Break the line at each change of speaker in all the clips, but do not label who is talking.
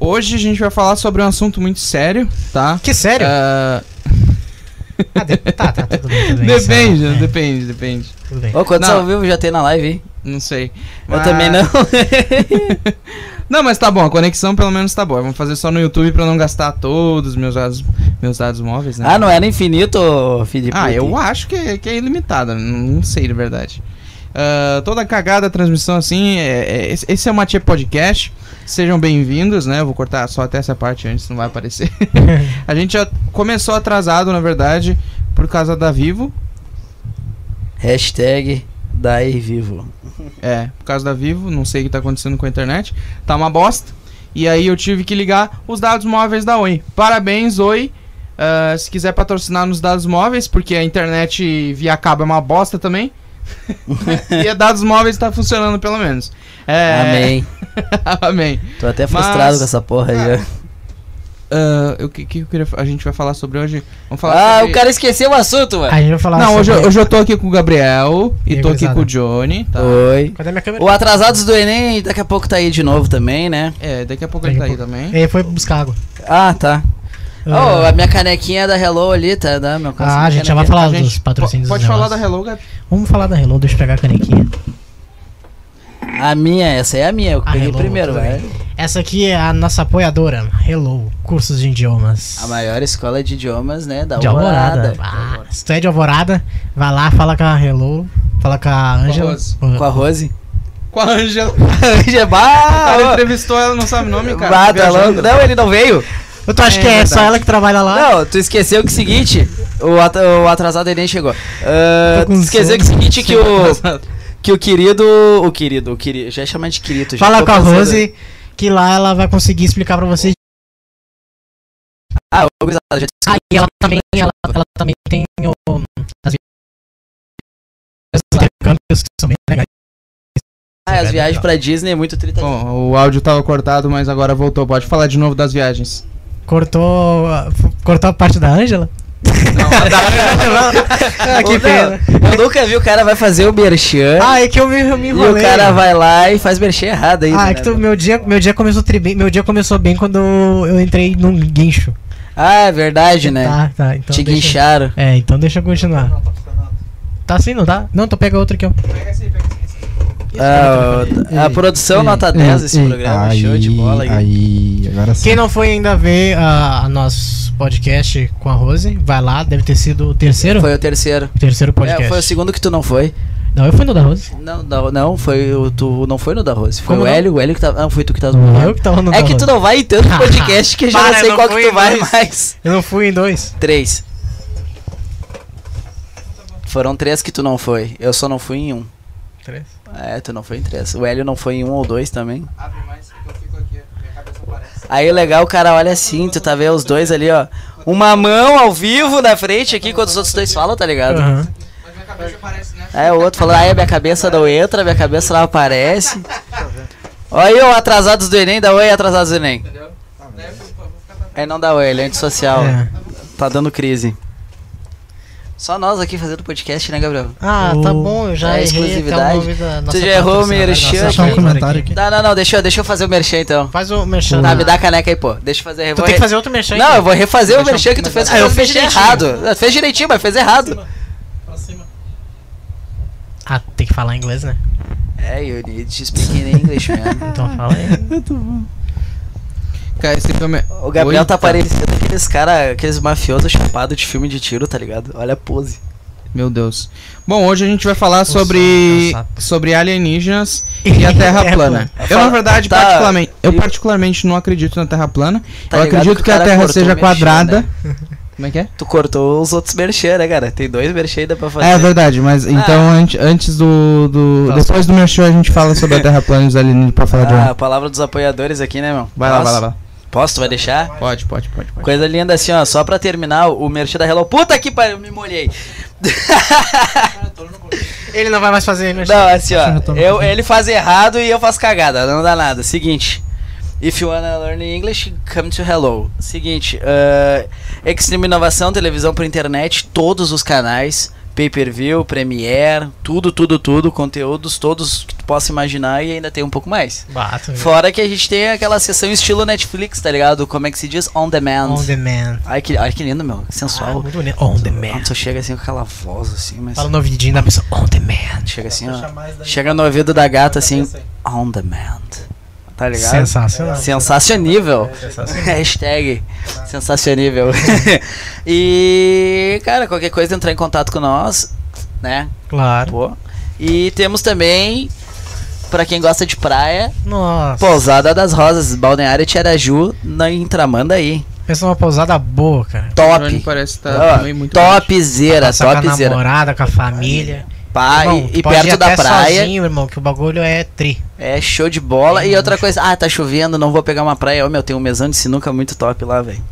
Hoje a gente vai falar sobre um assunto muito sério, tá?
Que sério?
Ah,
Ah, de- tá, tá, tudo bem. Tudo bem
depende,
Isso é- é,
depende, depende.
Tudo bem.
Ô, quantos
Não.
ao vivo já tem na live, hein?
Não sei.
Eu
Ah.
Mas-
também não.
Não, mas tá bom, a conexão pelo menos tá boa. Vamos fazer só no YouTube pra não gastar todos os meus dados, meus dados móveis, né?
ah, não era infinito, ô, filho de
Ah,
puta.
eu acho que é, que é ilimitada, não não sei de verdade. Ah, toda cagada a transmissão assim, é, é- esse- esse é o Matia Podcast. Sejam bem-vindos, né? Eu vou cortar só até essa parte antes, não vai aparecer. a gente já começou atrasado, na verdade, por causa da Vivo.
Hashtag daí vivo.
É, por causa da Vivo, não sei o que tá acontecendo com a internet. Tá uma bosta. E aí eu tive que ligar os dados móveis da Oi. Parabéns, Oi. Ah, se quiser patrocinar nos dados móveis, porque a internet via cabo é uma bosta também. e a dados móveis tá funcionando pelo menos. É,
Amém.
Amém.
Tô até
Mas-
frustrado com essa porra aí. ó.
Ah, o que, que eu queria fa- a gente vai falar sobre hoje? Vamos falar
Ah,
sobre...
o cara esqueceu o assunto, velho.
A gente vai falar
Não, hoje, eu-
sobre-
hoje eu tô aqui com o Gabriel
E
e
aí,
tô aqui
gurizada?
com o Johnny. Tá?
Oi.
Cadê é minha câmera?
O Atrasados do Enem daqui a pouco tá aí de novo também, né?
É, daqui a pouco
Daqui
ele
a
tá aí
pouco.
também.
Ele foi buscar água.
Ah, tá. Ó,
Ah,
a minha canequinha da Hello ali, tá? Da meu
ah, a gente já vai falar dos patrocínios.
pode
dos
falar da
negócios.
Hello, Gabi?
Vamos falar da Hello, deixa eu pegar a canequinha.
A minha, essa aí é a minha, eu
Ah,
peguei
Hello,
primeiro,
tudo
velho.
Essa aqui é a nossa apoiadora, Hello, cursos de idiomas.
A maior escola de idiomas, né? Da
de Alvorada.
Ah, Alvorada.
Ah, se tu é de Alvorada, vai lá, fala com a Hello, fala com a Ângela.
Rose.
Com a Rose.
Com a Angela.
Ângela,
O
Tá
cara
bah,
entrevistou ela, não sabe o nome,
ô,
cara. Tá
bah, Ah, tá
viajando.
louco. Não, ele não veio.
Eu tô acho
É
que é só
verdade.
ela que trabalha lá.
Não, tu esqueceu que o seguinte, o, at- o atrasado ele nem chegou. Ah,
Tô com
tu esqueceu
sono.
que o seguinte que o
Exato.
que o querido, o querido, o querido, já chamar de querido. Já
Fala
tô
com a
pensando-
Rose, que lá ela vai conseguir explicar pra vocês.
Ah, o gurizada, já
Ah, e ela também, ela, ela também tem o. As intercâmbios que são bem legais.
ah, as
velho,
viagens
tá.
pra Disney é muito trita.
Bom, o áudio tava cortado, mas agora voltou. Pode falar de novo das viagens.
Cortou, a- f- cortou a parte da Ângela? ah, que
Ô,
pena.
Eu nunca vi o cara vai fazer o merchan
Ah, é que eu me, eu me
e
enrolei.
o cara vai lá e faz merchan errado né, aí.
Ah, é que tu- meu, dia, meu, dia começou tri, bem- meu dia começou bem quando eu entrei num guincho.
Ah, é verdade, né?
Tá, tá. Então
Te
deixa,
guincharam.
é, então deixa eu continuar. Tá assim, não tá? Não, então pega outro aqui, ó.
Ah, o- a
Ei,
produção
ei,
nota 10 desse Tá programa,
aí,
show de bola. aí.
Aí, agora sim.
Quem não foi ainda ver ah, nosso podcast com a Rose, vai lá, deve ter sido o terceiro.
Foi o terceiro.
O terceiro podcast.
É, foi o segundo que tu não foi.
Não, eu fui no da Rose.
Não, não, não, foi o, tu não foi no da Rose. Foi
Como
o
não? Uhum.
Hélio, o Hélio que tava. Não, foi tu que tava
Eu
no
que tava no
É
da
que tu
Rose.
não vai em tanto podcast que eu já
Para,
não
eu Ah,
sei
não
qual
fui
que tu
em
vai
dois.
mais.
Eu não fui em dois.
Três. Foram três que tu não foi. Eu só não fui em um.
Três.
É, tu não foi em três. O Hélio não foi em um ou dois também. Aí o legal, o cara olha assim, tu tá vendo os dois ali, ó. Uma mão ao vivo na frente aqui, quando os outros dois falam, tá ligado?
Aham.
né?
Aí o outro falou, aí minha cabeça não entra, minha cabeça não aparece. Olha aí o atrasados do Enem, dá oi atrasados do Enem. É, não dá oi, ele é antissocial.
É.
Tá dando crise. Só nós aqui fazendo podcast, né, Gabriel?
Ah, tá bom, eu já
É
errei até
exclusividade.
o nome da nossa
já errou o
patrocinadora,
merchan,
nossa
aqui.
Deixa um
patrocinadora
comentário
aqui.
aqui.
Não, não, não, deixa, eu- deixa eu fazer o merchan então.
Faz o merchan.
Tá,
lá.
me dá a caneca aí, pô. Deixa eu fazer. eu
Tu
vou
tem
re-
que fazer outro merchan
Não,
então.
eu vou refazer o
Deixa eu
merchan que tu fez,
Ah, eu
eu fez
fiz
merchan
direitinho.
errado. Ah, Fez direitinho, mas fez errado.
Ah, tem que falar em inglês, né?
É, you need to speak in English, man.
Então fala aí.
Cara, esse filme é-
O Gabriel
Oi,
tá parecendo aqueles cara, aqueles mafiosos chapados de filme de tiro, tá ligado? Olha a pose.
Meu Deus. Bom, hoje a gente vai falar
Nossa,
sobre
cansado.
sobre alienígenas e a Terra
É,
plana. Eu na verdade
Tá,
particularmente, eu
eu-
particularmente não acredito na Terra plana.
Tá
eu
ligado
acredito
que
que,
o
a
cara
Terra
cortou né?
seja
o merchan,
quadrada. Como é que é?
Tu cortou os outros merchan, né, cara? Tem dois merchan ainda pra fazer.
É verdade,
Ah.
mas então antes, antes do, do-
Tá.
Depois do meu show a gente fala sobre a Terra plana e os alienígenas pra falar de um.
Ah, a
onde.
palavra dos apoiadores aqui, né, meu?
Vai lá,
Posso?
vai lá, vai lá.
Posso? Tu vai deixar?
Pode, pode, pode, pode.
Coisa linda assim, ó. Só pra terminar, o merchan da Hello. Puta que pariu, me molhei.
Ele não vai mais fazer merchan.
Não, assim,
Acho que eu é
ó.
tô-
eu- ele faz errado e eu faço cagada. Não dá nada. Seguinte. If you wanna learn English, come to Hello. uh, Seguinte, ah, Extreme Inovação, televisão por internet, todos os canais. pay-per-view, Premiere, tudo, tudo, tudo, conteúdos todos que tu possa imaginar e ainda tem um pouco mais.
Bato.
Fora que a gente tem aquela sessão estilo Netflix, tá ligado? Como é que se diz? On demand.
On demand.
Ai, que, ai, que lindo, meu. que
Ah,
Sensual.
muito bonito. On demand.
Quando tu chega assim com aquela voz assim, mas.
Fala no ouvidinho da pessoa. On demand.
Chega assim, ó. Chega no ouvido da gata assim, on demand. Tá ligado?
Sensacional.
Sensacionível. Hashtag sensacionível. e, cara, qualquer coisa entrar em contato com nós, né?
Claro.
Pô. E temos também, pra quem gosta de praia,
Nossa.
Pousada das Rosas, Balneário Tiaraju, na Intramandaí.
Pensa numa pousada boa, cara.
Johnny
Top.
parece que tá
Ah,
também muito
Topzera,
Passar com a
topzera.
namorada, com a família.
Pá,
Irmão,
e,
tu
e
pode ir
perto da
até
praia.
Sozinho, irmão, que o bagulho é tri.
É show de bola. E outra coisa, ah, tá chovendo, não vou pegar uma praia. Ô meu, tem um mesão de sinuca muito top lá, velho.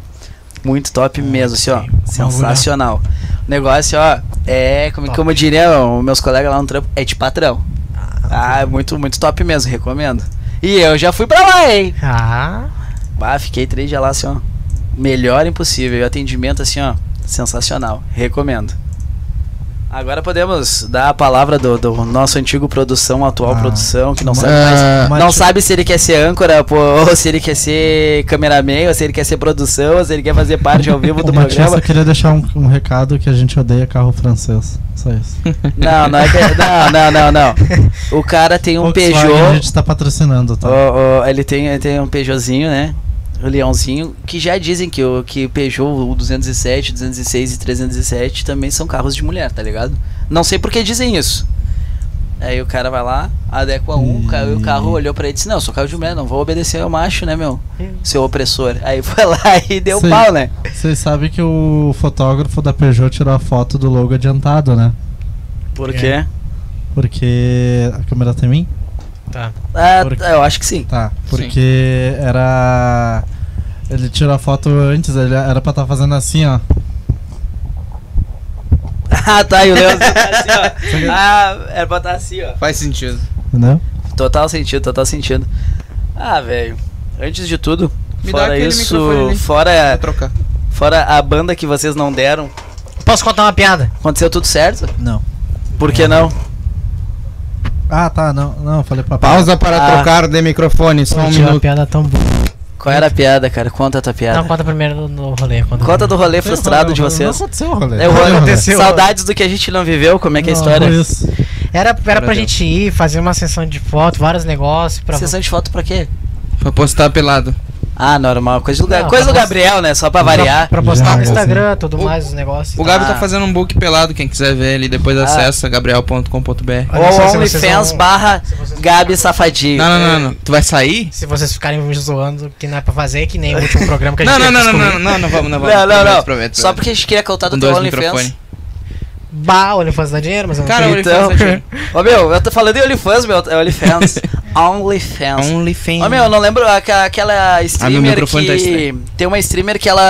Muito top mesmo, assim, ó.
bem.
Sensacional. O negócio, ó, é, como,
Top.
como diriam os meus colegas lá no trampo, é de patrão. Ah, é muito, muito top mesmo, recomendo. E eu já fui pra lá, hein?
Ah,
Bah, fiquei três dias lá, assim, ó. Melhor impossível. E o atendimento, assim, ó, sensacional. Recomendo. Agora podemos dar a palavra do, do nosso antigo produção, atual
Ah.
produção, que não sabe mais
Ah,
Mas-
não sabe se ele quer ser âncora, pô, ou se ele quer ser cameraman, ou se ele quer ser produção, ou se ele quer fazer parte ao vivo do
O Matias só
programa.
queria deixar um, um recado que a gente odeia carro francês. Só isso.
Não, não é que, não, não, não, não. O cara tem um
Volkswagen A
Peugeot,
gente tá patrocinando, tá?
ó, ó, ele, tem, ele tem um Peugeotzinho, né? O Leãozinho, que já dizem que o que Peugeot, o 207, 206 e 307 também são carros de mulher, tá ligado? Não sei por que dizem isso. Aí o cara vai lá, adequa um, caiu o carro, olhou pra ele e disse: Não, eu sou carro de mulher, não vou obedecer ao macho, né, meu? Seu opressor. Aí foi lá e deu
Sim.
pau, né?
Vocês sabem que o fotógrafo da Peugeot tirou a foto do logo adiantado, né?
Por
É.
quê?
Porque. A câmera tem mim?
tá.
Ah,
Por-
tá, eu acho que sim.
Tá. Porque era. Ele tirou a foto antes, ele era pra estar fazendo assim, ó.
ah, tá, e o Leandro tá assim, ó. Ah, era pra estar assim, ó.
Faz sentido.
Entendeu?
Total sentido, total sentido. Ah, velho. Antes de tudo,
Me dá
fora
aquele microfone
isso,
ali. Vou
fora,
É trocar.
fora a banda que vocês não deram,
Posso contar uma piada?
aconteceu tudo certo?
Não.
Por que não?
Ah, tá, não, não, eu falei pra
Pausa para
Ah.
trocar de microfone, só
Pô,
um
tive uma
minuto.
piada tão boa.
Qual era a piada, cara? Conta a tua
Não,
piada.
conta primeiro no, no rolê. Conta,
Conta do rolê
Não,
é frustrado
não,
de vocês.
Não aconteceu, rolê.
É o
Não
rolê.
aconteceu.
aconteceu.
Saudades do que a gente não viveu, como é que é a
Não,
história?
foi isso.
Era, era pra
Deus.
gente ir, fazer uma sessão de foto, vários negócios. Pra...
Sessão de foto pra quê?
Pra postar pelado.
Ah, normal, coisa do, Ga-
Não,
coisa do
pra-
Gabriel, né? Só pra variar.
Pra postar no
Já,
Instagram, tudo
O-
mais, os negócios.
O Gabi
Ah.
tá fazendo um book pelado, quem quiser ver ele depois
Ah.
acessa gabriel.com.br.
Olha só
Ou
se vocês
OnlyFans
vão-
barra
se vocês-
Gabi Safadinho.
Não, não, não, não. Tu vai sair?
Se vocês ficarem me zoando, que não é pra fazer, que nem o último programa que a gente
Não, não,
fez
não, não,
com-
não, não, não vamos, não vamos.
Não, não,
Prometo,
não.
prometo,
Só
prometo.
porque a gente queria contar do
Com
teu
dois
OnlyFans.
microfones.
Bah, olha, faz dar dinheiro, mas eu não
Cara,
tenho.
Então,
OnlyFans, né,
ô meu, eu tô falando em OnlyFans, meu, é OnlyFans. OnlyFans.
OnlyFans.
Ô meu, eu não lembro aqua- aquela streamer
Ah, microfone tá
que.
estranho.
tem uma streamer que ela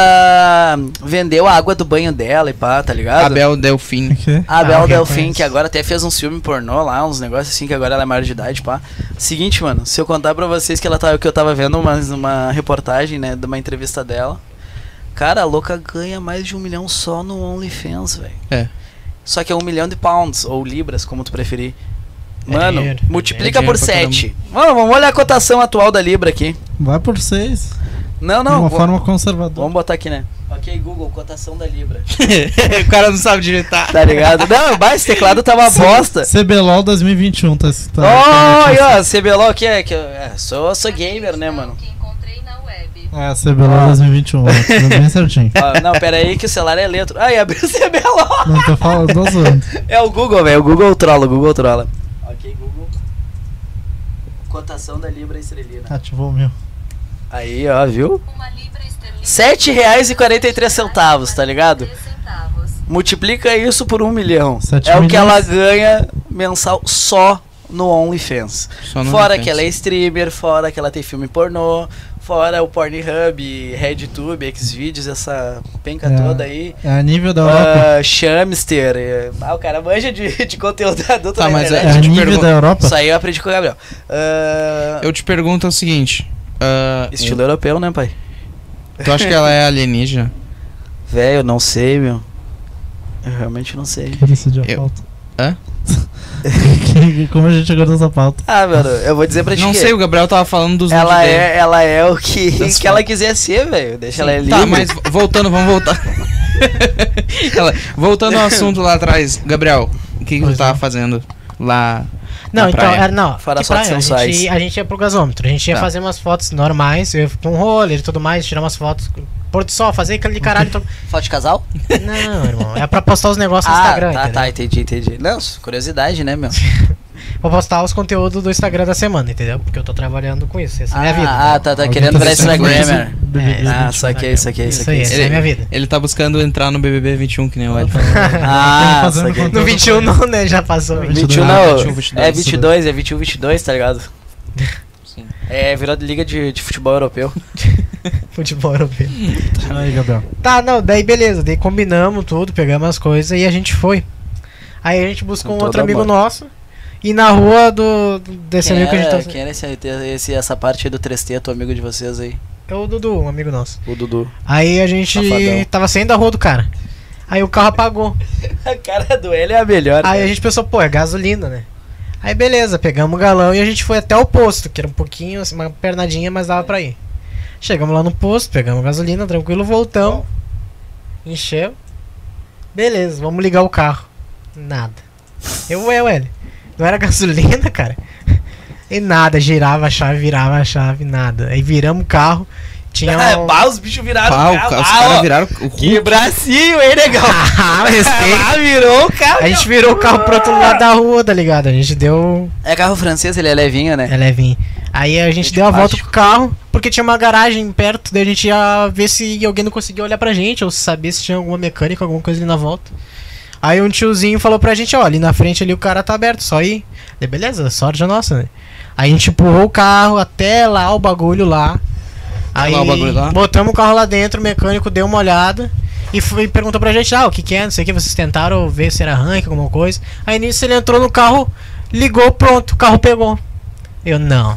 vendeu a água do banho dela e pá, tá ligado?
Abel Delfim.
Ok.
A Bela
Ah, ok,
Delfim,
conheço.
que agora até fez um filme pornô lá, uns negócios assim, que agora ela é maior de idade, pá. Seguinte, mano, se eu contar pra vocês que ela tá, que eu tava vendo uma, uma reportagem, né, de uma entrevista dela. Cara, a louca ganha mais de um milhão só no OnlyFans, velho.
É.
Só que é um milhão de pounds, ou libras, como tu preferir.
É
Mano,
dinheiro,
multiplica
é dinheiro
por
pra
7. Mano, vamos olhar a cotação atual da Libra aqui.
Vai por seis.
Não,
de
não.
uma
vo-
forma conservadora.
Vamos botar aqui, né? Ok, Google, cotação da Libra.
o cara não sabe digitar.
Tá ligado? não, mas esse teclado tá uma bosta.
CBLOL 2021, tá
Ô,
escutando.
oh, ó, CBLOL que é que eu é, sou, sou gamer, né, mano?
Que encontrei na web.
É,
Ah.
CBLOL 2021, ó, tudo bem certinho.
Ó, não, pera aí que o celular é eletro. Aí, abriu o CBLOL.
Não tô falando, tô zoando.
É o Google, velho. O Google trola, o Google trola. Ok, Google. Cotação da Libra Estrelina.
Ativou o Ah, tipo, meu.
Aí, ó, viu?
Uma libra esterlina.
R$ 7,43, tá ligado?
43 centavos.
Multiplica isso por um milhão.
Sete
é o que
milhões.
ela ganha mensal só no OnlyFans.
Só no
fora
OnlyFans.
que ela é streamer, fora que ela tem filme pornô, fora o Pornhub, RedTube, Xvideos, essa penca
É.
toda aí.
É a nível da Europa.
Ah, Shamster. é- Ah, o cara manja de, de conteúdo adulto
Tá,
na
mas
É
internet.
a
eu te
nível
pergunto,
da Europa.
Isso aí eu aprendi com o Gabriel. Ah,
Eu te pergunto o seguinte. ah,
Estilo europeu, né, pai?
Tu acha que ela é alienígena?
Velho, não sei, meu. Eu realmente não sei.
Quem decidiu a
Eu-
pauta?
Hã?
Quem- Como a gente chegou nessa pauta?
Ah, mano, eu vou dizer pra ti
Não
que
sei, o Gabriel tava falando dos
ela
nudes dele.
é, ela é o que,
Das
que ela quiser ser, velho. Deixa ela é livre.
Tá, mas vo- voltando, vamos voltar. Ela- voltando ao assunto lá atrás, Gabriel, o que, que tu
Pois
tava
não.
fazendo lá?
Não,
na
então,
praia?
era, não.
Fora
que
só de
praia? a,
sensuais.
gente, a gente ia pro gasômetro, a gente ia
Tá.
fazer umas fotos normais, eu ia com um roller e tudo mais, tirar umas fotos. com Pôr do sol, fazer aquele caralho. todo.
Foto de casal?
Não, irmão. É pra postar os negócios no Instagram.
tá,
entendeu?
tá, entendi, entendi. Não, curiosidade, né, meu?
Vou postar os conteúdos do Instagram da semana, entendeu? Porque eu tô trabalhando com isso. Essa é a
ah,
minha vida. É,
ah, tá, tá
Alguém
querendo
tá
virar
assistindo
Instagrammer.
isso? BBB.
Ah, saquei, saquei,
Isso
saquei.
aí, essa é
Ele-
a minha vida.
Ele tá buscando entrar no BBB 21, que nem o Ed. falou.
Ah,
fazendo
saquei.
conteúdo.
No 21 não, né? Já passou.
21.
21
Ah,
não,
21, 22,
é 22, é 21, 22, tá ligado?
Sim.
É, virou de liga de, de futebol europeu.
Futebol europeu.
Aí, Gabriel.
Tá, não, daí beleza, daí combinamos tudo, pegamos as coisas e a gente foi. Aí a gente buscou
Com
um
todo
outro amigo
amor.
nosso e na rua do do- desse
Quem
amigo que a gente tá
era,
tava.
é quem era esse, esse- essa parte aí do 3T, teu amigo de vocês aí?
É o Dudu, um amigo nosso.
O Dudu.
Aí a gente
Safadão.
tava saindo da rua do cara. Aí o carro apagou.
A cara do ele é a melhor.
Aí a gente pensou, pô, é gasolina, né? Aí beleza, pegamos o galão e a gente foi até o posto, que era um pouquinho, assim, uma pernadinha, mas dava pra ir. Chegamos lá no posto, pegamos gasolina, tranquilo, voltamos. Encheu. Beleza, vamos ligar o carro. Nada. Eu, ué, ué. Não era gasolina, cara? E nada, girava a chave, virava a chave, nada. Aí viramos o carro, tinha um...
Pá, É, os bichos viraram
Pau,
o
ca-
carro.
os
Ah,
caras
ó,
viraram o cu.
Que bracinho, hein, negão?
Ah, respeito.
Ah, virou o carro.
A gente virou o carro pro outro lado da rua, tá ligado? A gente deu
É carro francês, ele é levinho, né?
É levinho. Aí a gente
Gente
deu a volta
plástico.
com o carro, porque tinha uma garagem perto, daí a gente ia ver se alguém não conseguia olhar pra gente, ou saber se tinha alguma mecânica, alguma coisa ali na volta. Aí um tiozinho falou pra gente, ó, ali na frente ali o cara tá aberto, só ir. Daí, beleza, sorte a nossa, né? Aí a gente empurrou o carro até lá o bagulho lá. Aí
lá o bagulho lá?
botamos o carro lá dentro, o mecânico deu uma olhada e foi, perguntou pra gente, ah, o que que é, não sei o que, vocês tentaram ver se era arranque, alguma coisa. Aí nisso ele entrou no carro, ligou, pronto, o carro pegou. Eu não.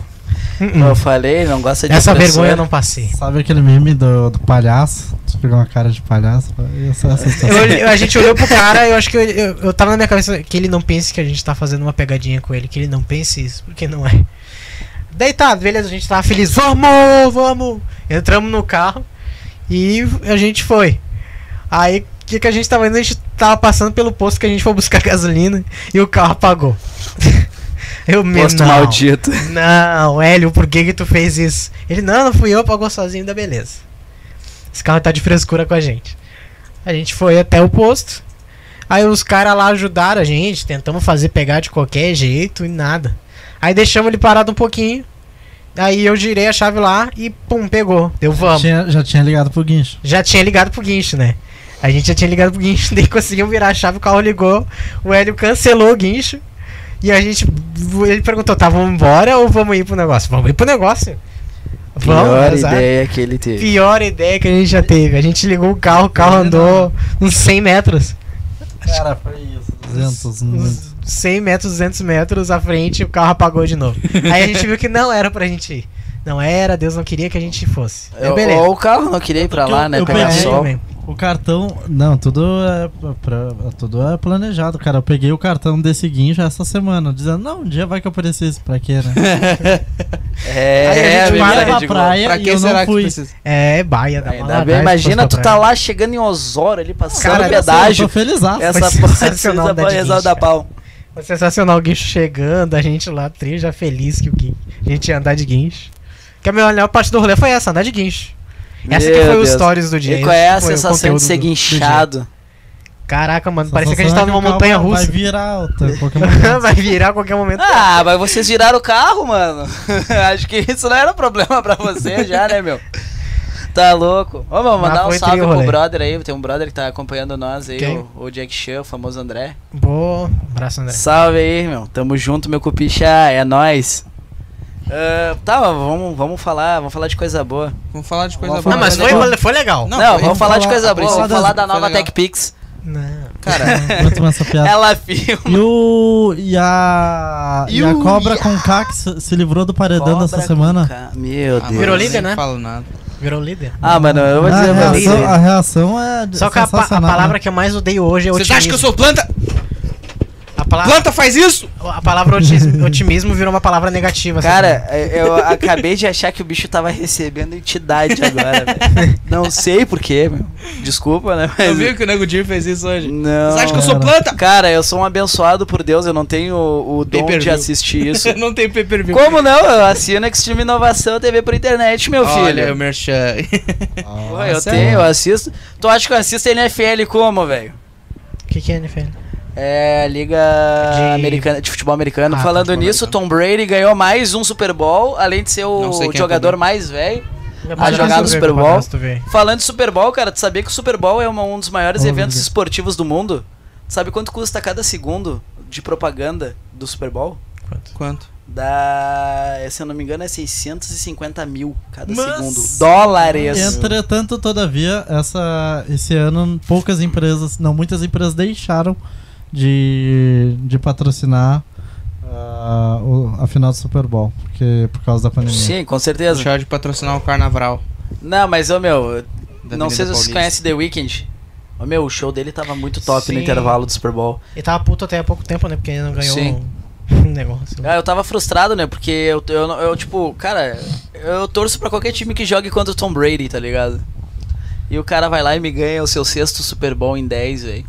Uh-uh.
Eu falei, não gosta de
Essa
pessoa.
vergonha eu não passei.
Sabe aquele meme do, do palhaço? Tu pegou uma cara de palhaço? Essa, essa
Eu
situação.
olhei- a gente olhou pro cara, eu acho que eu, eu, eu tava na minha cabeça que ele não pense que a gente tá fazendo uma pegadinha com ele, que ele não pense isso, porque não é. Daí tá, beleza, a gente tava feliz, vamos, vamos! Entramos no carro e a gente foi. Aí o que, que a gente tava indo? A gente tava passando pelo posto que a gente foi buscar gasolina e o carro apagou. eu mesmo.
Posto maldito.
Não, Hélio, por que que tu fez isso? Ele, não, não fui eu, pagou sozinho, da beleza. Esse carro tá de frescura com a gente. A gente foi até o posto. Aí os caras lá ajudaram a gente, tentamos fazer pegar de qualquer jeito e nada. Aí deixamos ele parado um pouquinho. Aí eu girei a chave lá e pum, pegou. Deu vamos.
Tinha- já tinha ligado pro guincho.
Já tinha ligado pro guincho, né? A gente já tinha ligado pro guincho, daí conseguimos virar a chave, o carro ligou, o Hélio cancelou o guincho. E a gente. Ele perguntou, tá, vamos embora ou vamos ir pro negócio? Vamos ir pro negócio.
Pior
azar.
ideia que ele teve.
Pior ideia que a gente já teve. A gente ligou o carro, o carro andou uns 100 metros.
Cara, foi isso. 200,
Hum.
Uns
200.
100 metros, 200 metros à frente, o carro apagou de novo. Aí a gente viu que não era pra gente ir. Não era, Deus não queria que a gente fosse. Daí
Eu-
beleza. É,
Ou o carro não queria ir pra lá, né?
Eu
Pegar
peguei
sol.
também.
O cartão. Não, tudo é, pra- tudo é planejado, cara. Eu peguei o cartão desse guincho essa semana, dizendo, não, um dia vai que aparecer isso pra quê, né?
Aí
É,
a gente
é,
vai
verdade,
pra
eu digo,
praia.
Pra
E
quem
eu não
será que
fui.
precisa?
É, baia da
Ainda bem, imagina tu tá lá chegando em Osório ali, passando
Cara, um
o
Eu
pedágio.
tô feliz. ah.
Essa
foi
porra
sensacional né,
essa
da
porra resolve
Disney,
da
cara.
pau.
Foi sensacional o guincho chegando, a gente lá, tri, já feliz que o guincho. A gente ia andar de guincho. Que a melhor parte do rolê foi essa, andar de guincho. Essa que
Meu
foi o
Deus.
stories do dia.
E qual é a
esse foi o
sensação
conteúdo
de ser
do- do dia.
guinchado?
Caraca, mano, parecia que a gente
Sensação
tava
é
numa
o carro
montanha
vai-
russa.
Vai virar alta. Qualquer momento.
Vai virar a qualquer momento.
Ah, mas vocês viraram o carro, mano. Acho que isso não era um problema pra você já, né, meu? Tá louco. Ô, meu,
Mas
mandar um
foi
salve
trio,
pro
rolê.
brother aí. Tem um brother que tá acompanhando nós aí,
Quem? É.
o, o Jack Chan, o famoso André.
Boa. um Abraço, André.
Salve aí, meu. Tamo junto, meu cupicha. É nóis. Ah, tá, mas vamos, vamos falar, vamos falar de coisa boa.
Vamos falar de coisa
Vamos
boa. né?
Não, mas foi, rolê- foi legal.
Não,
Não,
foi-
vamos falar de
falar-
coisa boa,
precisa
vamos falar
das-
da
foi
nova
legal.
TechPix.
Não.
Cara,
né? Muito mais essa piada.
Ela filma.
E o. E a. E,
E
a
o-
cobra com K que se, se livrou do paredão
Cobra
dessa
com
tá semana.
K. Meu
ah,
Deus.
Virou
mano,
líder,
nem
né?
falo nada.
Virou líder.
Ah, mano, eu vou
a,
dizer pra
reação-
você.
é, a reação é.
Só que a, pa- a
sensacional,
palavra que eu mais odeio hoje é
Você
otimismo.
acha que eu sou planta?
a, palavra,
Planta faz isso?
a palavra otimismo, otimismo virou uma palavra negativa. sabe?
Cara, eu acabei de achar que o bicho tava recebendo entidade agora, velho. Não sei porquê, meu. Desculpa, né?
Eu
mas-
vi que o Nego Di fez isso hoje.
Não.
Você acha que eu sou planta?
Cara, eu sou um abençoado por Deus, eu não tenho o, o dom de
Pay-per-view.
assistir isso.
Não tem pay per view.
Como não? Eu assino Extreme Inovação TV por internet, meu
Olha, o
filho.
merchan.
Pô,
né?
eu
é
tenho, eu assisto. Tu acha que eu assisto NFL como, velho?
O que, que é NFL?
É, Liga
De-
Americana de Futebol Americano.
Ah, tá,
Falando
futebol
nisso, Tom Brady ganhou mais um Super Bowl, além de ser o
Não sei quem é
jogador
também.
mais velho.
Meu
A
padrasto
jogada do
veio,
Super
meu
Bowl.
padrasto veio.
Falando de Super Bowl, cara, tu sabia que o Super Bowl é uma- um dos maiores
Olha.
eventos esportivos do mundo? Tu sabe quanto custa cada segundo de propaganda do Super Bowl?
Quanto?
Dá, se eu não me engano, é 650 mil cada
Mas-
segundo. Dólares.
Entretanto, todavia, essa, esse ano poucas empresas, não muitas empresas deixaram de, de patrocinar ah, o- a final do Super Bowl, porque por causa da pandemia.
Sim, com certeza.
Deixar de patrocinar o carnaval.
Não, mas, ô meu,
da
não
Avenida
sei se vocês
Paulista.
conhecem The Weeknd. Ô meu, o show dele tava muito top no
Sim.
intervalo do Super Bowl.
Ele tava puto até há pouco tempo, né? Porque ele não ganhou
Sim.
um negócio.
Ah, eu tava frustrado, né? Porque eu, eu, não- eu, tipo, cara, eu torço pra qualquer time que jogue contra o Tom Brady, tá ligado? E o cara vai lá e me ganha o seu sexto Super Bowl em 10, velho.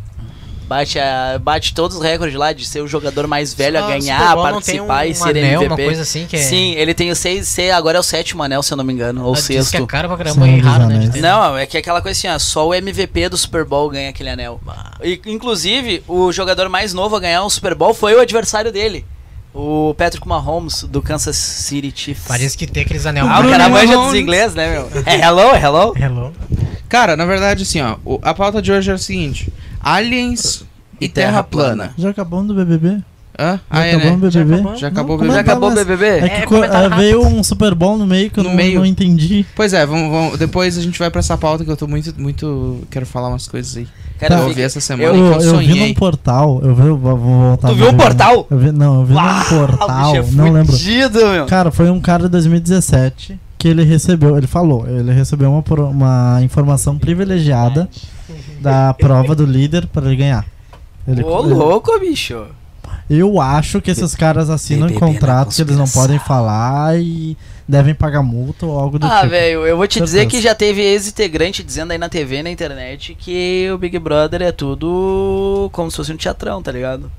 Bate, a- bate todos os recordes lá de ser o jogador mais velho
Ah,
a
o Super
ganhar, a
Bowl não tem
participar
um
e ser
anel,
MVP.
Uma coisa assim que é...
Sim, ele tem o seis, seis- agora é o sétimo anel, se eu não me engano, ou
Ah, diz que é
sexto.
caro pra caramba
Senhor
e
dos
raro, né?
Anéis.
de ter.
Não, é que é aquela coisa assim, ó, só o MVP do Super Bowl ganha aquele anel. E, inclusive, o jogador mais novo a ganhar um Super Bowl foi o adversário dele, o Patrick Mahomes, do Kansas City Chiefs.
Parece que tem aqueles anel.
Ah, o
Bruno
cara manja dos
Mahomes.
inglês, né, meu? É hello, hello?
Hello.
Cara, na verdade, assim, ó. o- a pauta de hoje é o seguinte: Aliens e,
E
terra,
terra
plana.
Já acabamos do BBB?
Hã?
Já
Ah, é,
acabamos
né?
do BBB?
acabou?
Já acabou o
como
BBB.
Já
é que tá,
acabou o
mas-
BBB?
É que co- ah, veio um Super Bowl no meio que eu
No
não,
meio.
não entendi.
Pois é, vamos, vamos- depois a gente vai pra essa pauta que eu tô muito, muito. Quero falar umas coisas aí. eu
Cara, Tá. eu
ouvi
fiquei-
essa semana
eu, um
que eu
eu vi
sonhei.
num portal. Eu vi, vou vou voltar.
Tu
no
viu um
BBB.
portal?
Eu vi- não, eu vi
Uau,
num é um portal.
o bicho é
não lembro.
fudido, meu.
Cara, foi um cara de 2017 que ele recebeu, ele falou, ele recebeu uma, pro- uma informação privilegiada da prova do líder pra ele ganhar. Ele- é-
Ô, louco, bicho.
eu acho que esses caras assinam
BBB na
contratos que eles não podem falar e devem pagar multa ou algo do
Ah,
tipo.
velho, eu vou te dizer
Certeza.
que já teve ex-integrante dizendo aí na TV, na internet, que o Big Brother é tudo como se fosse um teatrão, tá ligado?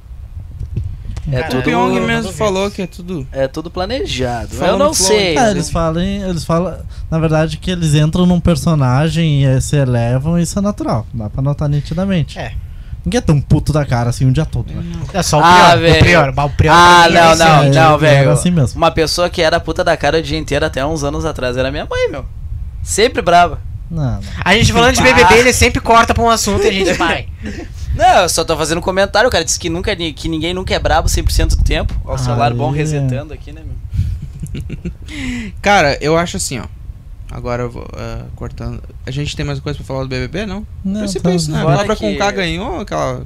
É
Cara,
O
tudo,
Pyong
eu-
mesmo
eu-
falou que é tudo.
é tudo planejado. eu
Falando
não
flow,
sei.
Ah, eles falam, eles falam, na verdade que eles entram num personagem e eh, se elevam, isso é natural, dá pra notar nitidamente.
É.
Ninguém é tão puto da cara assim o dia todo, né?
É só o
Ah,
pior.
velho.
o pior. bah, O pior
Ah,
pra mim é
não,
esse
não,
ano.
É,
não,
é
velho.
assim mesmo.
Uma pessoa que era puta da cara o dia inteiro até uns anos atrás era minha mãe, meu. Sempre brava.
Não, não.
A gente falando de BBB, ele sempre corta pra um assunto e a gente vai.
Não, eu só tô fazendo um comentário, o cara disse que, nunca, ni- que ninguém nunca é brabo 100% do tempo. Ó, o celular bom
Aí.
resetando aqui, né, meu?
Cara, eu acho assim, ó. Agora eu vou ah, cortando. A gente tem mais coisa pra falar do BBB, não?
Não,
eu sempre
tá-
isso, né? A
Fora
Bárbara
que-
com K ganhou aquela.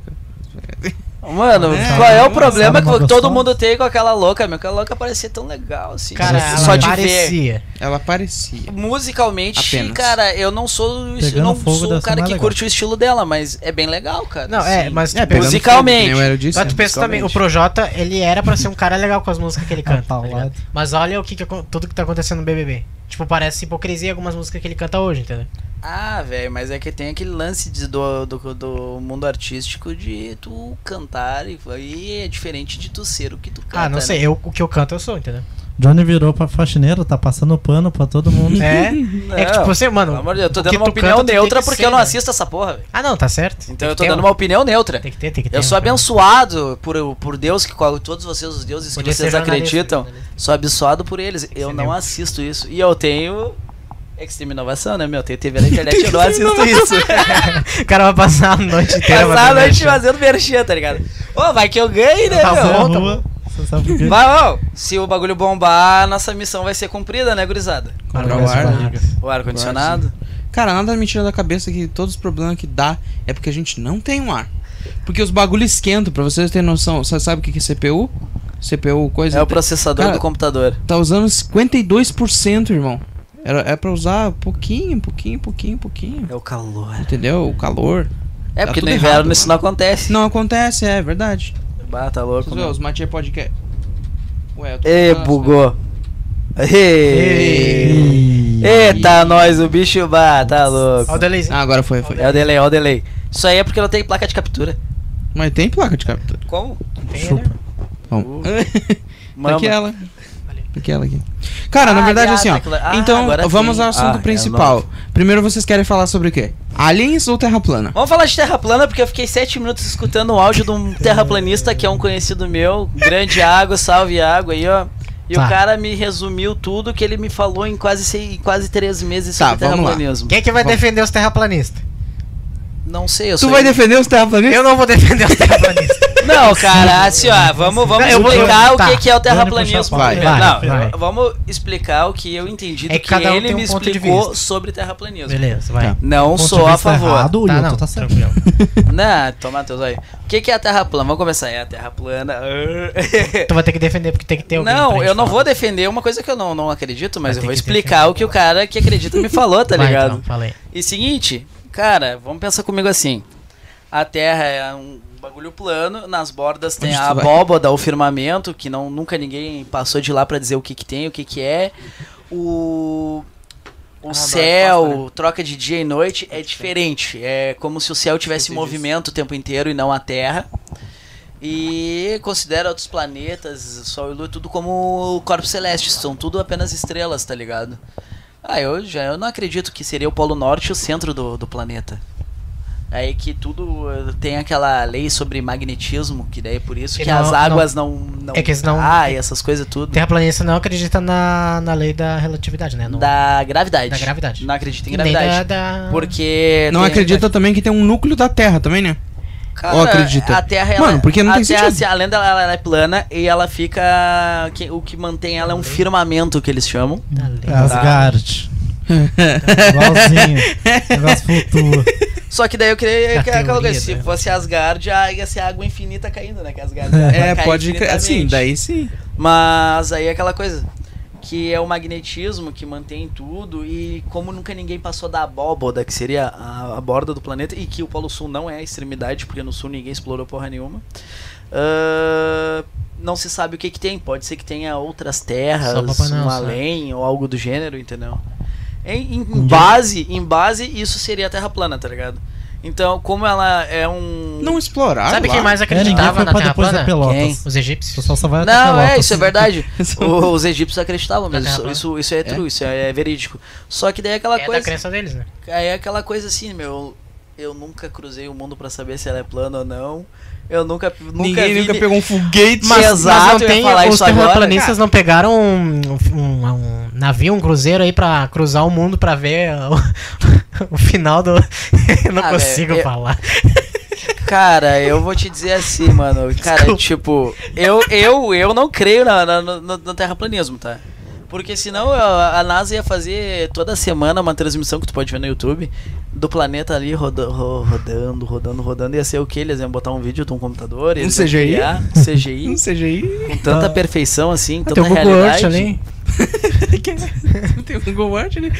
Mano,
É,
qual é o
nossa,
problema
era uma
que todo
gostosa.
mundo tem com aquela louca, meu? Aquela louca parecia tão legal, assim.
Cara,
Só
ela
só de ver.
parecia.
Ela parecia.
Musicalmente,
Apenas.
cara, eu não sou, eu
Pegando
não
fogo
sou
deve
o
ser
cara
mais
que
legal.
curte o estilo dela, mas é bem legal, cara. Assim,
Não, é,
Sim.
mas tu,
pegando
pensa,
fogo,
Musicalmente.
que nem o Hélio disse,
mas tu
né?
pensa também, o Projota, ele era pra ser um cara legal com as músicas que ele canta. tá ligado?
Paulado.
mas olha o que, que acon- tudo que tá acontecendo no BBB. Tipo, parece hipocrisia algumas músicas que ele canta hoje, entendeu?
Ah, velho, mas é que tem aquele lance de- do, do, do mundo artístico de tu cantar e, e é diferente de tu ser o que tu canta.
ah, não
né?
sei, eu, o que eu canto eu sou, entendeu?
Johnny virou pra faxineira, tá passando pano pra todo mundo.
É, é que tipo, você,
né? Pelo amor
mano...
de Deus, eu tô
o que
dando uma
tu
opinião
canta, tu tem
neutra
que
porque
ser,
eu não
né?
assisto essa porra, velho.
Ah, não, tá certo.
Então eu tô
Tem que ter
dando
um-
uma opinião neutra.
Tem que ter, tem que ter.
Eu sou
um cara.
abençoado por, por Deus, que qual- todos vocês, os deuses que
Podia ser
vocês
jornalista,
acreditam,
jornalista.
sou abençoado por eles. Eu
Sim,
não
né?
assisto isso. E eu tenho Extreme Inovação, né, meu? Tenho TV na internet, eu não assisto isso.
O cara vai passar a noite inteira.
Passar a
fazendo
noite
merchan.
fazendo merchan, tá ligado? Ô, vai que eu ganhei, né,
Tá
meu?
bom.
Na rua, você sabe por quê?
Vai, ô, se o bagulho bombar, nossa missão vai ser cumprida, né, gurizada?
Quando
Pra
cresce a
guarda.
barriga.
O ar-condicionado.
Cara, nada me tira da cabeça que todos os problemas que dá é porque a gente não tem um ar. Porque os bagulhos esquentam, pra vocês terem noção. Você sabe o que que é CPU? CPU, coisa.
É o processador
Cara,
do computador.
Tá usando 52%, irmão. Era, é pra usar pouquinho, pouquinho, pouquinho, pouquinho.
É o calor.
Entendeu? O calor.
É
Tá
porque
tudo
no inverno
errado,
isso não acontece.
Não acontece, é verdade.
Bah, tá louco.
Os Matei Podcast. Ué, eu tô
E
falando,
bugou. Ê.
Ih.
Eita, nós, o bicho bah, tá louco.
Ó o delayzinho.
Ah, agora foi, foi.
É o delay, é o delay. Isso aí é porque não tem placa de captura.
Mas tem placa de captura.
Como?
Tem,
Chupa.
né?
Bom.
Mama.
tá aqui ela. Tá aqui ela aqui. Cara, na
Ah,
verdade,
ah,
assim, ó.
tá claro. Ah,
então,
agora
vamos
sim.
ao
Ah,
assunto
é
principal. Primeiro, vocês querem falar sobre o quê? Aliens ou Terra plana?
Vamos falar de terra plana, porque eu fiquei sete minutos escutando o áudio de um terraplanista que é um conhecido meu, grande água, salve água aí, ó. E
Tá.
o cara me resumiu tudo que ele me falou em quase, sei- em quase três meses
Tá,
sobre
vamos lá.
terraplanismo.
Quem é que vai
Vamos.
defender os terraplanistas?
Não sei, eu
Tu
sou-
vai defender os terraplanistas?
Eu não vou defender os terraplanistas.
Não, cara, assim, ó, vamos, vamos
Eu vou-
explicar o
tá.
que, que é o
Vamos puxar a
terraplanismo.
pauta.
primeiro.
Vai,
não,
vai.
vamos explicar o que eu entendi do
É que
que,
cada um
ele
tem um
me
ponto de
explicou
vista.
sobre terraplanismo.
Beleza, vai.
Não
Ponto de
sou a
vista
favor.
errado e
Tá,
outro
não,
tá certo.
tranquilo.
Não, toma teus aí. O que, que é a terra plana? Vamos começar. É a terra plana. Ah.
Tu vai ter que defender porque tem que ter alguém. pra
Não,
gente
eu não
falar.
vou defender uma coisa que eu não, não acredito, mas
Vai
eu
ter
vou
que
explicar
defender.
o que o cara que acredita me falou, tá
Vai,
ligado?
Então, falei.
E seguinte, cara, vamos pensar comigo assim. A Terra é um bagulho plano, nas bordas tem
Onde
a
tu vai?
abóbada, o firmamento, que não, nunca ninguém passou de lá pra dizer o que que tem, o que que é. O...
Ah, é
O céu,
né?
troca de dia e noite é diferente. É como se o céu tivesse movimento o tempo inteiro e não a Terra. E considera outros planetas, Sol e Lua, tudo como corpos celestes. São tudo apenas estrelas, tá ligado? Ah, eu já eu não acredito que seria o Polo Norte o centro do, do planeta. Aí que tudo eh, tem aquela lei sobre magnetismo, que daí é por isso
Que
que,
não-
as
não-
águas não. não
é que eles não-
Ah, e essas coisas tudo.
Terraplanista não acredita na, na lei da relatividade, né? No-
Da gravidade.
Da gravidade.
Não acredito em
E nem
gravidade.
da- da-
Porque.
Não
tem-
acredita também que tem um núcleo da Terra também, né?
Cara,
Ou acredita?
A Terra, ela,
Mano, porque não
a
tem
Terra,
sentido.
assim, a lenda ela, ela é plana e ela fica. que- o que mantém ela é um firmamento que eles chamam.
da lei.
É Asgard. Igualzinho. O negócio flutua.
Só que daí eu
É a
queria. que- aquela
teoria,
coisa, se
né?
fosse Asgard, já ia ser água infinita caindo, né? Que Asgard já
É,
cai
pode crer. Assim,
infinitamente.
daí sim.
Mas aí é aquela coisa. Que é o magnetismo que mantém tudo e como nunca ninguém passou da abóboda, que seria a, a borda do planeta, e que o Polo Sul não é a extremidade, porque no Sul ninguém explorou porra nenhuma. Ahn, não se sabe o que que tem, pode ser que tenha outras terras,
Só Papai Noel,
um
sabe?
além ou algo do gênero, entendeu? Em, em- em
Entendi.
base, em base, isso seria a Terra plana, tá ligado? Então, como ela é um...
Não exploraram.
Sabe
lá.
quem mais
É, ninguém
acreditava
foi
na
pra
Terra
depois
plana?
da Pelotas.
Quem?
Os
O
egípcios.
pessoal só vai até
Não,
Pelotas.
é, isso é verdade. O- os egípcios acreditavam
Da
mesmo. Isso,
Terra
isso, isso é true, isso é, é verídico. Só que daí é aquela
É da
coisa.
crença deles, né?
É aquela coisa assim, meu. Eu nunca cruzei o mundo pra saber se ela é plana ou não. Eu nunca. nunca
Ninguém
vi
nunca
ni-
pegou um foguete.
Mas- Exato,
não
eu ia falar
os
isso agora, né?
terraplanistas não pegaram um, um- um navio, um cruzeiro aí pra cruzar o mundo pra ver o, o final do. Eu não
Ah,
consigo
velho, eu-
falar.
Cara, eu vou te dizer assim, mano. Cara, tipo, eu, eu, eu não creio na, na- no, no terraplanismo, tá? Porque senão a, a NASA ia fazer toda semana uma transmissão que tu pode ver no YouTube do planeta ali roda- ro- rodando, rodando, rodando. Ia ser o que? Eles iam botar um vídeo de um computador? Eles
Um
iam
CGI?
criar um CGI
Não seja aí.
com tanta
Ah.
perfeição assim,
Tem
tanta
o Google Earth
realidade.
ali.
Tem o Google Earth ali.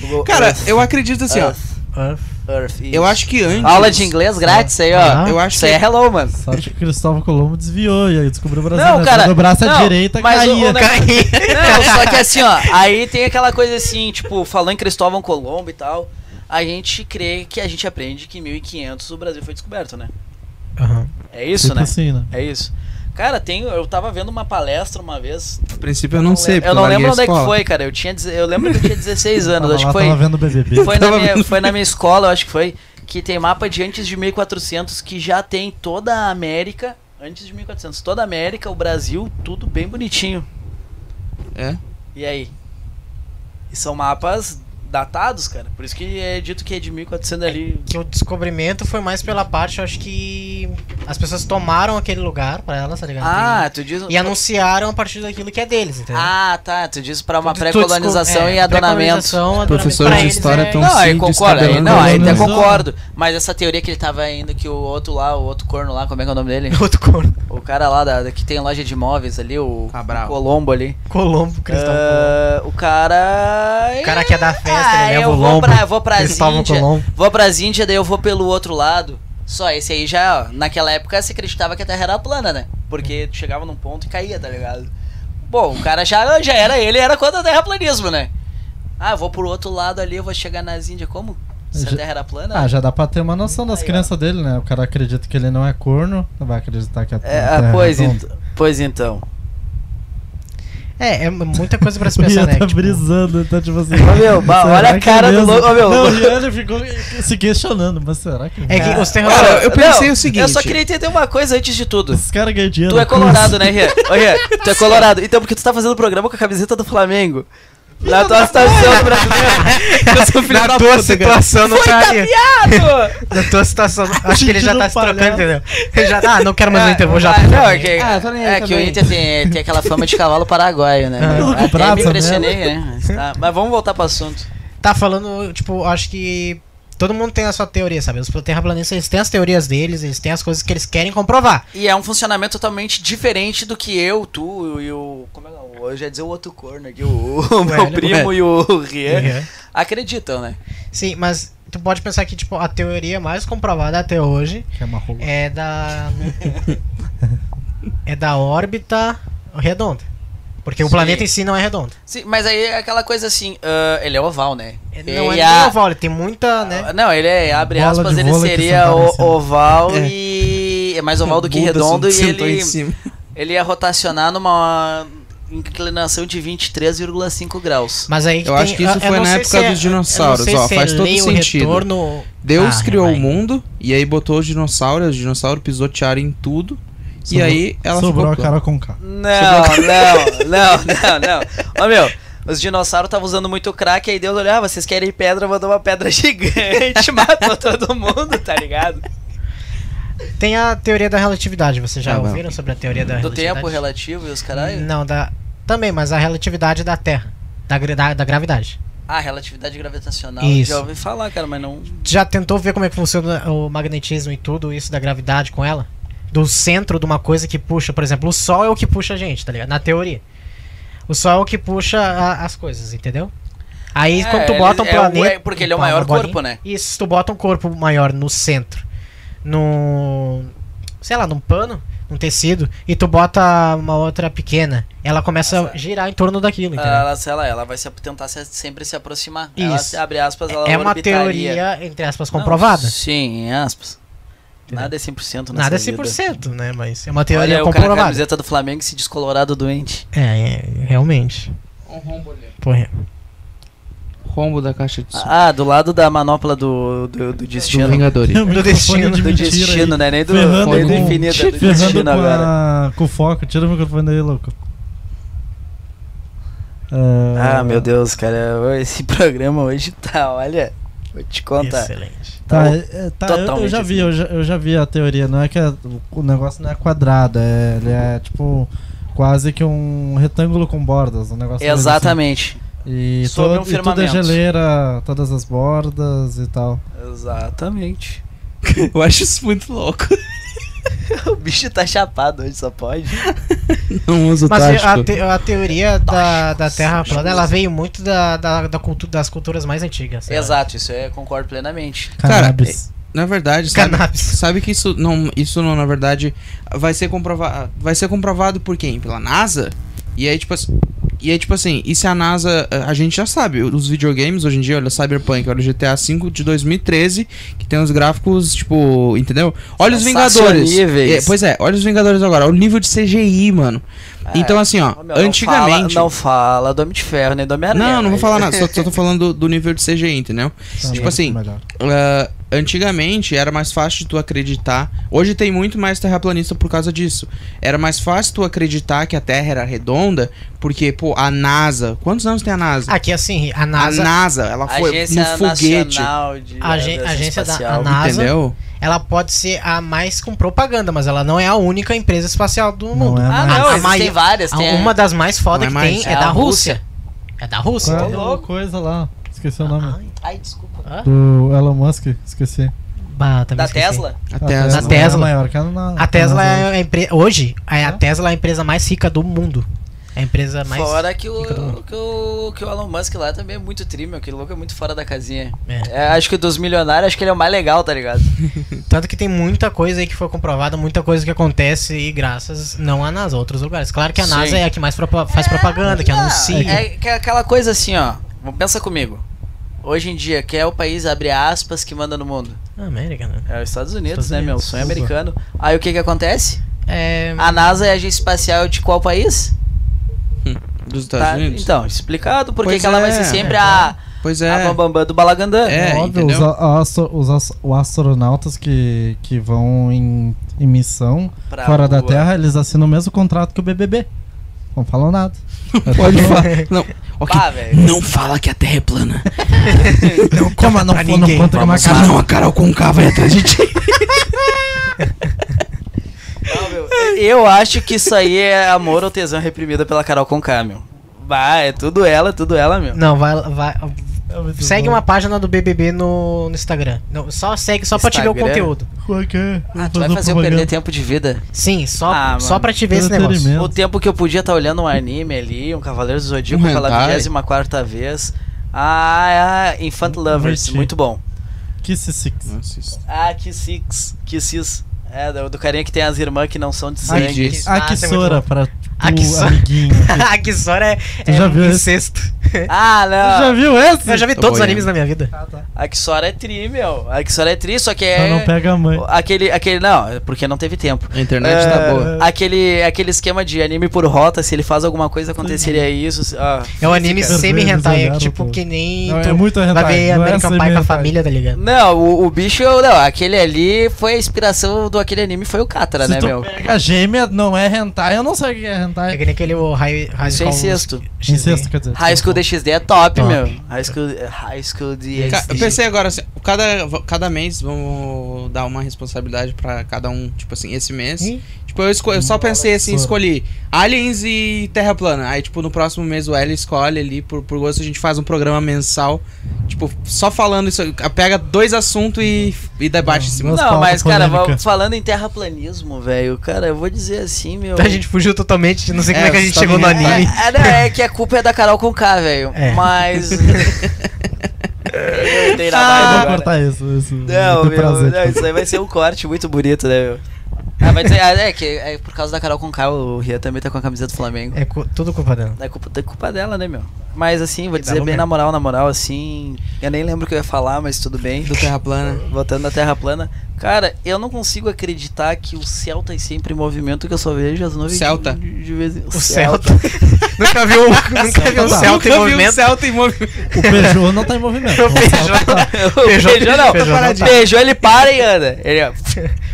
Google
Cara,
Earth,
eu acredito assim, ó.
Earth,
Earth.
É,
Earth,
Eu
isso.
acho que antes.
É. Aula de inglês grátis aí, ó.
Ah,
eu acho
Isso aí é
que-
hello, mano.
Sorte que o Cristóvão Colombo desviou e aí descobriu o Brasil.
Não,
né?
cara,
Quando o braço à
não,
direita
mas o-
caía. né?
o negócio- é Não, só que assim, ó, aí tem aquela coisa assim, tipo, falando em Cristóvão Colombo e tal, a gente crê que a gente aprende que em 1500 o Brasil foi descoberto, né?
Aham.
É isso,
Tipo
né?
assim, né?
É isso. Cara, tem, eu tava vendo uma palestra uma vez.
A princípio eu não sei.
lembro-
porque
eu não
larguei
lembro
a
onde é que
escola.
foi, cara. Eu, tinha, deze- eu lembro que eu tinha 16 anos.
Tava
acho
lá,
que foi.
tava vendo o BBB.
Foi na,
Tava
minha,
vendo.
foi na minha escola, eu acho que foi, que tem mapa de antes de 1400 que já tem toda a América, antes de 1400, toda a América, o Brasil, tudo bem bonitinho.
É.
E aí? E são mapas datados, cara. Por isso que é dito que é de 1400 ali.
Que o descobrimento foi mais pela parte, eu acho que as pessoas tomaram aquele lugar pra elas, tá ligado?
Ah, tu diz.
E anunciaram a partir daquilo que é deles, entendeu?
Ah, tá. Tu diz pra uma
Tu- tu descob-
pré-colonização
é,
e adonamento.
pré-colonização, adonamento.
Professores
Pra
de
eles
história
é-
tão-
Não, aí
se
concordo, aí,
descabelando
não, aí até
organizado.
concordo. Mas essa teoria que ele tava indo, que o outro lá, o outro corno lá, como é que é o nome dele?
Outro corno.
O cara lá da, da- que tem loja de imóveis ali, o,
Cabral.
o Colombo ali.
Colombo, Cristóvão Colombo.
Ah, o cara.
O cara que é da festa,
Ah,
ele leva
eu
o
vou
lombo.
pra- vou pras
Cristóvão
Índia.
Colombo.
Vou pras Índias, daí eu vou pelo outro lado. Só, esse aí já, ó, naquela época se acreditava que a Terra era plana, né? Porque tu chegava num ponto e caía, tá ligado? Bom, o cara já, já era ele, era contra o terraplanismo, né? Ah, vou pro outro lado ali, eu vou chegar nas Índias. Como? Se a
Já-
Terra era plana?
Ah, já dá pra ter uma noção das
Aí, ó.
crianças dele, né? O cara acredita que ele não é corno, vai acreditar que é.
É, ah, pois, ent- pois então.
É, é muita coisa pra se
O
pensar,
Ian
né?
tá
Tipo,
brisando, tá tipo assim.
Ô, meu, ba-
será
olha a
que
cara
é
do
mesmo?
louco, ô, meu.
Não, o Ian ele ficou se questionando, mas será que.
é que os
Cara,
terroristas.
eu pensei o
Eu
seguinte.
só queria entender uma coisa antes de tudo.
Esses caras ganham dinheiro.
Tu é
com isso.
colorado,
assim?
né, Rian? Ô, Rian, tu é colorado. Então, porque tu tá fazendo o programa com a camiseta do Flamengo? Na tua situação
Ah,
brasileira. Eu sou filho
Na
da
tua
puta,
situação não tá ali.
cara.
Na tua situação. Acho que ele já
Sentindo
tá se
palhaço.
trocando, entendeu? Ele já. Ah, não quero mais o Inter, vou já.
Ah, não, é que,
né? Ah, tô nem aí
é que o
também.
Inter tem, tem aquela fama de cavalo paraguaio, né?
Ah,
Até
Prata,
me impressionei, né? Mas tá, mas vamos voltar pro assunto.
Tá falando, tipo, acho que. Todo mundo tem a sua teoria, sabe? Os terraplanistas, eles têm as teorias deles, eles têm as coisas que eles querem comprovar.
E é um funcionamento totalmente diferente do que eu, tu e o. Como é que é? Eu já ia dizer o outro corno aqui, o, o meu
né?
Hélio.
primo e o Rian.
Uhum.
Acreditam, né?
Sim, mas tu pode pensar que, tipo, a teoria mais comprovada até hoje
Que é uma rola.
é da. é da órbita redonda. Porque o
Sim.
planeta em si não é redondo.
Sim, mas aí é aquela coisa assim, ah, ele é oval, né?
Não é
E
nem
a-
oval, ele tem muita, né?
Ah, Não, ele é, abre
Bola
aspas,
de
ele
vôlei que
seria
sentaram em
o-
cima.
oval
É.
e. É mais oval do que
Buda
redondo e
sentou
ele,
em cima.
ele ia rotacionar numa inclinação de 23,5 graus.
Mas aí que
Eu
tem-
acho que isso
eu
foi
não
na
sei
época
se é-
dos
eu não
dinossauros,
sei
ó,
se
faz
é
todo
lei ou
sentido.
retorno-
Deus
Ah,
criou
vai.
o mundo e aí botou os dinossauros, os dinossauros pisotearam em tudo. E
Sobrou-
aí ela
Sobrou a
ficou. plana.
cara com K.
Não, não, não, não, não. Ô meu, os dinossauros estavam usando muito crack, aí Deus olhou, ah, vocês querem pedra, mandou uma pedra gigante, matou todo mundo, tá ligado?
Tem a teoria da relatividade, vocês já
Ah, vai.
ouviram sobre a teoria da
Do
relatividade?
tempo relativo e os caralho.
Não, da. Também, mas a relatividade da Terra. Da, gra- da, da gravidade.
Ah, relatividade gravitacional.
Isso.
Já ouvi falar, cara, mas não.
Já tentou ver como é que funciona o magnetismo e tudo isso da gravidade com ela? Do centro de uma coisa que puxa, por exemplo, o Sol é o que puxa a gente, tá ligado? Na teoria. O Sol é o que puxa a- as coisas, entendeu? Aí
É,
quando tu bota um
ele- é o-
planeta.
é porque ele é o
uma
maior
bolinha,
corpo, né?
Isso, tu bota um corpo maior no centro, num. sei lá, num pano, num tecido, e tu bota uma outra pequena. Ela começa a girar em torno daquilo, entendeu?
Ela, sei lá, ela vai se, tentar se- sempre se aproximar. Ela,
Isso.
abre aspas, ela
é uma
orbitaria.
teoria, entre aspas,
Não,
comprovada.
sim, em aspas.
Entendeu?
Nada é 100% nessa
Nada é
vida.
100%, né? Mas é uma
Olha
teoria
aí, o cara com a
comprovada.
camiseta do Flamengo se descolorado doente.
É, é, realmente.
Um
Porra.
Rombo da caixa de som.
Ah, do lado da manopla do, do, do
Do
destino.
Vingadores.
Meu
destino,
Do destino, né? Nem do,
Ferrando
nem do
com-
infinito, é do
Ferrando com,
destino agora.
a... com o foco. Tira o microfone daí, louco. Ah,
Ah, meu Deus, cara. Esse programa hoje tá, olha... Vou te contar.
Excelente.
Tá, é, tá, eu- eu,
totalmente
já vi,
assim.
eu já, eu já vi a teoria. Não é que é- o negócio não é quadrado, é, ele é tipo quase que um retângulo com bordas. Um negócio meio
Exatamente.
assim. E,
Sobre
todo-
um
e tudo é
firmamento.
geleira, todas as bordas e tal.
Exatamente.
Eu acho isso muito louco.
O bicho tá chapado hoje, só pode.
Não uso
Mas é, ah,
tático.
a, te- a teoria da, da Terra plana, ela veio muito da, da, da cultu- das culturas mais antigas. né?
Exato, isso eu concordo plenamente.
Cara,
Cannabis.
Na verdade, sabe,
Cannabis.
sabe que isso não, isso não, na verdade, vai ser comprovado, vai ser comprovado por quem? Pela NASA? E aí tipo assim, e aí tipo assim, e se a NASA, a gente já sabe, os videogames hoje em dia, olha Cyberpunk, olha o GTA V de 2013, que tem os gráficos tipo, entendeu? Olha os Vingadores.
Sensacioníveis.
É, pois é, olha os Vingadores agora, olha o nível de CGI, mano. Então, assim, ó,
Ô, meu, não
antigamente.
fala- Não fala, do Homem de Ferro, nem do Homem-Aranha.
Não, não vou
velho.
falar nada, só, só tô falando do, do nível de CGI, entendeu?
Tá
Tipo
bom,
assim,
melhor.
Ah, antigamente era mais fácil de tu acreditar. Hoje tem muito mais terraplanista por causa disso. Era mais fácil tu acreditar que a Terra era redonda, porque, pô, a NASA. Quantos anos tem a NASA?
Aqui assim, a NASA,
a NASA, ela foi
Agência
no foguete.
Nacional de
A agen-
Aviação
agência da-
Espacial.
a na- NASA.
Entendeu?
ela pode ser a mais com propaganda, mas ela não é a única empresa espacial do
Não
um mundo.
é
Ah,
mais.
a
não, existem
maior-
várias.
A-
Tem a-
Uma das mais foda
Não é
que
mais,
tem é
é a
da Rússia. É da Rússia.
Qual é
entendeu?
a coisa lá? Esqueci o nome.
Ai,
Ai, desculpa.
hã?
Do Elon Musk, esqueci.
Bah, também
Da
esqueci.
Tesla?
A
A
Tesla.
Da
é
Tesla.
maior que a na-
A Tesla
na-
é a empresa. Hoje, a, a
Hã?
Tesla é a empresa mais rica do mundo. É
Tá
a empresa mais.
Fora que o,
rica do mundo.
que, o, que o Elon Musk lá também é muito tri, meu. Aquele louco é muito fora da casinha.
É.
É, acho que dos milionários, acho que ele é o mais legal, tá ligado?
Tanto que tem muita coisa aí que foi comprovada, muita coisa que acontece e graças não à NASA, a outros lugares. Claro que a
Sim.
NASA é a que mais propa- faz propaganda, que
Não,
anuncia.
É que é aquela coisa assim, ó. Pensa comigo. Hoje em dia, quem é o país, abre aspas, que manda no mundo?
América, né?
É os Estados Unidos,
Estados
né, meu?
Unidos.
Sonho americano. Aí o que que acontece?
É.
A NASA é a agência espacial de qual país?
Dos Estados
Tá,
Unidos.
Então, tá explicado por que
Pois
que ela vai
é,
ser sempre
é.
a,
Pois
a
é.
bambambã do Balagandã.
É,
Óbvio, os,
entendeu?
a- astro- os as- os astronautas que, que vão em, em missão
Pra
fora da
Lua.
Terra, eles assinam o mesmo contrato que o BBB. Não falam nada. É
Pode falar. Não. Ok.
Bah, velho.
Não fala que a Terra é plana.
Não conta não,
pra
não
ninguém.
conta que é uma
Senão
cara.
a Carol com um K vai atrás de ti.
Não, meu, Eu acho que isso aí é amor ou tesão reprimida pela Carol Conká, meu. Bah, é tudo ela, tudo ela, meu.
Não, vai. vai
É muito
segue
bom.
uma página do BBB no, no Instagram. Não, só segue, só pra te ver o
Instagram?
conteúdo.
Qual que é?
Ah,
Vamos
tu vai fazer eu
propaganda.
perder tempo de vida.
Sim, só,
Ah,
só
mano.
pra te ver esse negócio.
Entretenimento.
O tempo que eu podia estar olhando um anime ali, um Cavaleiro do Zodíaco
Um
pela
hentai.
24 vez. Ah, ah,
Um
Infant Lovers,
Curti.
muito bom.
Kiss Six.
Ah, que six, que cis. É, do, do carinha que tem as irmãs que não são de
Ai,
sangue.
gente.
isso é
A
muito
Kissora pra tu,
A Kissora.
amiguinho.
a Kizora é,
Tu
é
já viu
um
esse?
incesto.
Ah,
Tu já
não.
viu esse?
Eu já
Tá
vi
Tô
todos os
boiando.
animes na minha vida.
A Kisora é tri, meu. A Kisora é tri, só que
Só
é.
não pega a mãe.
Aquele, aquele. Não, é porque não teve tempo.
A internet
É,
tá boa.
Aquele, aquele esquema de anime por rota, se ele faz alguma coisa, aconteceria
Uhum.
isso. se- Ah.
É um anime
Fica-
semi-hentai, é
Eles
tipo
olharam,
que nem.
Não,
tu
é muito hentai.
vai ver
não é
American Pie com a
semi-hentai.
família, tá ligado?
Não, o, o bicho, não, aquele ali foi a inspiração do aquele anime, foi o Catra,
Se
né,
tu
meu?
pega a gêmea, não é hentai, eu não sei o que é
É
hentai.
que nem aquele o High, high
Isso é incesto.
XD.
Incesto, quer dizer.
High School DXD é top,
Top.
meu. High School, high school
Ca- Eu
DXD.
pensei agora, assim, cada, cada mês vamos dar uma responsabilidade pra cada um, tipo assim, esse mês.
Ih.
Tipo, eu, esco- eu só pensei assim, escolhi aliens e terra plana. Aí, tipo, no próximo mês o L escolhe ali, por, por gosto, a gente faz um programa mensal, tipo, só falando isso, pega dois assuntos e, e debate em cima.
Nossa,
Não,
pauta
mas, cara,
polêmica.
vamos- falando em terraplanismo, velho, cara, eu vou dizer assim, meu.
Tá,
Então A gente fugiu totalmente, não sei como
É,
é que a gente
tá
chegou no
bem,
anime.
É, é, não, é que a culpa é da Carol com K, velho.
É.
Mas. eu entrei na vibe
Eu Ah, vou
agora.
cortar isso. isso eu
Não,
tenho
meu,
prazer de
não,
fazer.
isso aí vai ser um corte muito bonito, né, meu? Ah, mas é, é que é por causa da Carol com K, o Rian também tá com a camisa do Flamengo.
É cu- tudo culpa dela.
É culpa, é culpa dela, né, meu? Mas assim, vou
E da
dizer bem
Lumena.
na moral, na moral, assim. Eu nem lembro o que eu ia falar, mas tudo bem.
Do terra plana.
Voltando né? na Terra plana. Cara, eu não consigo acreditar que o Celta é sempre em movimento, que eu só vejo as nuvens. de-
Celta.
De, de vez em...
O Celta. nunca viu, um, nunca viu o
Celta.
Celta
Nunca
em
vi um
movimento.
Celta em movimento.
O Peugeot não tá em movimento. é
O Peugeot,
o
Peugeot-
Peugeot não.
Peugeot não tá.
Peugeot ele para e anda. Ele, ó,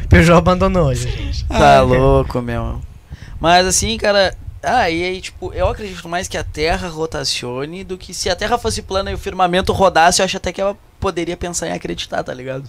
Peugeot abandonou hoje, gente.
Tá louco, meu. Mas assim, cara. Ah, e aí, tipo, eu acredito mais que a Terra rotacione do que se a Terra fosse plana e o firmamento rodasse, eu acho até que ela poderia pensar em acreditar, tá ligado?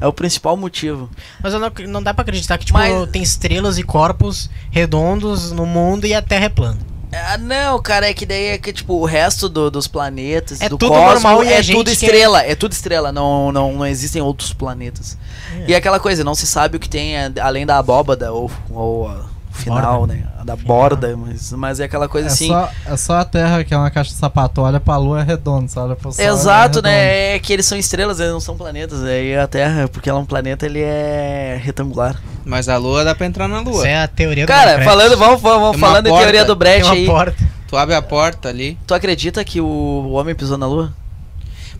É o principal motivo.
Mas eu não, ac- não dá pra acreditar que, tipo,
Mas-
tem estrelas e corpos redondos no mundo e a Terra é plana.
Ah, não, cara, é que daí é que, tipo, o resto do- dos planetas,
É
do
tudo
cosmo,
normal e
é
a gente
tudo
que é-
estrela, é... tudo estrela, não, não, não existem outros planetas.
É.
E aquela coisa, não se sabe o que tem a- além da abóbada, ou, ou a- o final, né? A da borda, mas, mas é aquela
É
coisa assim...
só, é só a Terra que é uma caixa de sapato. Olha pra lua, é redondo. Você olha pro sol,
Exato,
é redondo.
né? É que eles são estrelas, eles não são planetas. Aí a Terra, porque ela é um planeta, ele é retangular.
Mas a lua dá pra entrar na lua.
Isso é a teoria do
Cara,
Minecraft.
falando, vamos, vamos,
Tem
vamos
uma
falando em
porta,
teoria do
Tem
Brecht
uma
aí.
porta.
Tu abre a porta ali.
Tu acredita que o homem pisou na lua?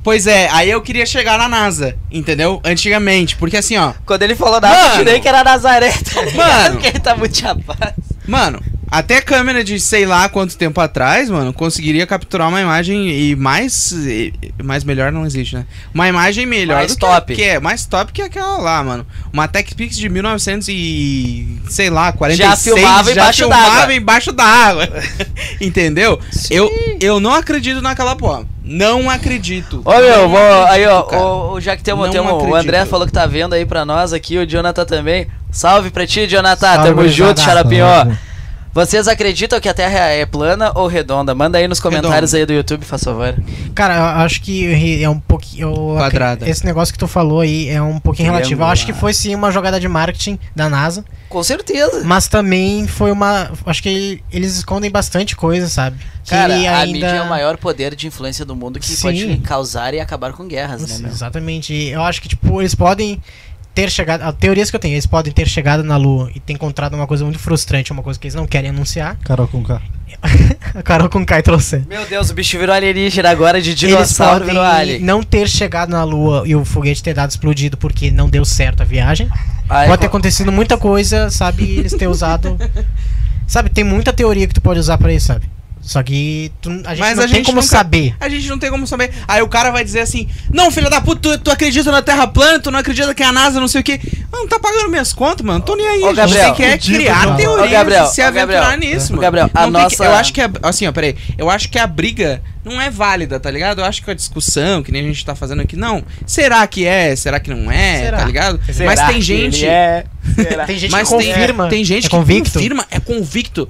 Pois é, aí eu queria chegar na NASA, entendeu? Antigamente, porque assim, ó.
Quando ele falou nada, eu
Mano!
tirei que era Nazaré. Tá ligado?
Mano!
Porque ele tá muito chapado.
Mano, Até câmera de sei lá quanto tempo atrás, mano, conseguiria capturar uma imagem e mais. e- mais melhor não existe, né? Uma imagem melhor.
Mais
do que-
top.
Que é, mais top que aquela lá, mano. Uma TechPix de 1900 e. sei lá, 46.
Já filmava embaixo
já filmava
d'água.
embaixo da água. Entendeu? Eu, eu não acredito naquela porra. Não acredito.
Ô meu,
Não
vou, aí ó,
acredito, cara.
o, o- já que temos,
Não
temos o
acredito.
André falou que tá vendo aí pra nós aqui, o Jonathan também. Salve pra ti, Jonathan,
Salve,
Ah, tamo junto,
gurizada.
né?
xarapinho. Vocês acreditam que a Terra é plana ou redonda? Manda aí nos comentários aí do YouTube, faz favor.
Cara, eu acho que é um pouquinho. eu acre-
Quadrada.
Esse negócio que tu falou aí é um pouquinho relativo. Eu acho que
Triangular.
foi sim uma jogada de marketing da NASA.
Com certeza.
Mas também foi uma. Acho que eles escondem bastante coisa, sabe? Que
Cara, a mídia é o maior poder de influência do mundo que
Sim.
pode causar e acabar com guerras, né,
Sim,
meu?
Exatamente. E Eu acho que, tipo, eles podem ter chegado. ah, Teorias que eu tenho, eles podem ter chegado na Lua e ter encontrado uma coisa muito frustrante, uma coisa que eles não querem anunciar.
Carol com K.
A Carol com Kai trouxe.
Meu Deus, o bicho virou alienígena agora de
Eles
dinossauro
podem
virou alien.
não ter chegado na Lua e o foguete ter dado explodido porque não deu certo a viagem.
Aí,
Pode ter acontecido muita coisa, sabe? e Eles ter usado. Sabe, tem muita teoria que tu pode usar pra isso, sabe? Só que tu- a gente
Mas
não
a
tem
gente
como
nunca-
saber.
A gente não tem como saber. Aí o cara vai dizer assim: Não, filha da puta, tu, tu acredita na Terra plana, tu não acredita que é a NASA, não sei o quê. Mano, tá pagando minhas contas, mano. Tô nem aí.
Ô,
a gente
Gabriel,
tem que é
fudido,
criar
não.
teorias
Ô, Gabriel,
e se
ô,
aventurar
Gabriel.
nisso,
Ô,
mano.
Gabriel, a
Não tem que-
nossa-
eu acho que. A, assim, ó, peraí. Eu acho que a briga não é válida, tá ligado? Eu acho que a discussão, que nem a gente tá fazendo aqui, não. Será que é? Será que não é?
Será?
Tá ligado?
Será
Mas tem gente.
É... Será?
Tem gente
Mas
que
tem-
confirma.
Tem, gente
é
que
convicto.
confirma, é convicto.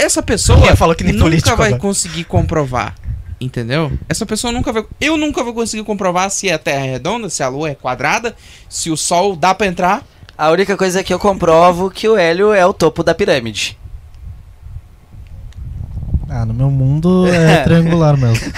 Essa pessoa
Ele falou que nem
nunca
político
vai
agora.
conseguir comprovar. Entendeu? Essa pessoa nunca vai. Eu nunca vou conseguir comprovar se a Terra é redonda, se a Lua é quadrada, se o Sol dá pra entrar.
A única coisa que eu comprovo que o Hélio é o topo da pirâmide.
Ah, no meu mundo é triangular mesmo.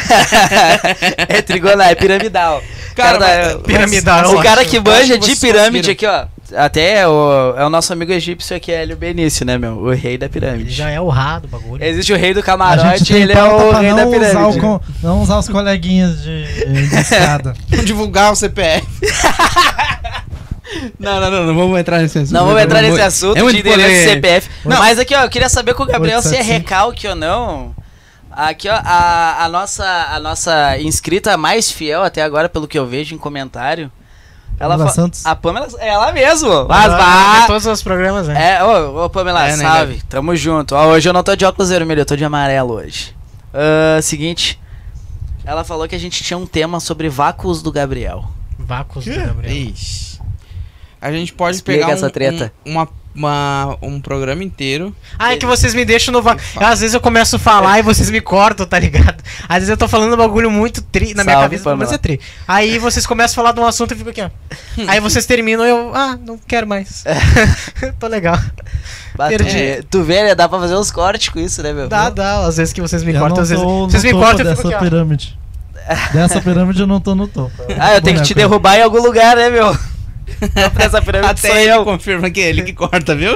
é trigonar, é piramidal.
Cara, mas-
eu-
piramidal,
mas
eu
O cara
acho.
que
Eu acho
manja
que
de
vocês
pirâmide aqui, ó. Até o, é o nosso amigo egípcio aqui, Hélio Benício, né, meu? O rei da
Ele
pirâmide.
já é o rado o bagulho.
Existe o rei do
A gente
camarote
tem
ele é o
pauta pra
rei da
não usar,
pirâmide.
o co- não usar os coleguinhas de, de escada.
Vamos divulgar o CPF. não, não, não, não vamos entrar nesse assunto.
Não vamos entrar nesse assunto
é muito
de endereço
polêmico.
CPF.
Não.
Mas aqui, ó, eu queria saber com o Gabriel se é
875.
recalque ou não. Aqui, ó, a, a nossa, a nossa inscrita mais fiel até agora, pelo que eu vejo em comentário. Ela
Pamela
fa-
Santos.
A Pamela é ela mesmo. Mas,
Ela
bah-
vê Ah, é todos os programas, né?
É, ô, ô Pamela,
É, né,
salve. Tamo junto. Ó, hoje eu não tô de óculos vermelho, eu tô de amarelo hoje. Ahn, seguinte. Ela falou que a gente tinha um tema sobre vácuos do Gabriel.
Vácuos do Gabriel.
Ixi. A gente pode
Explica
pegar um,
essa treta.
um- uma- uma- um programa inteiro
Ah, é que vocês me deixam no vácuo. Às vezes eu começo a falar e vocês me cortam, tá ligado? Às vezes eu tô falando um bagulho muito tri. Na minha
Salve,
cabeça, mas
Pamela.
é tri. Aí vocês começam a falar de um assunto e fico aqui, ó. Aí vocês terminam e eu. Ah, não quero mais. tô legal.
Perdi.
É.
Tu vê, né? Dá pra fazer uns cortes com isso, né, meu?
Dá, dá. Às vezes que vocês me
eu
cortam,
não
às vezes.
tô
Vocês
no
me
topo
cortam e eu
dessa
fico aqui, ó.
pirâmide. Dessa pirâmide eu não tô no topo.
Ah, eu tenho que te
Boneco.
derrubar em algum lugar, né, meu? Não Essa pirâmide sou
Até ele
eu.
confirma que é ele que corta, viu?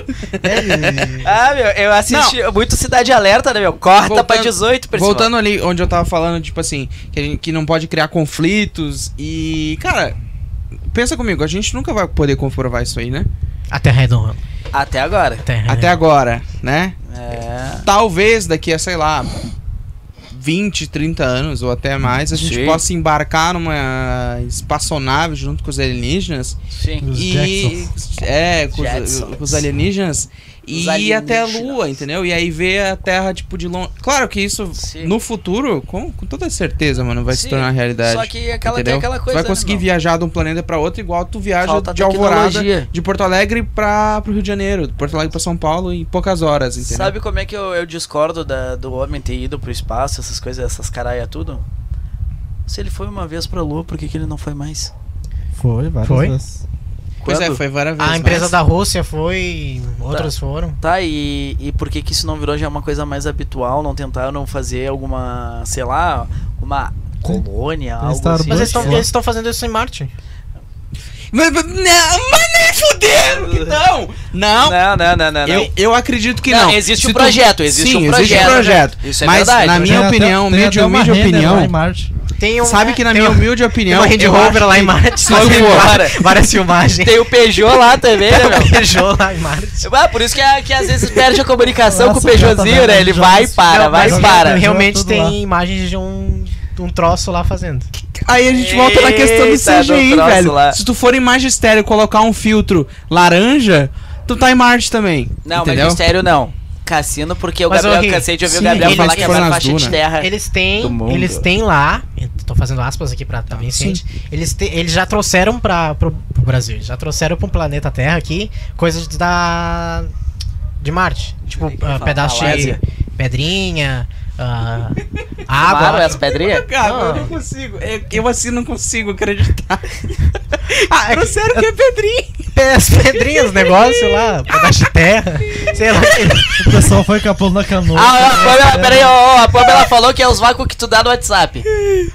Ah, meu, eu assisti muito Cidade Alerta, né, meu? Corta pra
Voltando-
18, pessoal.
Voltando ali onde eu tava falando, tipo assim, que, a gente, que não pode criar conflitos e. Cara, pensa comigo, a gente nunca vai poder comprovar isso aí, né?
A terra é redonda.
Até agora.
A terra é
Até
redonda.
agora, né?
É.
Talvez daqui a, sei lá, 20, 30 anos ou até mais, a gente
Sim.
possa embarcar numa espaçonave junto com os alienígenas
Sim.
Os
e. É, com os,
Jetsons.
com os alienígenas.
Os
E ir até a Lua,
alienígenas.
entendeu? E aí ver a Terra, tipo, de longe. Claro que isso
Sim.
No futuro, com, com toda certeza, mano, vai se
Sim,
tornar realidade.
Só que aquela, tem
entendeu?
aquela
tu
coisa.
vai
né,
conseguir
meu?
viajar de um planeta pra outro igual tu viaja
Falta
de Alvorada,
tecnologia.
de Porto Alegre pra, pro Rio de Janeiro, de Porto Alegre pra São Paulo em poucas horas, entendeu?
Sabe como é que eu, eu discordo da- do homem ter ido pro espaço, essas coisas, essas caralha tudo? Se ele foi uma vez pra lua, por que, que ele não foi mais?
Foi, várias
Foi?
vezes.
Pois é,
Quando?
foi várias vezes.
A empresa
mas-
da Rússia foi. Outras foram.
Tá, e, e por que, que isso não virou já uma coisa mais habitual? Não tentaram fazer alguma, sei lá, uma colônia,
Tem
algo assim?
Starbucks
Mas eles tão-
Rússia.
eles estão fazendo isso em Marte.
Mas, mas- não, mas nem fudendo que não! Não,
Não, não, não, não. não.
Eu, eu acredito que não.
Não,
Se
existe um
tu-
projeto, existe
Sim,
um
existe um
projeto.
projeto.
Isso é
Mas
verdade.
na minha
Tem até-
opinião,
tem
mídia-
até uma
mídia
render
opinião-
lá em Marte.
Tem um-
Sabe que na
tem
minha
um-
humilde
Tem
opinião.
uma Range
eu
Rover
acho
lá em
que-
Marte.
Não, eu vou.
várias, várias filmagens.
Tem o Peugeot lá também, né, meu?
Peugeot lá em Marte.
Ah, por isso que, a- que às vezes perde a comunicação
Nossa,
com o Peugeotzinho, né? Ele vai e para,
Não,
vai
mas
e
eu-
para.
Realmente
Tudo
tem
lá.
imagens de um, de um troço lá fazendo.
Aí a gente volta na questão do
Eita, do
CGI,
troço
velho.
lá.
Se tu for em magistério e colocar um filtro laranja, tu tá em Marte também.
Não,
entendeu?
magistério não. Cassino, porque o
Mas,
Gabriel,
ô, Ri,
cansei de ouvir
sim,
o Gabriel
ele
falar
foi
que é uma
nas
faixa de
dunas.
terra.
Eles
Do
têm,
mundo.
eles têm lá, eu tô fazendo aspas aqui pra tá bem ciente. Eles te- eles já trouxeram para pro, pro Brasil, eles já trouxeram pro planeta Terra aqui coisas da de Marte, tipo
que eu ia
ah,
falar,
pedaço de
malásia.
pedrinha, ah,
Tomaram
água.
as pedrinhas?
Cara,
Ah.
eu não consigo. Eu, eu assim não consigo acreditar.
Ah, é que-
Trouxeram que é Pedrinho.
As pedrinhas, negócio lá, pedaço de terra, sei lá.
O pessoal foi capando na canoa. É,
Ah, a Pamela, peraí, ó, ó, a Pamela falou que é os vácuos que tu dá no WhatsApp.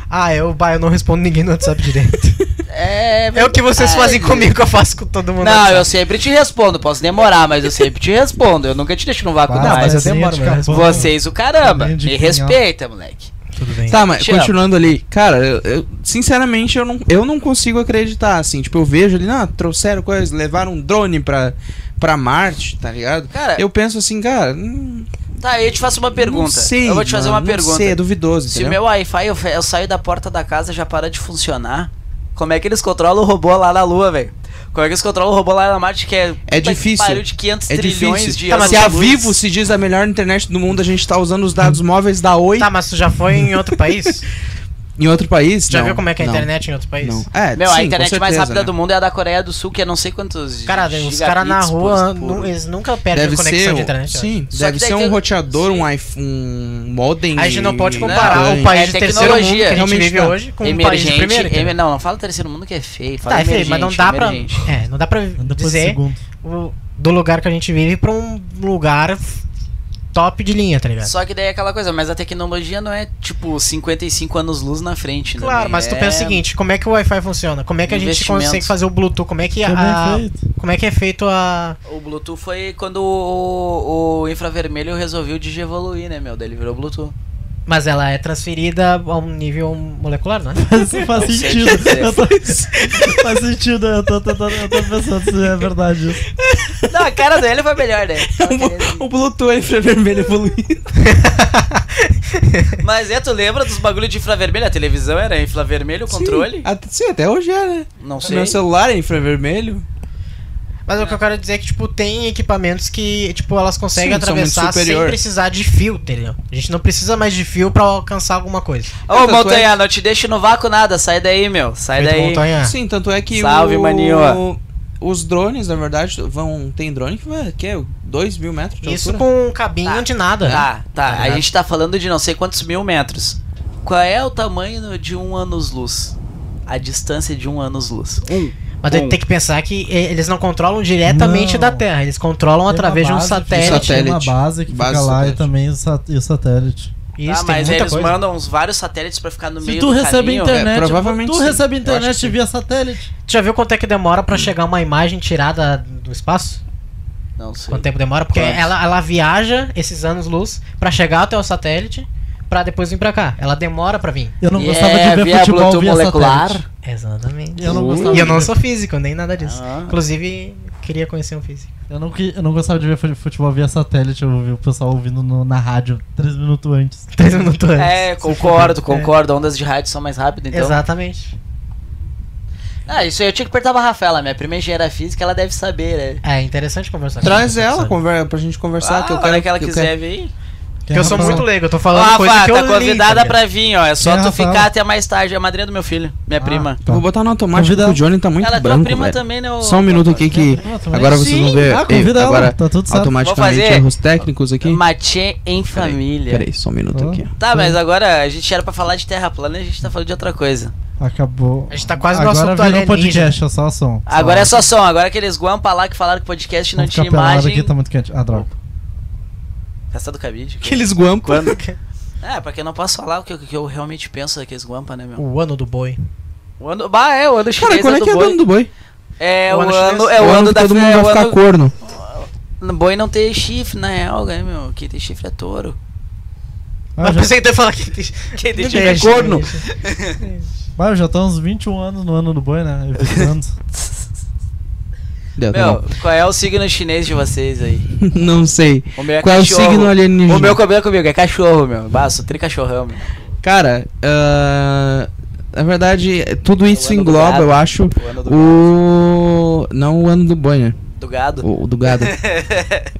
Ah, eu, bah, eu não respondo ninguém no WhatsApp direito.
É,
É o que vocês fazem comigo, eu faço com todo mundo. Tá. no
Não, eu
WhatsApp.
sempre te respondo, posso demorar, mas eu sempre te respondo. Eu nunca te deixo no vácuo,
Quase
não.
Não, mas assim, eu
casinha
demoro,
de
mas eu
capão.
Vocês, o caramba,
Também de
me
quem, ó.
respeita, moleque.
Tudo bem.
Tá, mas
Te amo.
continuando ali, cara, eu, eu- sinceramente eu não, eu não consigo acreditar, assim. Tipo, eu vejo ali, não, trouxeram coisas, levaram um drone pra, pra Marte, tá ligado?
Cara,
Eu penso assim, cara. hum,
tá, eu te faço uma É. pergunta.
Não sei,
eu vou te fazer
mano,
uma pergunta.
Não sei, é duvidoso.
Se o
entendeu?
meu Wi-Fi, eu, eu saio da porta da casa já para de funcionar. Como é que eles controlam o robô lá na Lua, velho? Como é que eles controlam o robô lá na Marte que é. puta que
difícil.
pariu, de 500
É
trilhões
difícil.
de
Tá, mas
anos
se a
de luz.
Vivo se diz a melhor internet do mundo, a gente tá usando os dados móveis da Oi
Hum. Tá, mas tu já foi em outro país?
em outro país?
Já
Não,
viu como é que é a
não,
internet em outro país?
Não. É,
Meu,
sim,
a
com
internet mais
certeza,
rápida
né?
do mundo é a da Coreia do Sul, que é não sei quantos.
Cara, os caras na
gigabits por-
rua,
por-
nu- eles nunca
é
perdem
Deve
conexão
ser,
de
um-
internet. eu
sim,
Só que
deve
daí
ser um
tem-
roteador,
sim.
um iPhone, um modem.
acho. A gente não pode
e-
comparar
né?
o país
É
de terceiro mundo que a
tecnologia,
gente vive
realmente
hoje com um país de
Emergente.
primeiro.
emer-
entendeu?
não, não fala terceiro mundo que é feio. Fala
Tá, é feio,
emergente,
mas não dá pra.
emergente.
É, não dá pra
Depois do
dizer
segundo.
o- do lugar que a gente vive pra um lugar f- top de linha, tá ligado?
Só que daí é aquela coisa, mas a tecnologia não é tipo 55 anos luz na frente, né?
Claro, mas tu pensa o seguinte, como é que o Wi-Fi funciona? Como é que a gente
Investimento.
consegue fazer o Bluetooth? Como é que
Foi
a,
bem feito.
como é que é feito a
O Bluetooth foi quando o, o infravermelho resolveu digievoluir, né, meu? Daí ele virou Bluetooth.
mas ela é transferida a um nível molecular, né?
Isso faz
Não sei
sentido.
dizer.
Eu tô- faz sentido, eu tô, tentando- eu tô pensando se é verdade isso.
Não, a cara dele foi melhor, né?
O Bluetooth é infravermelho evoluído.
Mas é, tu lembra dos bagulhos de infravermelho? A televisão era infravermelho, o controle?
Sim, até, sim, até hoje é, né?
Não
O
sei.
meu celular é infravermelho.
Mas o que eu quero dizer é que, tipo, tem equipamentos que, tipo, elas conseguem
Sim, são muito
atravessar sem
superior.
precisar de fio, entendeu? A gente não precisa mais de fio pra alcançar alguma coisa.
Ô,
tá
Montanha, não te deixe no vácuo nada. Sai daí, meu. Sai
Feito
Tá, daí.
montanha.
Sim, tanto é que
Salve,
o...
maninho.
Os drones, na verdade, vão. Tem drone que vai. Que é 2 mil metros de
Isso
altura.
com um cabinho
Tá.
de nada.
Tá, tá. A
ligado?
gente tá falando de não sei quantos mil metros. Qual é o tamanho de um anos-luz? A distância de um anos-luz. Um.
Mas daí
Bom.
tem que pensar que e- eles não controlam diretamente
Não.
da Terra, eles controlam
Tem
através de
uma
um
base,
satélite.
satélite.
Tem uma base que
Base
fica lá e
satélite.
também o sa- e o satélite.
Isso,
tá,
tem
mas
muita
eles
coisa.
mandam uns vários satélites pra ficar no
Se
meio
tu
do
recebe
caminho.
internet,
É, provavelmente
tu
sim.
recebe
Eu acho que
internet
sim.
via satélite.
Tu já viu quanto é que demora
Hum.
pra chegar uma imagem tirada do espaço?
Não sei.
Quanto tempo demora? Porque
Quantos?
ela, ela viaja esses anos-luz pra chegar até o satélite pra depois vir pra cá. Ela demora pra vir.
Eu não
E
gostava
é
de ver
via
futebol
Bluetooth
via
molecular.
satélite.
Exatamente.
Eu não
Uh.
gostava.
E eu não
de ver-
sou físico, nem nada disso.
Ah.
Inclusive, queria conhecer um físico.
eu não que- eu não gostava de ver fu- futebol via satélite. Eu ouvi o pessoal ouvindo no- na rádio três minutos antes.
Três minutos antes.
É, concordo, concordo. Ondas de rádio são mais rápidas, então.
Exatamente.
Ah, isso aí eu tinha que perguntar pra Rafaela, minha primeira engenheira física, ela deve saber, né?
É interessante conversar
Traz
com
ela
com
conver... pra gente conversar.
ah,
que eu
a hora
quero
que ela
eu quero-
quiser vir.
Quem
Porque eu sou
Rafael?
muito leigo, eu tô
Ó,
falando coisa
Rafa,
que eu
tá
li,
convidada
tá ligado?
pra vir, ó. É só
Quem
tu
é a Rafaela?
ficar até mais tarde. É a madrinha do meu filho, minha
Ah,
prima.
tá.
Vou botar no automático,
Convida-
porque o Johnny tá muito
ela é tua
branco.
prima
velho.
também, né? ô-
Só um minuto aqui que. Agora vocês vão ver.
Ah,
Ei,
convida ela,
agora,
tá tudo certo.
automaticamente,
Vou fazer-
erros técnicos aqui.
Matê em
Peraí,
família.
Peraí, só um minuto
Ah.
aqui.
Tá, mas agora a gente era pra falar de terra plana e a gente tá falando de outra coisa.
Acabou.
A gente tá quase no
Agora
assunto
virou
alienígena.
podcast, é só o som.
um
Agora é só som, agora aqueles guampa lá que falaram que podcast não
Vamos ficar
tinha
pelado
imagem.
aqui, tá muito quente. Ah, droga.
Essa do cabide.
Aqueles guampos.
Quando? É, porque eu não posso falar o que, o que eu realmente penso daqueles guampa, né, meu?
O ano do boi.
O ano, bah, é, o ano
Cara,
chinês
quando é
do
que é
boi.
dono do boi?
É,
O
o
ano
ano,
chinês?
é o
Ou
ano
que
da
todo mundo
é,
vai
o
ficar
ano,
corno.
Boi não tem chifre, na real, né, meu? Quem tem chifre é touro.
Ah,
Mas
já,
pensei que tu ia falar que que-
Quem
não
deixa
deixa,
é corno.
não deixa.
ah, eu já tô uns 21 anos no ano do boi, né? E 20 anos.
Deu, tá
Meu, qual é o signo chinês de vocês aí?
bom. Não sei.
O meu é
Qual é o
cachorro.
signo alienígena?
O meu combina comigo, é cachorro, meu. Baço, tricachorrão, meu.
Cara, ah, na verdade, tudo isso
ano do
engloba,
gado.
eu acho,
O ano do,
o. Não o ano do né? banho,
do gado.
o, o do gado.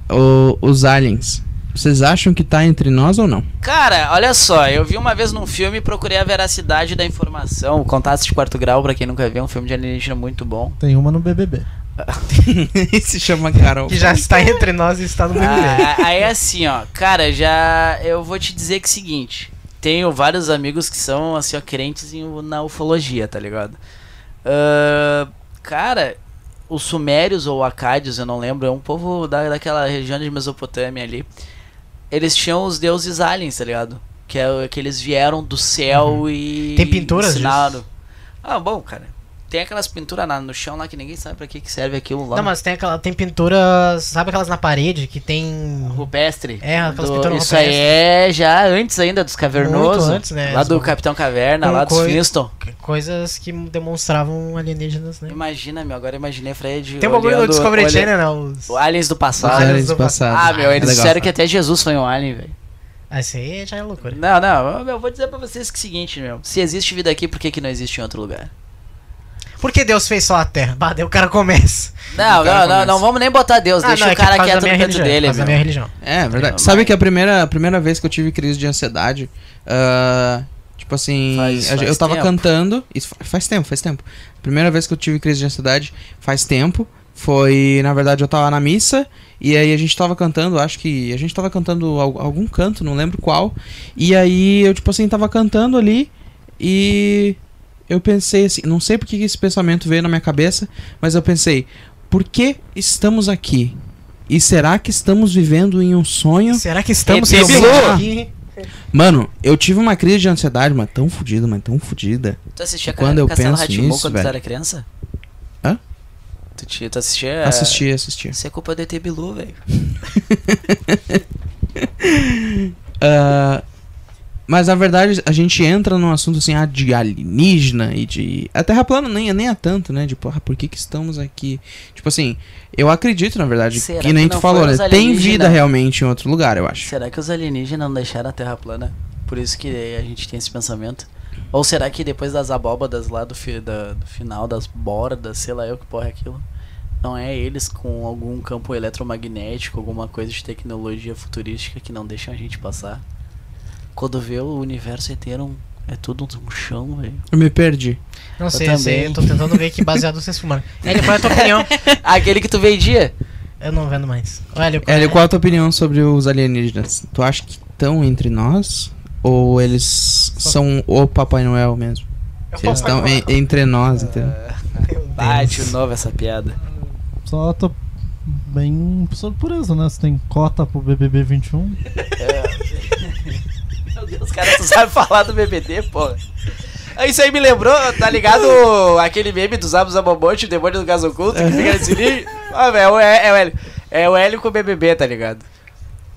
O- os aliens. Vocês acham que tá entre nós ou não?
Cara, olha só, eu vi uma vez num filme e procurei a veracidade da informação. Contatos de Quarto Grau, pra quem nunca viu, é um filme de alienígena muito bom.
Tem uma no BBB.
Se chama Carol.
Que já está entre nós e está no meu ah.
Ah, aí assim, ó, cara, já eu vou te dizer que é o seguinte, tenho vários amigos que são assim, ó, crentes em, na ufologia, tá ligado? Ah, cara, os sumérios ou acádios, eu não lembro, é um povo da, daquela região de Mesopotâmia ali. Eles tinham os deuses aliens, tá ligado? Que é o- que eles vieram do céu e
Uhum. Tem pinturas disso?
ensinaram. Ah, bom, cara. Tem aquelas pinturas na- no chão lá que ninguém sabe pra que, que serve aquilo lá.
Não, mas tem aquela. Tem pinturas. Sabe aquelas na parede que tem.
Rupestre.
É, aquelas pinturas
Isso aí é já antes ainda dos cavernosos.
Muito antes, né?
Lá do
Eles-
Capitão Caverna,
com
lá dos
coi-
Flintstone.
Coisas que demonstravam alienígenas, né?
Imagina, meu, agora imaginei Fred.
Tem um bagulho no
olhando-
Discovery
olha-
Channel, né? Os...
o Aliens do
Os
passado.
Aliens.
aliens
do
passados.
Ah, meu,
É
eles
legal.
disseram que até Jesus foi um alien, velho.
Ah, isso aí já é loucura.
Não, não, eu- eu vou dizer pra vocês que é o seguinte, meu. Se existe vida aqui, por que, que não existe em outro lugar?
Por que Deus fez só a Terra? Bah, daí o cara começa.
Não,
cara
não, não,
começa.
não vamos nem botar Deus, deixa
não,
o
é que por
cara
causa da
quieto no
minha
canto
religião, por
dele,
causa da
meu.
minha religião.
É, verdade.
Não,
Sabe
mas-
que a primeira, a primeira vez que eu tive crise de ansiedade, ah, tipo assim,
Faz-
a ge-
faz
eu tava
tempo.
cantando, isso fa- faz tempo, faz tempo. Primeira vez que eu tive crise de ansiedade faz tempo, foi, na verdade, eu tava na missa, e aí a gente tava cantando, acho que a gente tava cantando al- algum canto, não lembro qual, e aí eu, tipo assim, tava cantando ali, e eu pensei assim, não sei porque que esse pensamento veio na minha cabeça, mas eu pensei, por que estamos aqui? E será que estamos vivendo em um sonho?
Será que estamos
Ele
realmente
pilou.
aqui?
Mano, eu tive uma crise de ansiedade, mas tão fudida, mas tão fudida.
Tu assistia
É Quando eu
Castelo
penso
Rá-Tim-Bum
nisso,
quando tu
velho.
era criança?
Hã?
Tu, te- tu assistia.
Assisti, assisti.
Isso é culpa do ET Bilu, velho.
Ah, mas na verdade, a gente entra num assunto assim, ah, de alienígena e de. A Terra plana nem, nem é tanto, né? Tipo, ah, por que, que estamos aqui? Tipo assim, eu acredito, na verdade,
Será
que nem
que
tu
não
falou,
foram
né?
os
Tem
alienígena?
vida realmente em outro lugar, eu acho.
Será que os alienígenas não deixaram a Terra plana? Por isso que a gente tem esse pensamento? Ou será que depois das abóbadas lá do, fi- da- do final, das bordas, sei lá eu que porra é aquilo, não é eles com algum campo eletromagnético, alguma coisa de tecnologia futurística que não deixam a gente passar? Quando vê o universo inteiro, é tudo um chão, velho.
Eu me perdi.
Não sei, eu
também.
sei, eu tô tentando ver que baseado vocês fumando. Ele, qual é a tua opinião?
Aquele que tu vendia?
Eu não vendo mais. Olha,
Hélio, qual a tua opinião sobre os alienígenas? Tu acha que estão entre nós? Ou eles são o Papai Noel mesmo? Se eles estão en- entre nós, entendeu?
Bate de novo essa piada.
Só tô bem surpreso, né? Se tem cota pro BBB 21.
É. Meu Deus, os caras não sabem falar do BBD, porra. Ah, Isso aí me lembrou, tá ligado? Aquele meme dos Abos Abobonte, o demônio do gás oculto, que fica nesse ninho. Ah, velho, é, é o Hélio. É o Hélio com o BBB, tá ligado?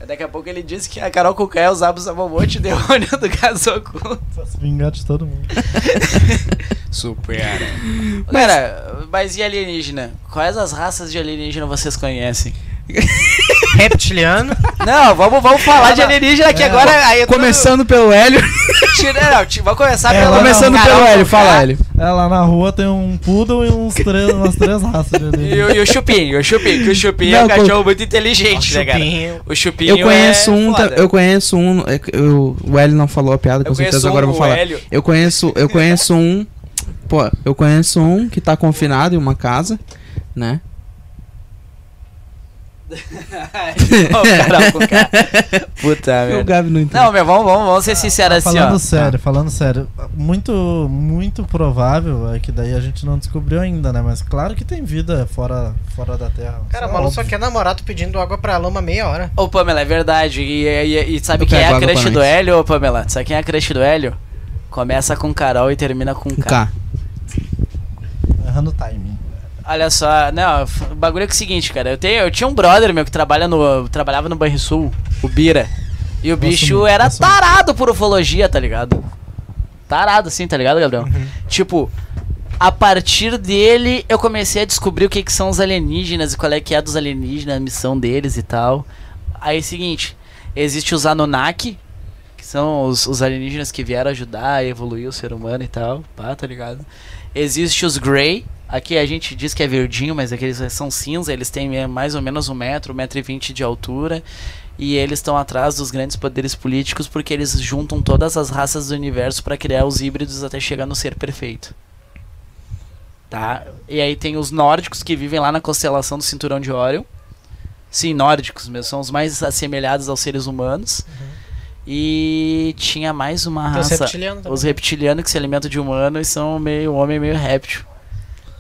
Daqui a pouco ele disse que a Carol Cuca é os Abos Abobonte, o demônio do gás oculto.
Pra se vingar de todo mundo.
Supera. Cara, mas e alienígena? Quais as raças de alienígena vocês conhecem?
Reptiliano.
Não, vamos, vamos falar de alienígena aqui agora. Aí eu tô-
Começando pelo Hélio.
Tira, não, ti- vamos começar
É,
pelo.
Começando
Carol
pelo Hélio,
Cuca.
fala Hélio.
É, lá na rua tem um poodle e uns três, umas três raças de
E
alienígena.
o, e o Chupim, o Chupim, que o Chupim é
Não,
um
com-
cachorro muito inteligente, né, cara?
Chupinho.
O Chupim
Eu conheço
é
um, ta-
foda.
eu conheço um, é que eu- o Hélio não falou a piada, com
Eu
certeza
conheço
agora eu vou
o
falar.
Hélio.
Eu conheço, eu conheço um, pô, eu conheço um que tá confinado em uma casa, né?
Ô, Carol Conká. Puta
E o
merda.
Gabi não entendeu.
Não, meu, vamos, vamos, vamos ser sinceros assim,
Falando
ó.
sério, falando sério, muito, muito provável é que daí a gente não descobriu ainda, né? Mas claro que tem vida fora, fora da Terra.
Cara, o
Isso é
maluco só
óbvio.
quer namorar, tu pedindo água pra lama meia hora.
Ô, Pamela, é verdade. E, e- e sabe
Eu
quem é
pego
a
água
crush
pra
do
nós.
Hélio, ô, Pamela? Sabe quem é a crush do Hélio? Começa com Carol e termina com
Um
K.
K.
Errando o timing.
Olha só, não, f- o bagulho é que é o seguinte, cara. Eu, tenho, eu tinha um brother meu que trabalha no, trabalhava no Banrisul, o Bira. E o
Nossa,
bicho
muito,
era
nossa,
tarado por ufologia, tá ligado? Tarado, sim, tá ligado, Gabriel?
Uhum.
Tipo, a partir dele eu comecei a descobrir o que, que são os alienígenas e qual é que é a dos alienígenas, a missão deles e tal. Aí é o seguinte, existe os Anunnaki, que são os, os alienígenas que vieram ajudar a evoluir o ser humano e tal, pá, tá ligado? Existe os Grey, aqui a gente diz que é verdinho, mas aqueles são cinza, eles têm eh, mais ou menos um metro, um metro e vinte de altura, e eles estão atrás dos grandes poderes políticos porque eles juntam todas as raças do universo para criar os híbridos até chegar no ser perfeito. Tá? E aí tem os nórdicos que vivem lá na constelação do Cinturão de Órion. Sim, nórdicos mesmo, são os mais assemelhados aos seres humanos. E tinha mais uma
Tem os
raça.
reptilianos também,
Os reptilianos que se alimentam de humanos e são meio homem, meio réptil.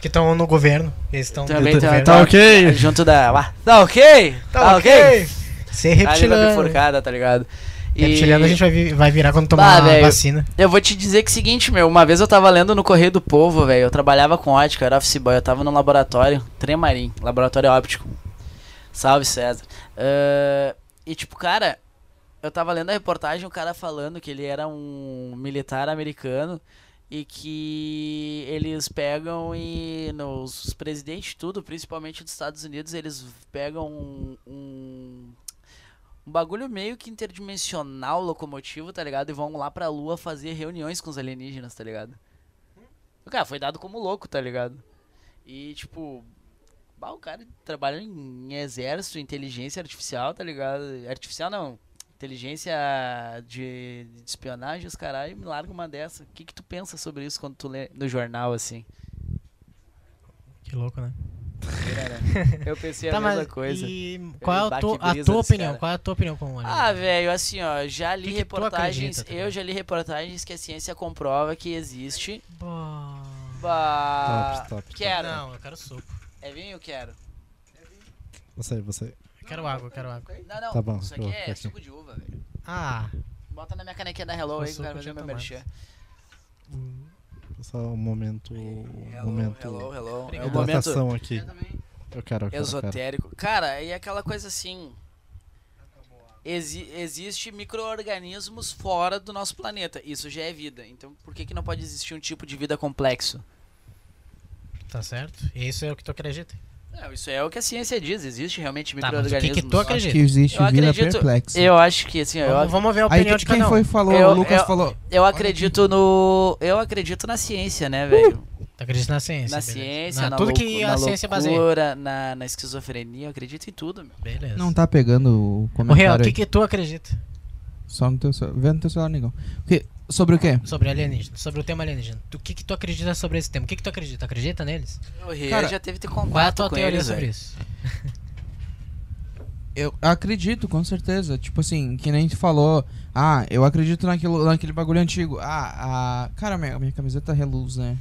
que estão no governo. Eles estão
Também
no
tá,
governo.
tá
Tá ok.
Junto da. lá, Tá ok? Tá, ok?
Ser
A língua
reptiliano.
bifurcada, tá ligado? E
Reptiliano a gente vai, vi- vai virar quando tomar
Bah,
a
velho.
vacina.
eu vou te dizer que é o seguinte, meu. Uma vez eu tava lendo no Correio do Povo, velho. Eu trabalhava com ótica, eu era office boy. Eu tava num laboratório, Tremarim, laboratório óptico. Salve, César. Ahn, e tipo, cara, eu tava lendo a reportagem, o cara falando que ele era um militar americano e que eles pegam e nos os presidentes tudo, principalmente dos Estados Unidos, eles pegam um, um, um bagulho meio que interdimensional locomotivo, tá ligado? E vão lá pra Lua fazer reuniões com os alienígenas, tá ligado? O cara foi dado como louco, tá ligado? E tipo, bah, o cara trabalha em exército, inteligência artificial, tá ligado? Artificial não, inteligência de, de espionagem, os caralho, me larga uma dessa. O que que tu pensa sobre isso quando tu lê no jornal, assim?
Que louco, né?
Eu pensei a
Tá,
mesma
mas
coisa.
e qual é
Bah,
a, tua-
que
a
brisa
tua
desse
opinião?
cara.
Qual é a tua opinião como alien?
Ah, velho, assim, ó, já li
Que que tu
reportagens,
acredita, tá
eu
ligado?
já li reportagens que a ciência comprova que existe.
Bah.
Bah,
Top, top, top.
quero.
Não, eu quero suco.
É vinho, quero.
Você, você.
Eu quero água, eu quero água.
Não, não.
Tá bom,
Isso
eu
aqui
vou
é
ficar aqui.
suco de uva, velho.
Ah,
Bota na minha canequinha da Hello
O
aí que eu
suco
quero fazer
eu
meu
tinha
merchan.
Só um momento. um
Hello,
momento.
hello, hello. É o
hidratação
momento
aqui. Eu quero, eu quero. eu quero.
esotérico. Cara, e aquela coisa assim. Exi existe micro-organismos fora do nosso planeta. Isso já é vida. Então por que, que não pode existir um tipo de vida complexo?
tá certo. E isso é o que tu acredita.
Não, isso é o que a ciência diz. Existe realmente
Tá, mas o que
micro-organismos.
que tu
Eu acho
acredita?
que existe
Eu
vida
acredito-
perplexa.
Eu acho que assim, eu,
Vamos, vamos ver a
Aí
opinião
que-
de
quem
cada um.
foi falou?
Eu-
o Lucas
eu-
falou.
eu acredito no. Eu acredito na ciência, né, velho?
Tu acredita na Uh, ciência?
Na
beleza.
ciência, na,
Na, tudo
loucu-
que
na
a ciência baseia.
loucura, na, na esquizofrenia, eu acredito em tudo, meu.
Beleza.
Não tá pegando o
o real, o
comentário.
que,
aí.
que tu acredita
Só no teu celular. Vê no teu celular, negão. O quê? sobre o quê?
sobre alienígena? Sobre o tema alienígena? O que, que tu acredita sobre esse tema? O que, que tu acredita? Acredita neles?
O Rio
Cara,
já teve ter
Qual é a
contato
tua
com
teoria
eles,
sobre
velho.
isso?
Eu acredito, com certeza. Tipo assim, que nem tu falou. Ah, eu acredito naquilo, naquele bagulho antigo. Ah, a. Cara, minha, minha camiseta reluz, né?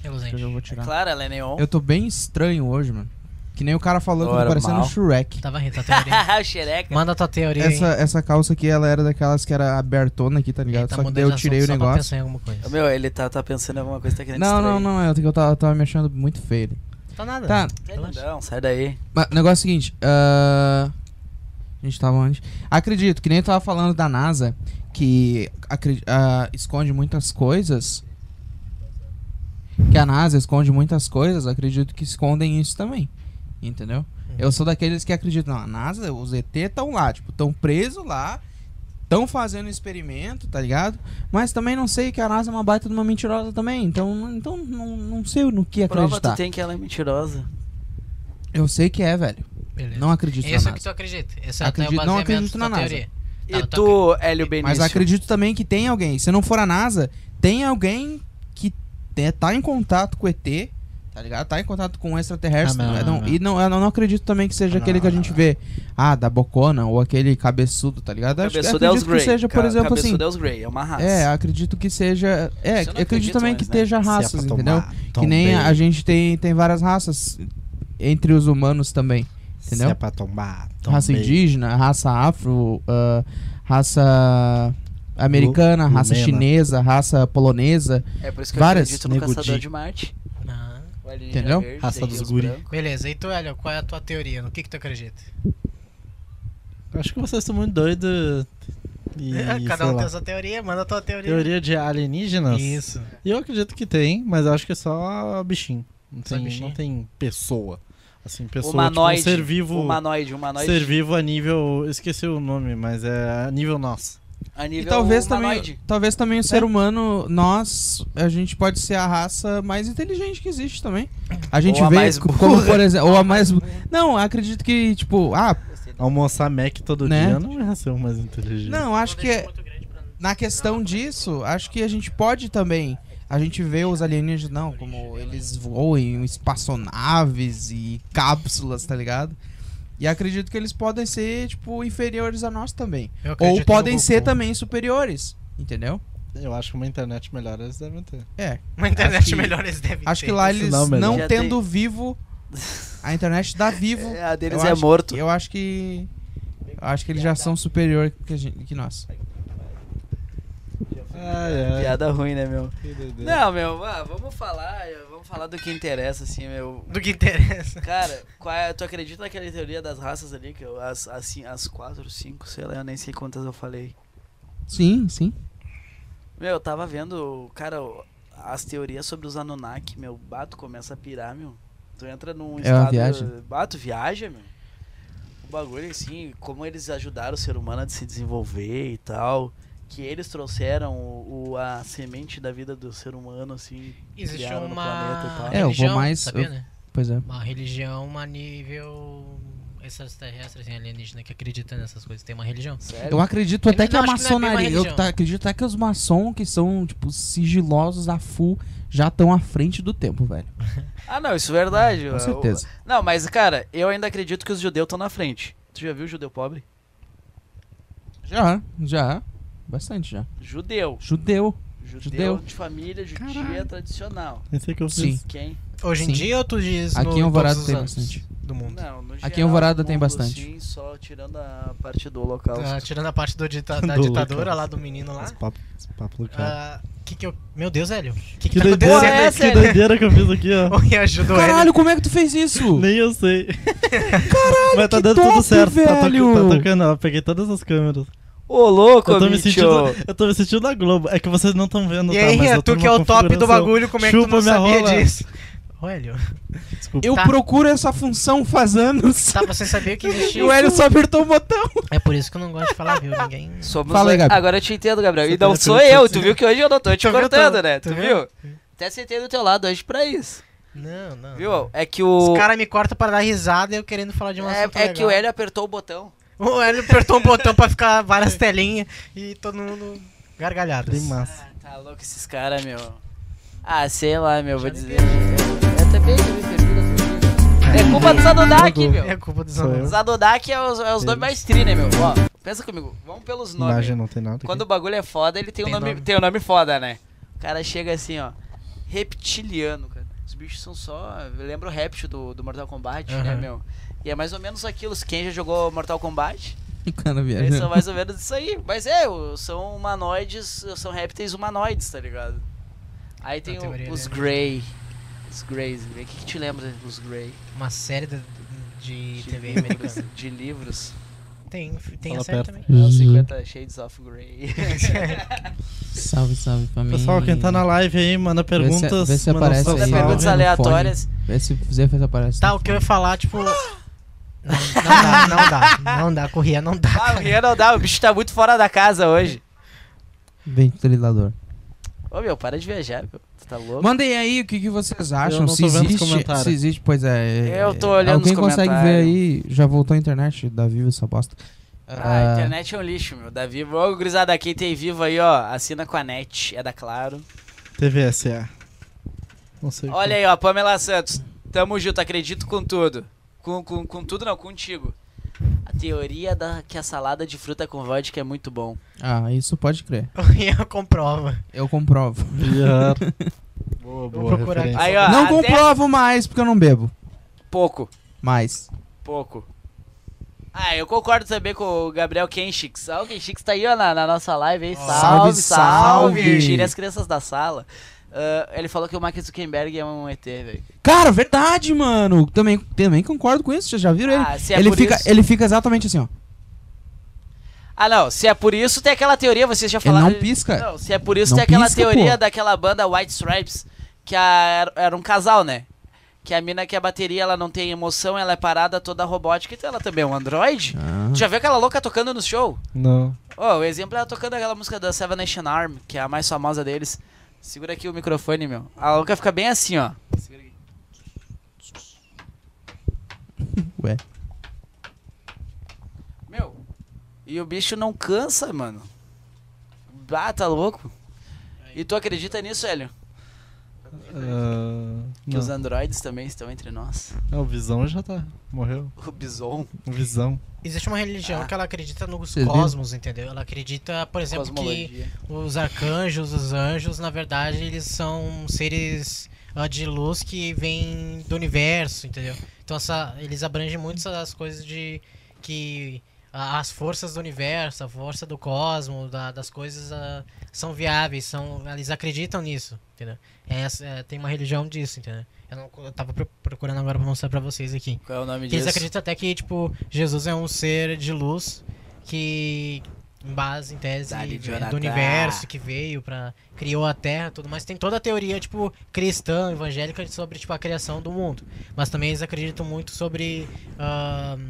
Que eu
Reluzente.
já vou tirar.
Claro, ela é neon.
Eu tô bem estranho hoje, mano. Que nem o cara falou que eu tô
Normal.
parecendo um Shrek.
Tava rindo, a teoria.
Xereca.
Manda a tua teoria
Essa,
aí.
essa calça aqui, ela era daquelas que era abertona aqui, tá ligado?
Ele tá
Só que
mudando
daí eu
de
tirei o
assunto só pra
negócio.
pensar em alguma coisa.
Meu, ele tá, tá pensando em alguma coisa, tá querendo
Não, não,
distrair.
não, é que eu tava, tava me achando muito feio.
Tá nada.
Tá,
Sai
Relaxa.
Não, sai daí.
mas o negócio é o seguinte. ah, A gente tava onde? Acredito, que nem eu tava falando da NASA, que acre- ah, esconde muitas coisas. Que a NASA esconde muitas coisas, acredito que escondem isso também. Entendeu?
Uhum.
Eu sou daqueles que acreditam, não, a NASA, os ET estão lá, tipo, estão presos lá, estão fazendo experimento, tá ligado? Mas também não sei que a NASA é uma baita de uma mentirosa também, então, então não, não sei no que
Prova tu
acreditar.
tem que ela é mentirosa.
Eu sei que é, velho.
Beleza.
Não acredito
Isso
na
é o que
NASA.
tu acredita. Esse é até o
Acredito- não
baseamento
acredito na
da
NASA.
teoria. Tá,
E
eu tô
tu, Hélio Benício?
Mas acredito também que tem alguém. Se não for a NASA, tem alguém que te- tá em contato com o ET, tá ligado? Tá em contato com o extraterrestre.
Ah, não,
é,
não, não.
E não, eu não acredito também que seja aquele que a gente vê. Ah, da Bocona ou aquele cabeçudo, tá ligado? Acho-
Cabeçudo é os
acredito que
Grey.
seja, por
Ca-
exemplo, assim.
Cabeçudo é os Grey, é uma raça.
É, acredito que seja. É,
Isso eu não
eu acredito
acredito
também
mais,
que
né?
esteja
Se é
raças,
pra
entendeu?
tomar,
Que
Tom
nem a
Brady.
gente tem, tem várias raças entre os humanos também. entendeu?
Se é pra tombar,
Então,
Tom
raça
Brady.
indígena, raça afro, ah, raça americana,
Hum,
Lu-
raça
Lumena.
chinesa, raça polonesa.
É por isso que
Várias,
eu acredito no
nego
Caçador
Di.
de Marte.
Ah.
O alienígena
Entendeu?
verde,
Raça
tem
dos
os
guri.
brancos.
Beleza, e tu, Hélio, qual é a tua teoria? No que, que tu acredita?
Acho que vocês estão muito doidos E,
Cada
sei
um
lá.
tem a sua teoria, manda a tua teoria.
Teoria de alienígenas?
Isso.
Eu acredito que tem, mas acho que é só bichinho. Não
Só
tem,
bichinho.
não tem pessoa. Assim, pessoa
Humanoide.
tipo, um ser vivo.
Humanoide, humanoide.
Ser vivo a nível. Esqueci o nome, mas é a nível nosso.
A
E
nível
talvez
humanoide.
também, talvez também o ser humano, nós, a gente pode ser a raça mais inteligente que existe também. A gente
Ou a
vê
mais
c- como,
burra.
por exemplo, ou a mais. Não, acredito que, tipo, ah,
Almoçar Mac todo
Né?
dia não é ser o mais inteligente.
não, acho que é na questão disso, acho que a gente pode também. A gente vê os alienígenas, não, como eles voam em espaçonaves e cápsulas, tá ligado? E acredito que eles podem ser, tipo, inferiores a nós também.
Eu acredito
Ou
no
podem
Goku.
ser também superiores, entendeu?
Eu acho que uma internet melhor eles devem ter.
É,
Uma
Acho
internet
que-
melhor eles devem
Acho que
ter.
lá
Esse
eles
não,
não,
melhor.
Já tem-
tendo vivo. A internet dá vivo.
É, a deles
Eu
é
acho-
morto.
Eu acho que. Eu acho que eles já são superior que, a gente- que nós.
Ai, ai.
Piada ruim, né, meu?
que
É.
doideira.
Não, meu, ah, vamos falar, eh, vamos falar do que interessa, assim, meu.
Do que interessa.
Cara, qual é- tu acredita naquela teoria das raças ali, que eu, as, as, cin- as quatro, cinco, sei lá, eu nem sei quantas eu falei.
Sim, sim.
Meu, eu tava vendo, cara, o- as teorias sobre os Anunnaki, meu, bato começa a pirar, meu. Tu entra num
É uma viagem.
Bato, viaja, meu. O bagulho, assim, como eles ajudaram o ser humano a se desenvolver e tal. Que eles trouxeram o, o- a semente da vida do ser humano, assim,
Existe
criaram no planeta e
uma
tal.
É, eu vou
religião,
mais-
sabia,
eu-
né?
Pois é.
Uma religião a nível extraterrestre, assim, alienígena, que acredita nessas coisas. Tem uma religião.
Sério?
Eu acredito até
É, Não,
que a
acho que não é bem uma
maçonaria. Eu
religião.
tá- acredito até que os maçons, que são, tipo, sigilosos a full, já estão à frente do tempo, velho.
Ah, não, isso é verdade.
Com
O-
certeza.
Não, mas, cara, eu ainda acredito que os judeus estão na frente. Tu já viu judeu pobre?
Já, já. Bastante já.
Judeu.
Judeu.
Judeu,
Judeu.
de família judia tradicional.
Nem sei o é que eu
Sim.
fiz.
Quem?
Hoje
Sim.
em dia ou tu diz
Aqui
no,
em Alvorada
todos os
tem
anos
bastante.
do mundo?
Não, no
Aqui em
geral,
Alvorada tem
mundo,
bastante.
Sim, só tirando a parte do holocausto.
Tá, tirando a parte do dita- da
Do
ditadura
Lucas.
lá, do menino lá.
Esse papo, esse papo do
Ah,
cara.
que que eu... Meu Deus, velho. O que, que,
que
tá
doideira, né,
acontecendo aqui?
é essa?
que doideira que eu fiz aqui, ó.
Alguém ajuda o
Caralho, como é que tu fez isso?
Nem eu sei. Caralho, Mas tá
que
dando
top,
tudo certo, tá toca-
velho!
tá tocando, ó. Peguei todas as câmeras.
Ô, louco,
Eu tô, me
bicho.
sentindo, eu tô me sentindo na Globo. É que vocês não estão vendo,
E
tá?
aí,
mas
Rian,
eu tô
tu que é
numa
o top do
configuração-
bagulho, como é que tu
Chupa
não
minha
sabia
rola.
disso? Velho,
Desculpa.
Eu
Tá.
procuro essa função faz anos.
tá pra você saber que
E
existia.
o Hélio só apertou o botão.
É por isso que eu não gosto de falar, viu? Ninguém.
Somos
Fala aí,
dois-
Gabi.
Agora eu te entendo, Gabriel.
Você
e não
tá
sou
tentando-
eu. Tu viu que hoje eu não tô te
Tu viu,
cortando,
tu-
né?
tu
Tu
viu?
viu? Até sentei do teu lado hoje pra isso.
Não, não.
Viu? É que
Os
o...
caras me cortam pra dar risada e eu querendo falar de uma assunto
É, é que o
legal.
Hélio apertou o botão.
O Hélio apertou um botão pra ficar várias telinhas e todo mundo gargalhado.
Tem massa.
Ah, tá louco esses caras, meu. Ah, sei lá, meu, vou
me
dizer. Eu também já me perdi na tua vida. É culpa do Zanudak,
Mudou.
meu.
É culpa dos
Sou eu.
anões.
Zanudak é os, é os
Sim.
nomes mais tri, né, meu? Ó, pensa comigo, vamos pelos nomes.
Imagem não tem nada. aqui.
Quando o bagulho é foda, ele tem,
Tem
um nome,
nome.
tem um nome foda, né? O cara chega assim, ó. Reptiliano, cara. Os bichos são só. Lembra o réptil do, do Mortal Kombat, né,
Aham.
meu? E é mais ou menos aquilo. Quem já jogou Mortal Kombat,
é
O cara
eles são
viajando.
mais ou menos isso aí. Mas é, o- são humanoides, são répteis humanoides, tá ligado? Aí tem o-
teoria né?
os
dele.
Grey. Os Greys, o que, que te lembra dos Grey?
Uma série de, de TV
livros,
americana.
de livros.
Tem, tem
Fala
a série
perto.
também.
É os 50 Shades of Grey.
Salve, salve, família.
Pessoal, quem tá na live aí, manda
se- é-
perguntas.
vê se
manda
aparece
um
aí,
Manda
Sim,
salve.
né?
perguntas
Vendo
aleatórias.
Vê se fizer fez aparece.
Tá, o que eu ia falar, tipo. Não, não dá, não dá. Não dá, corria não dá.
Ah, o
cara.
Rian não dá, o bicho tá muito fora da casa hoje.
Ventilador.
Ô meu, para de viajar, meu. Tu tá louco?
Mandem aí o que, que vocês acham.
não tô
se
vendo os
existe.
comentários.
Se existe, pois é.
Eu tô
é,
olhando
Alguém
os
consegue ver
comentários.
aí. Já voltou a internet da Viva essa bosta.
Ah, a internet é um lixo, meu. Da Vivo. Ô, gurizada, quem tem Vivo aí, ó, assina com a NET, é da Claro.
TVSA. Não sei. o que.
Olha aí, ó, Pamela Santos. Tamo junto, acredito com tudo. Com, com, com tudo não, contigo. A teoria da que a salada de fruta com vodka é muito bom.
Ah, isso pode crer.
O Rian comprova.
Eu comprovo.
Viar. Boa,
Vou
boa.
procurar
referência.
Aí, ó,
não
Ah, até
comprovo mais, porque eu não bebo.
pouco,
Mais.
pouco. Ah, eu concordo também com o Gabriel Kenchix. Ah, o Kenchix tá aí, ó, na, na nossa live aí.
Salve,
Salve, salve.
salve.
Tire as crianças da sala. Ah, ele falou que o Mark Zuckerberg é um ET, velho.
Cara, verdade, mano. Também, também concordo com isso. Vocês já viram ele?
Ah, se é
ele,
por
fica,
isso-
ele fica exatamente assim, ó.
Ah, não. Se é por isso, tem aquela teoria, vocês já
Ele
falaram.
não pisca.
Não, se é por isso,
Não
tem aquela
pisca,
teoria
pô.
daquela banda White Stripes, que a- era, era um casal, né? Que a mina que é bateria, ela não tem emoção, ela é parada toda robótica, então ela também é um android.
Ah,
Tu já viu aquela louca tocando no show?
não.
Ó, o exemplo é ela tocando aquela música da Seven Nation Arm, que é a mais famosa deles. Segura aqui o microfone, meu. A louca fica bem assim, ó. Segura aqui.
Ué.
Meu, e o bicho não cansa, mano. Ah, tá louco? E tu acredita nisso, Hélio?
Ah,
Que os
não.
androides também estão entre nós.
Não, o Visão já tá. Morreu.
O Bison.
O Visão.
Existe uma
Ah.
religião que ela acredita nos
Vocês viram?
cosmos, entendeu? Ela acredita, por exemplo, que
Cosmologia.
os arcanjos, os anjos, na verdade, eles são seres ah, de luz que vêm do universo, entendeu? Então essa- eles abrangem muitas das coisas de que ah, as forças do universo, a força do cosmo, da- das coisas ah, são viáveis, são eles acreditam nisso, entendeu? Essa- é, tem uma religião disso, entendeu? Eu, não, eu tava pro- procurando agora pra mostrar pra vocês aqui.
Qual é o nome
Que eles
disso?
acreditam até que, tipo, Jesus é um ser de luz que, em base, em tese,
Dá-lhe,
é
Jonathan.
do universo, que veio pra... criou a Terra tudo mais. Tem toda a teoria, tipo, cristã, evangélica sobre, tipo, a criação do mundo. Mas também eles acreditam muito sobre ahn,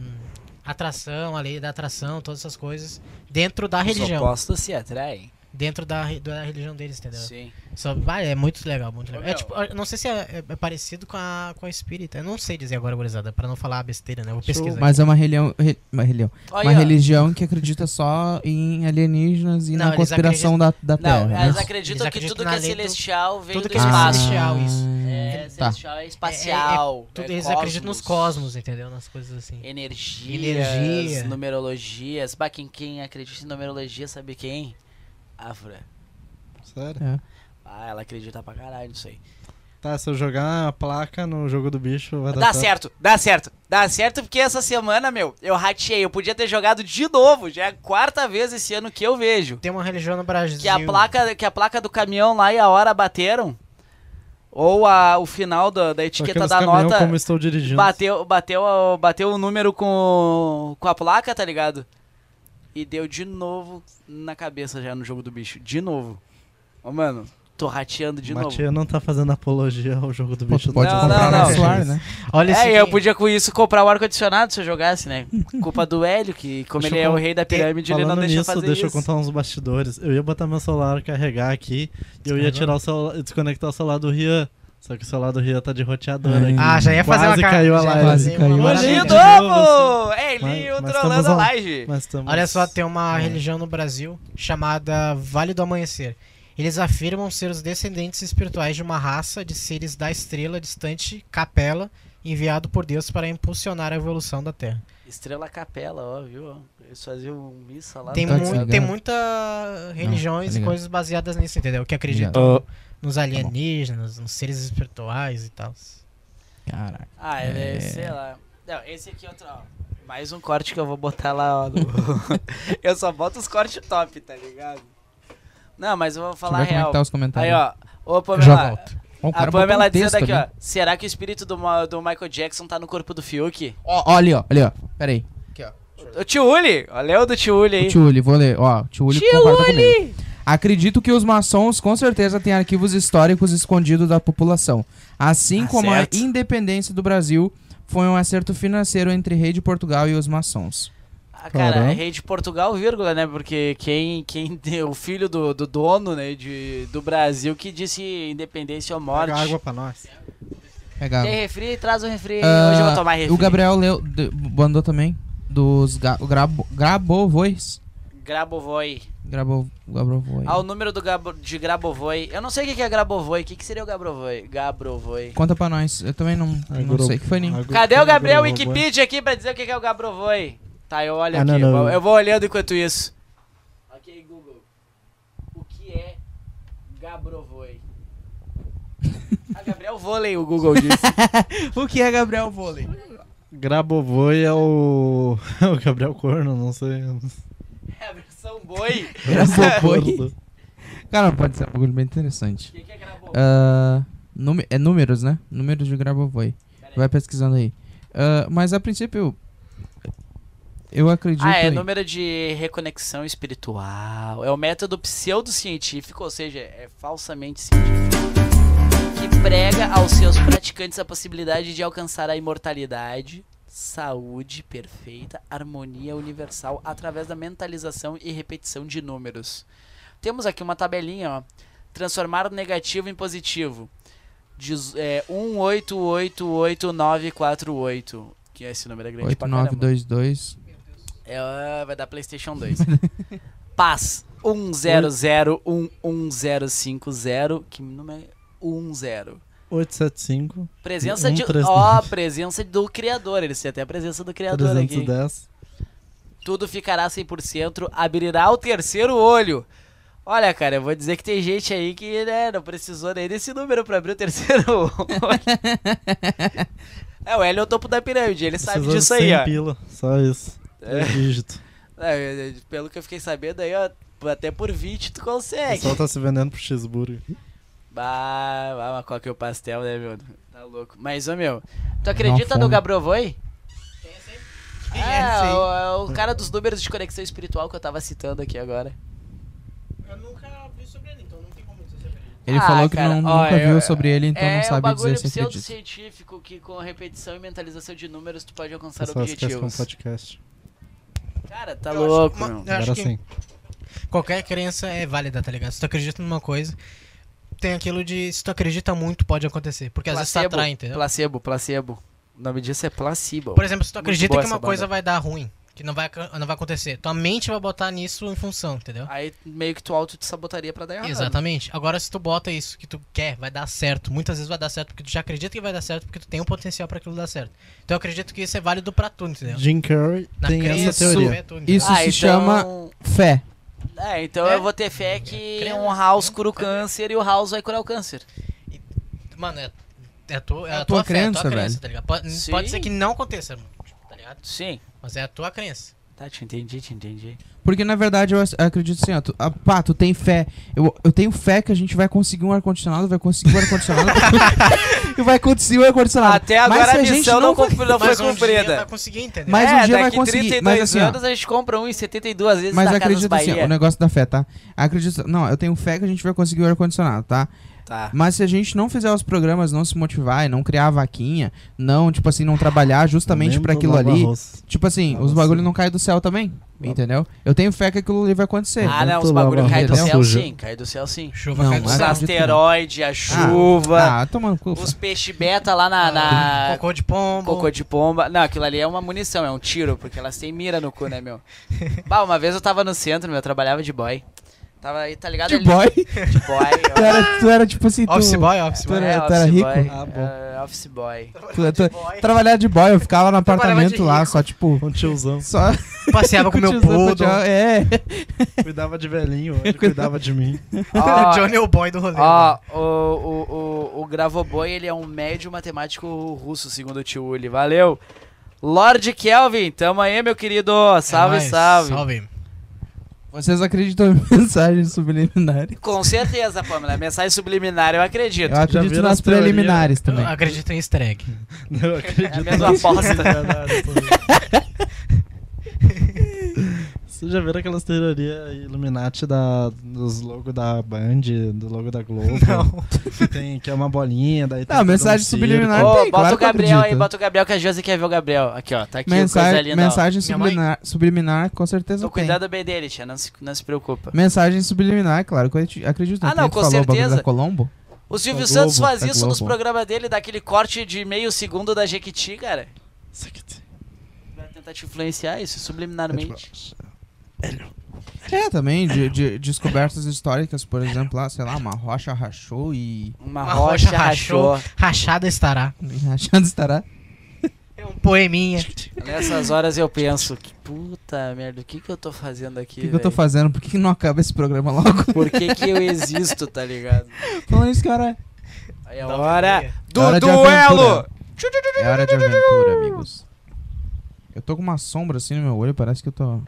atração, a lei da atração, todas essas coisas, dentro da
Os
religião.
opostos se atraem.
Dentro da, re- da religião deles, entendeu?
Sim.
Só, vai, é muito legal, muito legal.
Ô,
É
meu.
tipo, eu não sei se é, é- é parecido com a, com a espírita. Eu não sei dizer agora, gurizada, pra não falar besteira, né? Eu vou pesquisar.
Mas é uma religião, re- uma, religião,
Olha
uma
aí, ó.
religião que acredita só em alienígenas e
Não,
na
eles
conspiração da, da Terra.
Não,
né?
elas acreditam
Eles
que
acreditam
tudo que
na
é
lei do-
celestial veio
tudo
do
que é
Ah.
espaço.
celestial, isso.
É,
tá.
celestial é espacial.
Tudo-
é
eles
cosmos, É.
acreditam nos cosmos, entendeu? Nas coisas assim.
Energias,
Energia.
numerologias. Bah, quem, quem acredita em numerologia sabe quem? Afra.
Hum.
Sério?
É.
Ah, ela acredita pra caralho nisso aí.
Tá, se eu jogar a placa no jogo do bicho, vai dar
Dá certo, dá certo, dá certo porque essa semana, meu, eu rateei. Eu podia ter jogado de novo, já é a quarta vez esse ano que eu vejo.
Tem uma religião no Brasil.
Que a placa, que a placa do caminhão lá e a hora bateram. Ou a, o final da, da
Só que
etiqueta
nos
da
caminhão,
nota.
como estou dirigindo.
Bateu, bateu, bateu o número com, com a placa, tá ligado? E deu de novo na cabeça já no jogo do bicho. De novo. Ô, mano, tô rateando de
O
novo.
Matia não tá fazendo apologia ao jogo do
Pô,
bicho. tá?
tu pode
Não,
comprar
não,
no
não.
celular, né?
Olha isso
É, eu
aqui.
podia com isso comprar o ar-condicionado se eu jogasse, né? Culpa do Hélio, que como
Deixa
ele é
eu
o
con-
rei da pirâmide, ele
Falando
não deixa eu
nisso,
fazer
deixa eu
isso.
contar uns bastidores. Eu ia botar meu celular carregar aqui e eu ia
Agora?
tirar o celular, desconectar o celular do Rian. Só que o celular do Rian tá de roteador
Ai.
aqui.
Ah, já ia fazer
Quase
uma ca-
caiu a
já ia
live.
fazer
Quase
uma
caiu a
maravilha.
De
live.
novo! Hélio
assim. Mas- mas
trolando
estamos
a
on.
live.
Mas estamos-
Olha só, tem uma
É.
religião no Brasil chamada Vale do Amanhecer. Eles afirmam ser os descendentes espirituais de uma raça de seres da estrela distante Capela, enviado por Deus para impulsionar a evolução da Terra.
Estrela Capela, ó, viu? Eles faziam um missa lá.
Tem,
Tá
mu
desligado.
tem muita
tá
religiões e
ligado.
coisas baseadas nisso, entendeu? Que acreditam nos alienígenas, nos seres espirituais e tal.
Caraca.
Ah, é, sei lá. Não, esse aqui é outro, ó. Mais um corte que eu vou botar lá, ó. no- eu só boto os cortes top, tá ligado? Não, mas eu vou
Deixa eu
falar
ver como é
real.
que tá os
Aí,
comentários.
ó. Ô,
Já
Pamela.
volto.
Ó, o cara
A
botou um
Pamela dizendo
texto
aqui,
ali.
ó. Será que o espírito do, Ma- do Michael Jackson tá no corpo do Fiuk?
Ó, ó ali, ó. Ali, ó. Pera aí.
O Tiuli! Olha o do Tiuli aí.
O Tiuli, vou ler. Ó, o Tiuli concorda comigo. Acredito que os maçons com certeza têm arquivos históricos escondidos da população. Assim
Tá
como
certo.
a independência do Brasil foi um acerto financeiro entre rei de Portugal e os maçons.
Ah, cara,
Caramba.
é rei de Portugal, vírgula, né? Porque quem, quem tem o filho do, do dono, né, de, do Brasil que disse independência ou morte.
Pega água pra nós.
Pegava.
Tem refri? Traz o refri.
Ah,
Hoje eu vou tomar refri.
O Gabriel leu, de- mandou também dos ga, o grabo, Grabovois.
Grabovoi.
Grabo, Grabovoi.
Ah, o número do Gabo, de Grabovoi. Eu não sei o que que é Grabovoi. O que, que seria o Gabrovoi? Gabrovoi.
Conta pra nós. Eu também não, não sei o que foi nenhum.
Cadê o Gabriel Wikipedia aqui pra dizer o que que é o Gabrovoi? Tá, eu olho
Ah,
aqui.
não, não.
Eu- Eu vou olhando enquanto isso. Ok, Google. O que é Gabrovoi? Ah, Gabriel Vôlei, o Google disse.
O que é Gabriel Vôlei?
um-
Grabovoi é o. é o Gabriel Corno, não sei.
É a versão boi.
Grabovoi? Cara, pode ser um bagulho bem interessante.
O que que é Grabovoi?
Ah, núme- é números, né? Números de Grabovoi.
Pera aí.
Vai pesquisando aí. Ah, mas a princípio.
Eu acredito.
Ah, é
em-
número de reconexão espiritual. É o método pseudocientífico, ou seja, é falsamente científico. Que prega aos seus praticantes a possibilidade de alcançar a imortalidade, saúde perfeita, harmonia universal através da mentalização e repetição de números. Temos aqui uma tabelinha, ó. Transformar o negativo em positivo. Dez- É, 1888948. Que esse número é grande pra caramba.
8922.
É, vai dar PlayStation 2. Paz 10011050, que número é 10.
875,
Presença de,
139.
ó, presença do criador, eles têm até a presença do criador aqui.
310.
Tudo ficará 100%, abrirá o terceiro olho. Olha, cara, eu vou dizer que tem gente aí que, né, não precisou nem desse número pra abrir o terceiro olho. é, o Hélio é o topo da pirâmide, ele sabe
Precisou de
disso aí,
100
ó.
pila, só isso.
É.
É. dígito.
É, é, pelo que eu fiquei sabendo aí, ó, até por 20 tu
O
consegue.
pessoal tá se vendendo pro cheeseburger.
Tá Bah, bah, mas qual que é o pastel, né, meu? Tá louco. Mas, ô, meu, tu acredita
fome.
no Gabrovoi?
Quem é esse aí?
Ah, o, o cara dos números de conexão espiritual que eu tava citando aqui agora.
Eu nunca vi sobre ele, então não tem como dizer sobre ele.
Ele
Ah,
falou que
cara,
não,
ó,
nunca
eu-
viu sobre ele, então
é
não
um
sabe
bagulho
dizer se acredita.
pseudocientífico que com repetição e mentalização de números tu pode alcançar
Pessoal esquece com um
objetivos.
podcast.
Cara, tá
Eu acho
louco,
uma-
meu.
Eu acho
Agora
que-
sim.
Qualquer crença é válida, tá ligado? Se tu acredita numa coisa, tem aquilo de se tu acredita muito, pode acontecer. Porque às vezes tu atrai, entendeu?
placebo, placebo. O nome disso é placebo.
Por exemplo, se tu
Muito
acredita
boa
que uma
essa
coisa
banda.
vai dar ruim, que não vai, ac- não vai acontecer, tua mente vai botar nisso em função, entendeu?
Aí meio que tu auto te sabotaria pra dar errado.
Exatamente. Agora, se tu bota isso que tu quer, vai dar certo. Muitas vezes vai dar certo porque tu já acredita que vai dar certo, porque tu tem o potencial pra aquilo dar certo. Então, eu acredito que isso é válido pra tudo, entendeu?
Jim Carrey
Na
tem
crença,
essa teoria.
fé, tudo,
Ah,
Isso
entendeu?
se
então
chama fé.
É, então
É.
eu vou ter fé que
Crença,
um House
né? Tá
cura o câncer e o House vai curar o câncer.
Mano, é, é, a tua- é
É
a
a tua
tua fé, é a
crença,
tua crença,
velho.
tá ligado? Pode,
Sim.
pode ser que não aconteça, mano, tá ligado?
Sim.
Mas é a tua crença.
Tá, te entendi, te entendi.
Porque na verdade eu ac- acredito assim, ó, tu, ah, pá, tu tem fé. Eu, eu tenho fé que a gente vai conseguir um ar-condicionado, vai conseguir um ar-condicionado. e vai conseguir um ar-condicionado.
Até
Mas
agora
se
a
gente
missão não,
não
cumpri- não foi
Mas um dia vai
cumprida. É,
conseguir, entendeu?
Mas- um dia vai
daqui
conseguir,
32
mas assim, ó.
anos a gente compra um em 72 vezes
Mas
na Casas
acredito assim,
Bahia.
ó, o negócio da fé, tá? Acredito. Não, eu tenho fé que a gente vai conseguir o ar-condicionado, tá?
Tá.
Mas se a gente não fizer os programas, não se motivar e não criar a vaquinha, não, tipo assim, não trabalhar justamente
Lembro
pra aquilo
do
ali.
arroz.
Tipo assim,
Lava
os
roupa.
bagulho não caem do céu também. Entendeu? Eu tenho fé que aquilo ali vai acontecer.
Ah, não, os
Tanto
bagulho
lava
cai do
roupa
céu
suja.
sim, cai do céu sim.
né?
Chuva
Não,
cai do
mas-
Os
céu.
acredito que não.
asteroides, a chuva,
Ah, tomando cu.
os peixe beta lá na, na
Cocô de pombo.
cocô Um de pomba. Não, aquilo ali é uma munição, é um tiro, porque elas têm mira no cu, né, meu? bah, uma vez eu tava no centro, meu, eu trabalhava de boy. Tava aí, tá ligado?
De
ali-
boy?
De boy.
Tu era, tu era tipo assim, tu,
Office boy, office
tu
boy.
era,
É,
tu era
office
rico?
boy.
Ah, bom.
É, office boy.
Tu, tu- trabalhar de boy, eu ficava no
Trabalhava
apartamento
de
lá,
rico.
só tipo.
Um tiozão.
Só
Passeava com
o
meu
tiozão
poodle.
podia- É.
Cuidava de velhinho, ele cuidava de mim.
Ó,
Johnny é o boy do rolê.
Ó,
mano.
o, o, o, o Gravoboy, ele é um médio matemático russo, segundo o tio Uli. Valeu. Lord Kelvin, tamo aí, meu querido. Salve,
É nóis,
salve.
Salve.
Vocês acreditam em mensagens subliminares?
Com certeza, Pamela. Mensagem subliminar, eu acredito.
Eu acredito
viram
nas
as teorias?
preliminares também.
Eu acredito em easter egg.
Eu acredito.
É a mesma aposta.
Vocês já viram aquelas teorias Illuminati da, dos logos da Band, do logo da Globo? Que, tem, que é uma bolinha, daí tem
Não, é
todo um
mensagem
circo.
subliminar.
Ô,
tem,
bota
claro
o
que eu
Gabriel aí,
acredito.
bota o Gabriel, que a Josi quer ver o Gabriel. Aqui, ó. Tá aqui o coisa
Mensagem,
linda. ó.
mensagem
Minha mãe?
subliminar, subliminar, com certeza
Tô
tem.
cuidado bem dele, tia. Não se, não se preocupa.
Mensagem subliminar, claro que eu acredito. acredito, né?
Ah,
que nem
não,
tu
com
falou o bagulho
certeza.
Da Colombo.
O Silvio
Da
Santos
Globo,
faz
da
isso nos
Tá Globo.
programas dele, dá aquele corte de meio segundo da Jequiti, cara.
Isso que tem.
Vai tentar te influenciar isso subliminarmente.
tipo- É, também, de, de- descobertas históricas, por exemplo, lá, sei lá, uma rocha rachou e.
Uma,
Uma
rocha,
rocha
rachou.
Rachada estará.
Rachando estará.
É um poeminha.
Nessas horas eu penso, que puta merda, o que que eu tô fazendo
O
aqui,
que, que eu tô
velho?
fazendo? Por que, que não acaba esse programa logo?
Por que que eu existo, tá ligado?
Falando isso, cara.
Aí é
Dá uma
hora
alegria.
do
É hora de
duelo!
aventura. É hora de aventura, amigos. Eu tô com uma sombra assim no meu olho, parece que eu tô.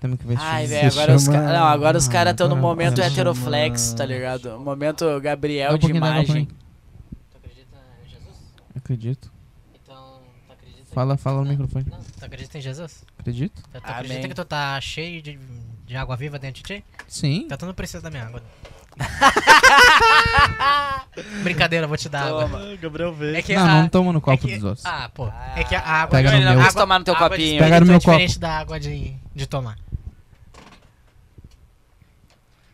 Temos que ver
Ai,
isso.
velho,
Se
agora os,
chama-
ca... não, agora os
Ah,
caras tão no
agora-
momento
se
heteroflex,
chama-
tá ligado? Momento
Dá
É
Gabriel
um
de
pouquinho da água pra
imagem.
mim.
Tu acredita em Jesus?
Acredito.
Então, tu acredita
Fala, fala no microfone.
Não, tu acredita em Jesus?
Acredito?
Tu, tu
Amém.
acredita que tu tá cheio de, de água viva dentro de ti?
Sim.
Então tu não precisa da minha água. Brincadeira, eu vou te dar água.
Toma.
Gabriel veio.
É que
não,
a,
não toma no
é
copo
que-
dos outros.
Ah, pô. É que a água.
Pega no
Água-
meu.
água-
Posso tomar no teu
água de
copinho.
espírito
Pega no
é
meu
diferente da água de, de tomar.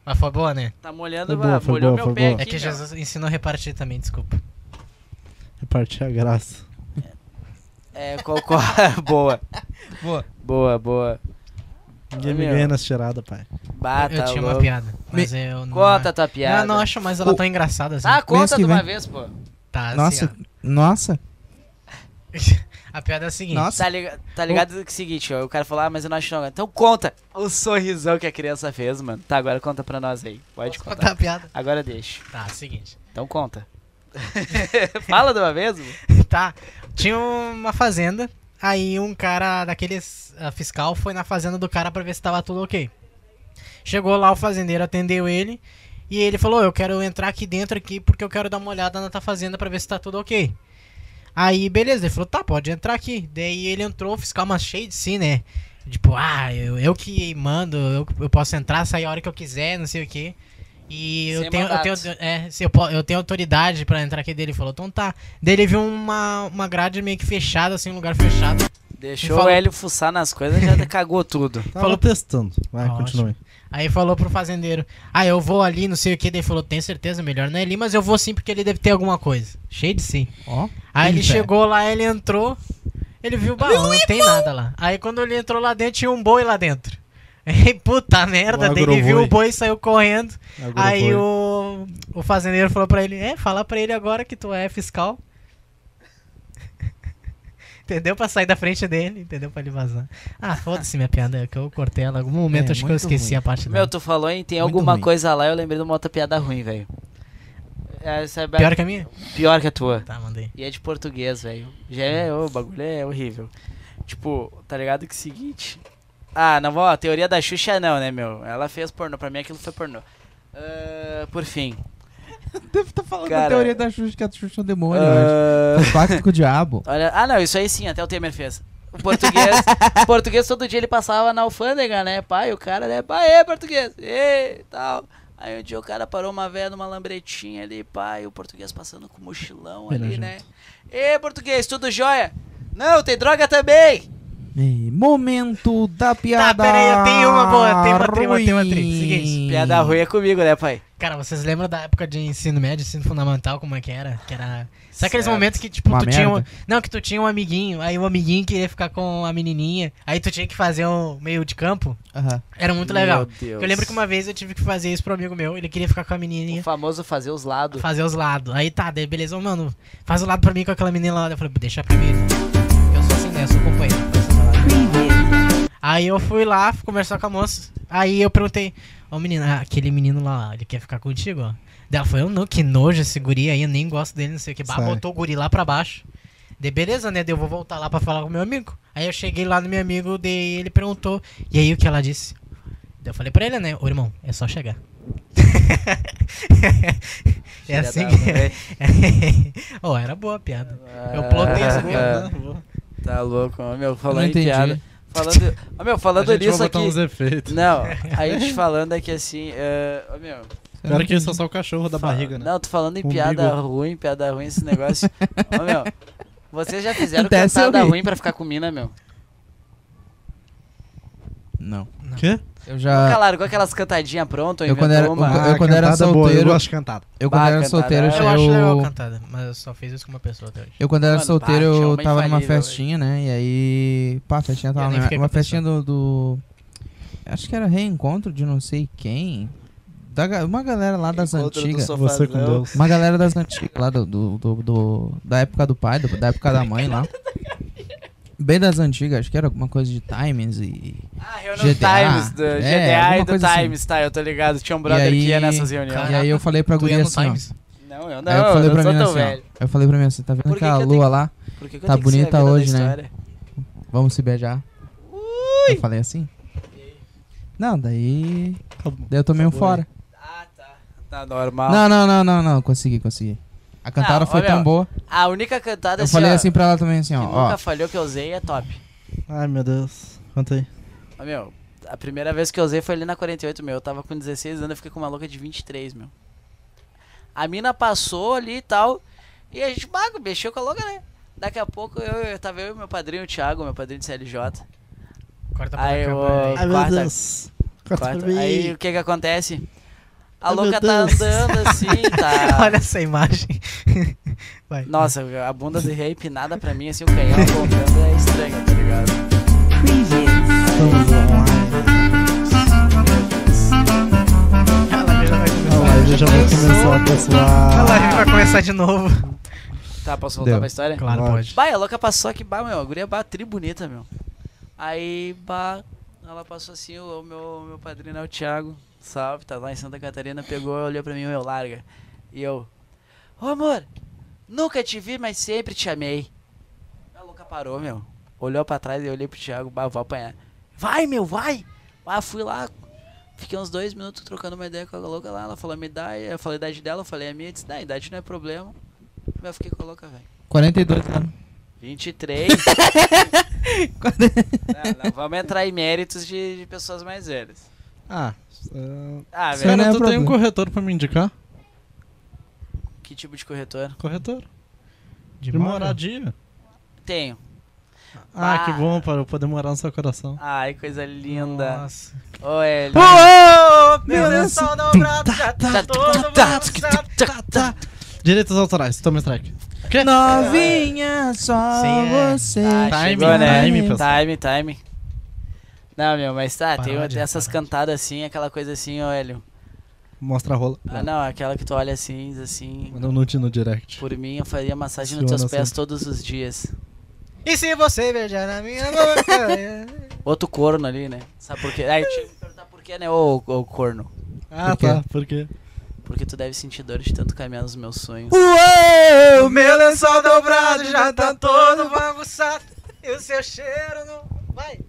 Mas foi boa, né?
Tá molhando,
Foi boa,
ah,
foi
molhou
boa,
meu
foi
pé
boa.
É
aqui.
que
meu.
Jesus ensinou a repartir também, desculpa.
Repartir a graça.
É, cocô. boa.
Boa.
Boa, boa.
Ninguém me
Meu.
ganha nas tiradas, pai.
Bata,
eu tinha uma
Ah, tá louco.
piada, mas eu não.
Conta a tua piada.
Eu não acho mais ela
O-
tão engraçada assim.
Ah,
Mês
conta
que
de uma
vem.
vez, pô.
tá,
Nossa,
assim,
nossa.
ó. A piada é a seguinte.
Nossa.
Tá, liga- tá ligado que é o seguinte, ó, o cara falou, ah, mas eu não acho não. Então conta o sorrisão que a criança fez, mano. Tá, agora conta pra nós aí. Pode
Posso
contar.
contar a piada?
Agora deixa.
Tá, é o seguinte.
Então conta. Fala de uma vez, mano.
Tá, tinha uma fazenda, aí um cara daqueles ah, fiscal foi na fazenda do cara pra ver se tava tudo ok. Chegou lá, o fazendeiro atendeu ele e ele falou: Eu quero entrar aqui dentro aqui porque eu quero dar uma olhada na tua fazenda pra ver se tá tudo ok. Aí, beleza, ele falou: Tá, pode entrar aqui. Daí ele entrou, o fiscal, mas cheio de si, né? Tipo, ah, eu, eu que mando, eu, eu posso entrar, sair a hora que eu quiser, não sei o que. E eu
Sem
tenho, eu, tenho,
mandatos.
é, se eu, po- eu tenho autoridade pra entrar aqui dele. Ele falou: Então tá. Daí ele viu uma, uma grade meio que fechada, assim, um lugar fechado.
Deixou
Fala.
o Hélio fuçar nas coisas e já cagou tudo.
Tava
Falou-
testando. Vai,
Ótimo.
continue.
Aí falou pro fazendeiro: Ah, eu vou ali, não sei o que. Daí ele falou: Tem certeza, melhor não é ali, mas eu vou sim porque ele deve ter alguma coisa. Cheio de sim.
Ó.
Aí ele
Eita.
chegou lá, ele entrou, ele viu o baú, não tem nada lá. Aí quando ele entrou lá dentro, tinha um boi lá dentro. Ei, Puta merda,
Um
O
daí ele viu
agroboi.
o boi e saiu correndo.
Agora
aí
foi.
o, o fazendeiro falou pra ele: É, fala pra ele agora que tu é fiscal. entendeu? Pra sair da frente dele, entendeu? Pra ele vazar. Ah, foda-se minha piada, é que eu cortei ela. Em algum momento
É,
acho que eu
muito
esqueci
ruim.
a parte
Meu,
dela.
tu falou, hein? Tem
Muito
alguma
ruim.
coisa lá, eu lembrei de uma outra piada ruim, velho. Essa é ba-
Pior que a minha?
pior que a tua.
Tá, mandei.
E é de português, velho. Já é, o bagulho é horrível. Tipo, tá ligado que é o seguinte. Ah, não vou, a teoria da Xuxa não, né, meu? Ela fez pornô, pra mim aquilo foi pornô. Ah, por fim.
Deve estar falando
Cara.
da teoria da Xuxa, que a Xuxa é um demônio, eu acho.
Ah,
O pacto com o diabo.
Tá.
olha, ah, não, isso aí sim, até o Temer fez. O português, o português todo dia ele passava na alfândega, né? Pai, o cara, né? Pai, é português, e tal. Aí um dia o cara parou uma véia numa lambretinha ali, pai, o português passando com o mochilão ali,
Nojento.
né? Ê, português, tudo jóia? Não, tem droga também!
E Momento da piada.
Tá, peraí, eu tenho uma boa, tem uma, tem uma, tem uma, tem.
ruim.
Seguinte.
Piada ruim é comigo, né, pai?
Cara, vocês lembram da época de ensino médio, ensino fundamental, como é que era? Que era. Sabe aqueles
Certo.
momentos que, tipo,
Uma
tu tinha. Um...
merda.
Não, que tu tinha um amiguinho, aí o amiguinho queria ficar com a menininha, aí tu tinha que fazer um meio de campo.
Aham.
Era muito
Meu
legal.
Deus.
Eu lembro que uma vez eu tive que fazer isso pro amigo meu, ele queria ficar com a
O
menininha,
famoso fazer os lados.
fazer os lados. Aí tá, daí beleza, ô, mano, faz o lado pra mim com aquela menina lá. Eu falei, deixa primeiro. Eu sou assim, né? Eu sou companheiro. Aí eu fui lá conversar com a moça. Aí eu perguntei, ô menina, aquele menino lá, ele quer ficar contigo, ó. Daí ela falou, eu não, que nojo esse guri aí, eu nem gosto dele, não sei o que. Bah,
Sai.
botou o guri lá pra baixo. De beleza, né? Daí eu vou voltar lá pra falar com o meu amigo. Aí eu cheguei lá no meu amigo, daí ele perguntou, e aí o que ela disse? Daí eu falei pra ele, né? Ô irmão, é só chegar. é É
Filha
assim
da
que.
mãe.
Ó, era boa a piada. Eu
É,
plotei essa piada.
Ah, Tá louco, ó, meu,
Eu não
falando em
entendi.
piada. Falando, ó, meu, falando
a gente
nisso
vai botar
um
aqui.
uns efeitos.
Não, a gente falando aqui assim. eh, ó, meu,
Pior que isso é só o cachorro da
fala-
barriga, né?
Não, tô falando em
Umbigo.
piada ruim, piada ruim esse negócio. Ô, meu, vocês já fizeram
Acontece,
cantada
eu ri.
ruim pra ficar com mina, meu?
Não.
Quê?
Eu
Nunca
já.
largou aquelas cantadinhas pronto, ou
Ah. Eu quando era-
inventou uma?
eu- eu quando era
Ah, cantada Boa, eu
solteiro-
gosto de cantada.
Eu quando
Bah,
era
cantada.
solteiro,
Eu
eu,
Eu acho legal a cantada, mas eu só fiz isso com uma pessoa até hoje.
Eu quando era
Mano,
solteiro,
bah, tinha
eu
uma
tava numa
infalível,
festinha, né? E aí. Pá, a festinha tava.
Eu nem
Uma,
fiquei com
uma
a pessoa.
festinha do, do- Acho que era reencontro de não sei quem. Da, ga- uma galera lá das
Encontro do
antigas.
sofazão.
Você com Deus.
Uma galera das antigas, lá do, do, do- do- da época do pai, do- da época da mãe lá. Bem das antigas, acho que era alguma coisa de timings e.
Ah, reunião
GDA,
Times, do
é,
GDA e
alguma
do
coisa assim.
Times, tá? Eu tô ligado, tinha um brother
E aí-
que ia nessas reuniões.
E aí eu falei pra
Tu
guria
ia no
assim, ó.
Times?
Não, eu não,
Aí eu falei
eu
pra
não
mim
sou
assim,
tão
ó.
velho.
Aí eu falei pra mim assim, tá vendo
Por que
aquela
que eu
lua
tenho
lá?
Por que que eu
Tá
tenho que ser a
bonita
vilã da
hoje, né?
história?
Vamos se beijar. Eu falei assim. Não, daí.
Acabou.
Daí eu tomei um
Acabou aí.
fora.
Ah, tá. Tá normal.
Não, não, não, não, não. Consegui, consegui. A cantada
Não,
foi
olha, ó,
tão boa.
A única cantada
Eu
assim,
falei
ó,
assim pra ela também, assim,
que
ó.
nunca
ó.
falhou que eu usei é top.
Ai, meu Deus. Conta aí.
Ó, Ah, meu, a primeira vez que eu usei foi ali na 48, meu. Eu tava com 16 anos, eu fiquei com uma louca de 23, meu. A mina passou ali e tal. E a gente, bago, mexeu com a louca, né? Daqui a pouco eu, eu tava eu e meu padrinho, o Thiago, meu padrinho de CLJ.
Corta pra
Aí eu.
câmera aí.
Ai, meu
quarta-
Deus. Corta pra
quarta-
mim.
Aí o que que acontece? A
Ai, meu
louca tá
Deus.
andando assim, tá.
Olha essa imagem. Vai.
Nossa, a bunda do rei empinada pra mim, assim, o canhão apontando é estranho, tá ligado?
Estamos online.
A live vai
A
começar.
live já vai começar,
A
pessoal.
live vai começar de novo.
Tá, posso voltar
Deu.
pra história?
Claro, pode.
Bah, e a louca passou aqui, bah, meu, a guria, bah, tri bonita, meu. Aí, bah, ela passou assim, o, o meu, meu padrinho é o Thiago, salve, tá lá em Santa Catarina, pegou, olhou pra mim, meu, larga. E eu, ô amor, nunca te vi, mas sempre te amei. A louca parou, meu, olhou pra trás e eu olhei pro Thiago, bah, vou apanhar. Vai, meu, vai! Ah, fui lá, fiquei uns dois minutos trocando uma ideia com a louca lá, ela falou, me dá, eu falei a idade dela, eu falei a minha, disse, dá, a idade não é problema. Mas eu fiquei com a louca, velho.
42 anos.
23. não, não, vamos entrar em méritos de, de pessoas mais velhas.
Ah,
Ah,
Sim.
velho,
não é
cara, tu tem um
problema.
corretor pra me indicar?
que tipo de corretor?
Corretor. De,
moda?
moradia.
Tenho.
Ah,
Ah.
que bom, para eu poder morar no seu coração.
Ai, coisa linda.
Nossa.
Ô, Eli.
Meu Deus, só dobrado, já tá todo
tá,
balançado.
tá. Direitos autorais, toma strike.
Novinha, só
Sim, é.
você.
Ah,
Time,
chegou, né?
time,
Time,
pessoal.
time, Não, meu, mas tá, tem
Paródia,
uma- essas cantadas assim, aquela coisa assim, ô, Hélio.
Mostra a rola.
Ah, não, aquela que tu olha assim, diz assim.
Manda um assim. nude no direct.
Por mim, eu faria massagem nos
Senhora
teus pés
Santa.
todos os dias.
E se você beijar na minha boca?
Outro corno ali, né? Sabe por quê? Aí eu tinha que perguntar por quê, né, ô, ô corno?
Ah,
Por quê?
tá, por quê?
Porque tu deve sentir dor de tanto caminhar nos meus sonhos.
O meu lençol dobrado já tá todo bagunçado. E o seu cheiro não. Vai!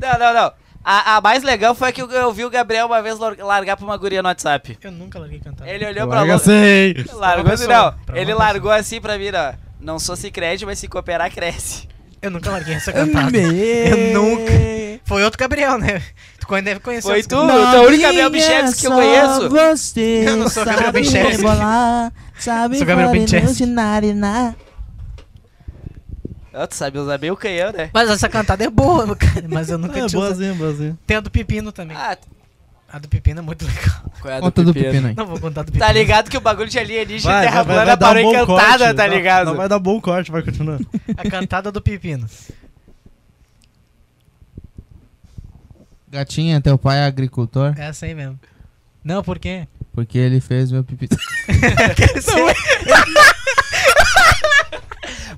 Não, não, não. A, a mais legal foi que eu, eu vi o Gabriel uma vez lar- largar pra uma guria no WhatsApp.
Eu nunca larguei cantar.
Ele é olhou pra
Larga
louca.
sei!
Largou
Pra uma
assim,
pessoa,
não.
pra uma
Ele largou assim pra mim, ó. Não sou cicrede, mas se cooperar, cresce.
Eu nunca larguei essa cantada. Eu nunca. Foi outro Gabriel, né? Tu conhe- deve conhecer
Foi
outros
tu,
Gabriel.
tu é o único Gabriel Bichevski que eu conheço.
Você
Eu não sou Gabriel
sabe
Bichevski.
rebolar, Sabe
Sou Gabriel Bichevski.
nariná.
Ó, tu sabe usar bem o canhão, né?
Mas essa cantada é boa, meu cara. Mas eu nunca tinha
É,
usado.
boazinha, boazinha.
Tem a do Pepino também.
Ah,
A do Pepino é muito legal.
qual é a
Conta do pepino aí.
Não vou contar do Pepino.
Tá ligado que o bagulho de alienígena
Vai,
e terra
vai, vai,
plana
vai dar
parou
um bom
encantada,
corte.
tá
Não,
ligado?
Não vai dar bom corte, vai continuar.
A cantada do Pepino.
Gatinha, teu pai é agricultor?
É essa aí mesmo. Não, por quê?
Porque ele fez meu pipi.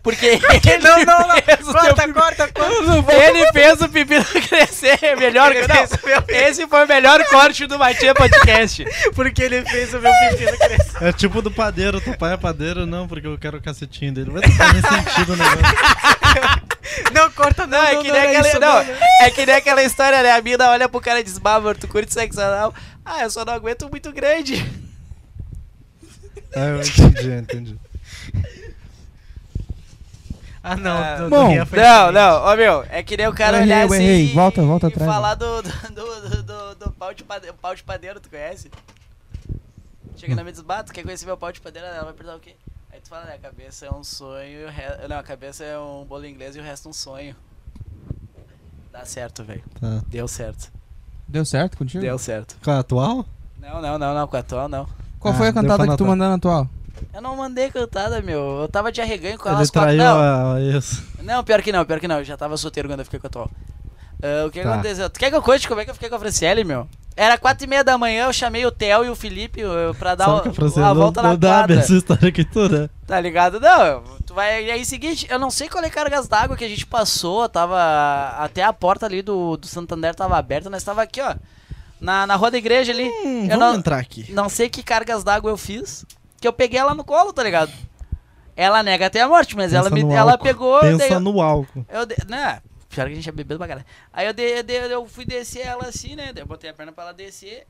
Porque ele não, não, não. fez o teu-
corta, corta.
Ele fez o pepino crescer. é Melhor que não. Esse foi o melhor corte do Matia Podcast.
Porque ele fez o meu Pepino crescer.
É tipo do padeiro, teu pai é padeiro, não, porque eu quero o cacetinho dele. Mas não faz nem sentido o negócio.
Não, corta não.
Não, é
não,
que
não,
nem aquela.
isso,
não, é que nem aquela história, né? A mina olha pro cara e diz, "Bah, amor, tu curte sexo anal? Ah, eu só não aguento muito grande.
Ah, eu entendi, eu entendi.
Ah, não.
Ah,
do- do
bom.
Rian foi
Não,
diferente.
não, ó meu, é que nem o cara
Eu errei,
olhar
eu
assim.
errei.
e-
Volta, volta
e
atrás.
Falar do, do, do, do, do- do pau, de padeiro, pau de padeiro, tu conhece? Chega na minha desbato, quer conhecer meu pau de padeiro? Ela vai perguntar o quê? Aí tu fala, né? A cabeça é um sonho e o resto. Não, a cabeça é um bolo inglês e o resto um sonho. Dá certo, velho.
Tá.
Deu certo.
Deu certo contigo?
Deu certo.
Com a atual?
Não, não, não, não, com a atual não.
Qual
Ah,
foi a
deu pra
cantada que tu
notar.
mandou na atual?
Eu não mandei cantada, meu. Eu tava de arreganho com
Ele
elas quatro.
traiu
Não,
a... isso.
Não, pior que não, pior que não. Eu já tava solteiro quando eu fiquei com a atual. Ah, o que
Tá.
aconteceu? Tu quer que eu conte como é que eu fiquei com a Franciele, meu? Era quatro e meia da manhã, eu chamei o Theo e o Felipe eh, pra dar
Sabe
uma,
que a Franciele
uma
não-
volta
não
na
dá a
quadra.
mesma história que tu, né?
Tá ligado? Não, tu vai... E aí, seguinte, eu não sei qual é cargas d'água que a gente passou, tava... Até a porta ali do, do Santander tava aberta, nós tava aqui, ó, na, na rua da igreja ali.
Hum,
eu
vamos
não,
entrar aqui.
não sei que cargas d'água eu fiz, que eu peguei ela no colo, tá ligado? Ela nega até a morte, mas ela,
Pensa
me,
no
ela
álcool.
pegou... daí
Pensa
eu-
no álcool.
eu de... Não, pior que a gente tinha bebido pra caralho. Aí eu, de... eu de- eu fui descer ela assim, né? Daí Eu botei a perna pra ela descer.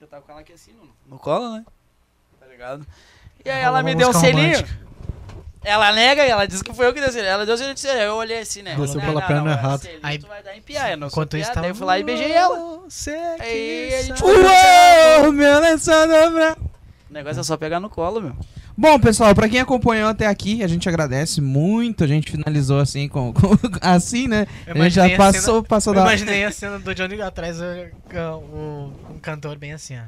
Eu tava com ela aqui assim, no, no colo, né? Tá ligado? E aí
Rolou
ela
uma
me deu um
música
selinho.
romântica.
Ela nega e ela diz que foi eu que dei o selinho. Ela deu o selinho de selinho. Aí eu olhei assim, né?
Desceu
Não,
pela
não,
perna
não,
errada.
selinho
Aí,
tu vai dar em piá, eu não sou
Enquanto
piá.
isso,
Daí
tava...
eu fui lá e beijei ela. É Aí a
né?
gente...
Uou, meu lençol dobra-
O negócio é só pegar no colo, meu.
Bom, pessoal, pra quem acompanhou até aqui, a gente agradece muito. A gente finalizou assim, com, com- assim né? A
Eu
gente
imaginei
já
a
passou, passou
Eu
da.
imaginei a cena do Johnny atrás, o- o- um cantor bem assim, ó.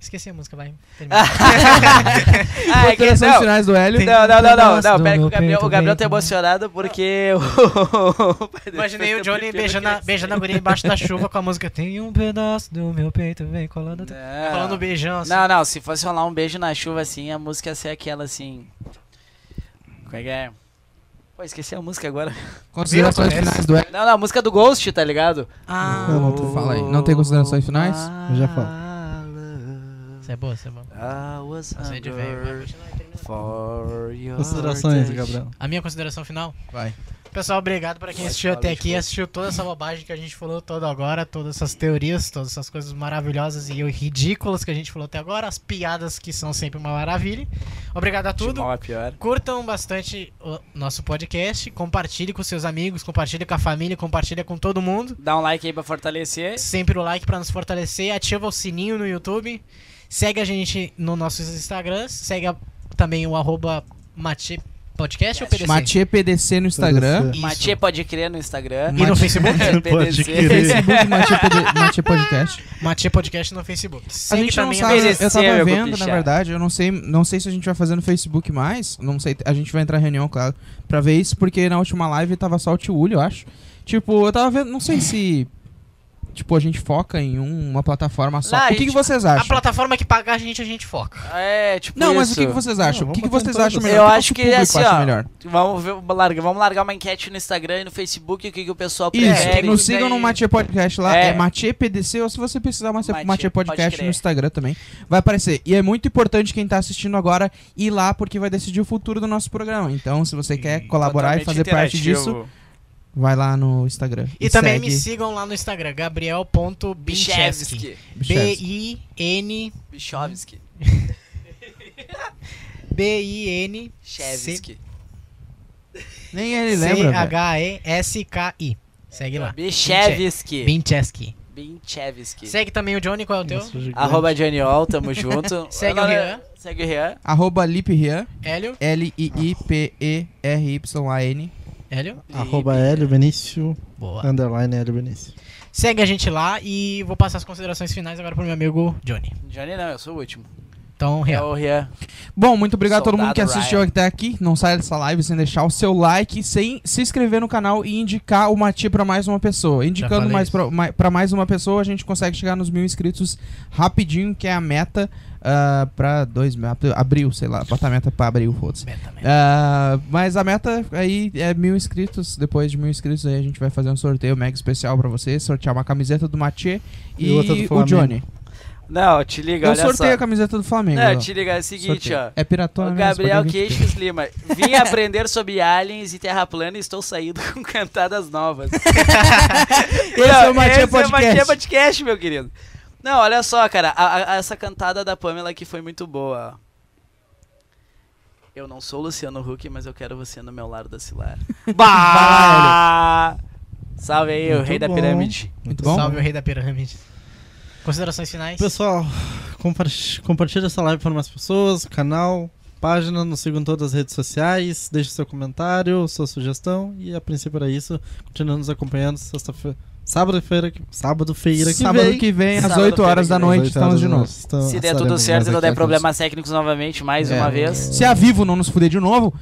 Esqueci a música, vai. termina.
Ah, é que,
Alterações
não,
finais do Hélio.
um
Não, não, não, não, não, pera que o
Do meu
Gabriel, o
peito,
Gabriel
peito,
tá emocionado porque o pai dele
Imaginei
foi
o Johnny
sempre
beijando a,
pelo que- é
beijando a guria embaixo da chuva com a música Tem um pedaço do meu peito, vem colando.
Não.
Falando beijão assim.
É. Não, não, se fosse rolar um beijo na chuva assim, a música ia ser aquela assim. Como é que é? Pô, esqueci a música agora.
Considerações
Viu?
finais do Hélio.
Não, não, a música do Ghost, tá ligado?
Ah,
Não, não
Tu fala aí. Não tem considerações finais?
Eu já
Ah,
falo.
Isso é boa, isso é boa.
I was
Você é de velho, vai,
hungered
continua aí, termina.
for your
Considerações,
touch.
Gabriel.
A minha consideração final?
Vai.
Pessoal, obrigado pra quem
Pode
assistiu
falar,
até
bicho,
aqui,
pode.
assistiu toda essa bobagem que a gente falou toda agora, todas essas teorias, todas essas coisas maravilhosas e ridículas que a gente falou até agora, as piadas que são sempre uma maravilha. Obrigado a
De
tudo.
mal a pior.
Curtam bastante o nosso podcast, compartilhe com seus amigos, compartilhe com a família, compartilha com todo mundo.
Dá um like aí pra fortalecer.
Sempre o like pra nos fortalecer, ativa o sininho no YouTube, segue a gente nos nossos Instagrams, segue a- também o arroba Mati Podcast ou PDC?
Mathieu PDC no Instagram.
PDC.
Isso.
Mathieu pode crer no Instagram.
E no Facebook?
Pode
PDC.
crer.
Facebook Mathieu PD Mathieu Podcast.
Mati Podcast no Facebook.
A
Segue
gente não
também
sabe,
PDC,
eu tava
meu
vendo, na
pichar.
verdade, eu não sei, não sei se a gente vai fazer no Facebook mais, não sei, a gente vai entrar em reunião, claro, pra ver isso, porque na última live tava só o Tiúlio, eu acho. Tipo, eu tava vendo, não sei se, tipo, a gente foca em um- uma plataforma só.
Lá,
o
a
que, que
gente-
vocês
A
acham?
plataforma que pagar a gente, a gente foca.
É, tipo
Não, mas o
isso.
que, que vocês acham?
Não,
O que, que
vamos
vocês
tentar
acham
todas.
melhor?
Eu
O que
acho
o
que,
público
assim,
acha
ó,
melhor?
Vamos, ver, larga, vamos largar uma enquete no Instagram e no Facebook, o que, que o pessoal
Isso,
prefere.
nos sigam
É, daí-
no Mathieu Podcast lá,
É.
é, Mathieu PDC, ou se você precisar mais
Mathieu,
Mathieu
pode
Podcast
crer.
no Instagram também, vai aparecer. E é muito importante quem tá assistindo agora ir lá, porque vai decidir o futuro do nosso programa. Então, se você quer colaborar e
Totalmente
fazer parte disso,
interativo.
vai lá no Instagram.
E, também
segue
me sigam lá no Instagram, gabriel.binchevski.
Bichevski.
Bichevski.
B-I-N...
Bichovski.
B-I-N...
Chevski.
Nem ele lembra, velho.
C-H-E-S-K-I. Segue lá.
Bichevski.
Binchevski.
Binchevski.
Segue também o Johnny, qual é o teu?
Nossa, gigante.
Então, Arroba Johnny All, tamo junto. é-
Segue o Rian.
Segue o Rian.
Arroba Liprian,
Hélio?
L-I-I-P-E-R-Y-A-N.
Hélio?
Arroba Hélio Benício,
Boa.
underline Hélio Benício.
Segue a gente lá e vou passar as considerações finais agora pro meu amigo Johnny.
Johnny não, eu sou o último.
Então,
É
real.
o Rian.
Bom, muito obrigado a todo mundo que
Soldado
assistiu
Ryan.
até aqui. Não saia dessa live sem deixar o seu like, sem se inscrever no canal e indicar o Mati pra mais uma pessoa. Indicando
falei
mais
isso.
pra, mai- pra mais uma pessoa, a gente consegue chegar nos mil inscritos rapidinho, que é a meta ah, pra dois mil. Abril, sei lá. Bota a meta pra abril, foda-se.
Beta, né?
Ah, mas a meta aí é mil inscritos. Depois de mil inscritos, aí a gente vai fazer um sorteio mega especial pra vocês. Sortear uma camiseta do Mati
E
e,
outra do
o
Flamengo.
Johnny.
Não, te liga,
Eu
olha
sorteio a
só.
camiseta do Flamengo.
Não,
ó.
te liga, é o seguinte,
Sorteio.
ó.
É piratona
O
mesmo,
Gabriel
pode ver que
Queixos Lima. Vim aprender sobre aliens e terra plana e estou saindo com cantadas novas.
Esse é o Matia
esse é o
Podcast.
Matia Podcast, meu querido. Não, olha só, cara. a- a- essa cantada da Pamela aqui foi muito boa. ó. Eu não sou o Luciano Huck, mas eu quero você no meu lado da Cilar. bah! Salve aí, o
Muito
rei da
bom.
pirâmide.
Muito bom.
Salve o rei da pirâmide. Considerações finais?
Pessoal, compa- compartilha essa live para mais pessoas, canal, página, nos sigam em todas as redes sociais, deixe seu comentário, sua sugestão e a princípio era isso. Continuando nos acompanhando sexta-feira, sábado-feira, que- sábado-feira que
Sábado
vem.
que vem, às
Sábado
8 horas
que
da
vem.
noite,
Às oito
estamos
horas
de
da
novo.
noite, então,
Se der tudo
estaremos
certo e não
mais aqui
der
juntos.
problemas técnicos novamente, mais
É.
uma vez.
Se a Vivo não nos fuder de novo,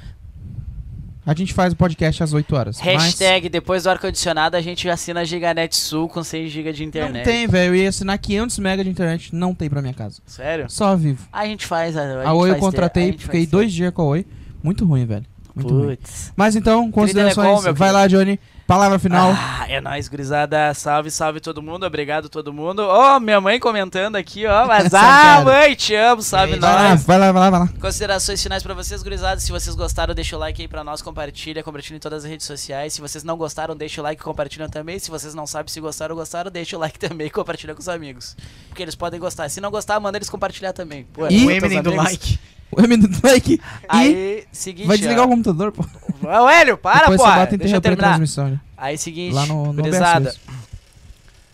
a gente faz o podcast às 8 horas. Mas
Hashtag, depois do ar-condicionado, a gente assina a Giganet Sul com 6 GB de
Não
internet.
tem, velho. Eu ia assinar 500 mega de internet, não tem pra minha casa.
Sério? Ah,
Só a Vivo.
A gente faz. A, a
A Oi
gente
eu
faz
contratei,
ter- a gente
fiquei
faz
dois dias com a Oi. Muito ruim, velho.
ter.
Muito ruim.
Putz.
Mas então, considerações.
Telecom, meu
vai
querido.
lá, Johnny. Palavra final.
Ah, é nóis, gurizada. Salve, salve todo mundo. Obrigado todo mundo. Ó, minha mãe comentando aqui, ó. Mas, ah,
Saudade.
mãe, te amo, salve
vai, lá,
nós.
vai lá, vai lá, vai lá.
Considerações finais pra vocês, gurizada. Se vocês gostaram, deixa o like aí pra nós, compartilha, compartilha em todas as redes sociais. Se vocês não gostaram, deixa o like e compartilha também. Se vocês não sabem se gostaram ou gostaram, deixa o like também e compartilha com os amigos. Porque eles podem gostar. Se não gostar, manda eles compartilhar também.
E-
O
Pô, é, muitos
Eminem do
amigos.
like.
O M Um do like. E
Aí, seguinte.
vai desligar
ó.
o computador, pô.
Ah, Hélio, para,
Depois
pô.
você bota em
Deixa
interromper
eu
a
terminar.
transmissão. né?
Aí, seguinte,
Lá no, no OBS
gurizada.
mesmo.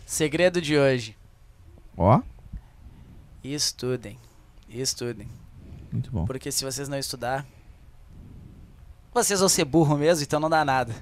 Segredo de hoje.
Ó,
Estudem. Estudem.
muito bom.
Porque se vocês não estudar, vocês vão ser burro mesmo, então não dá nada.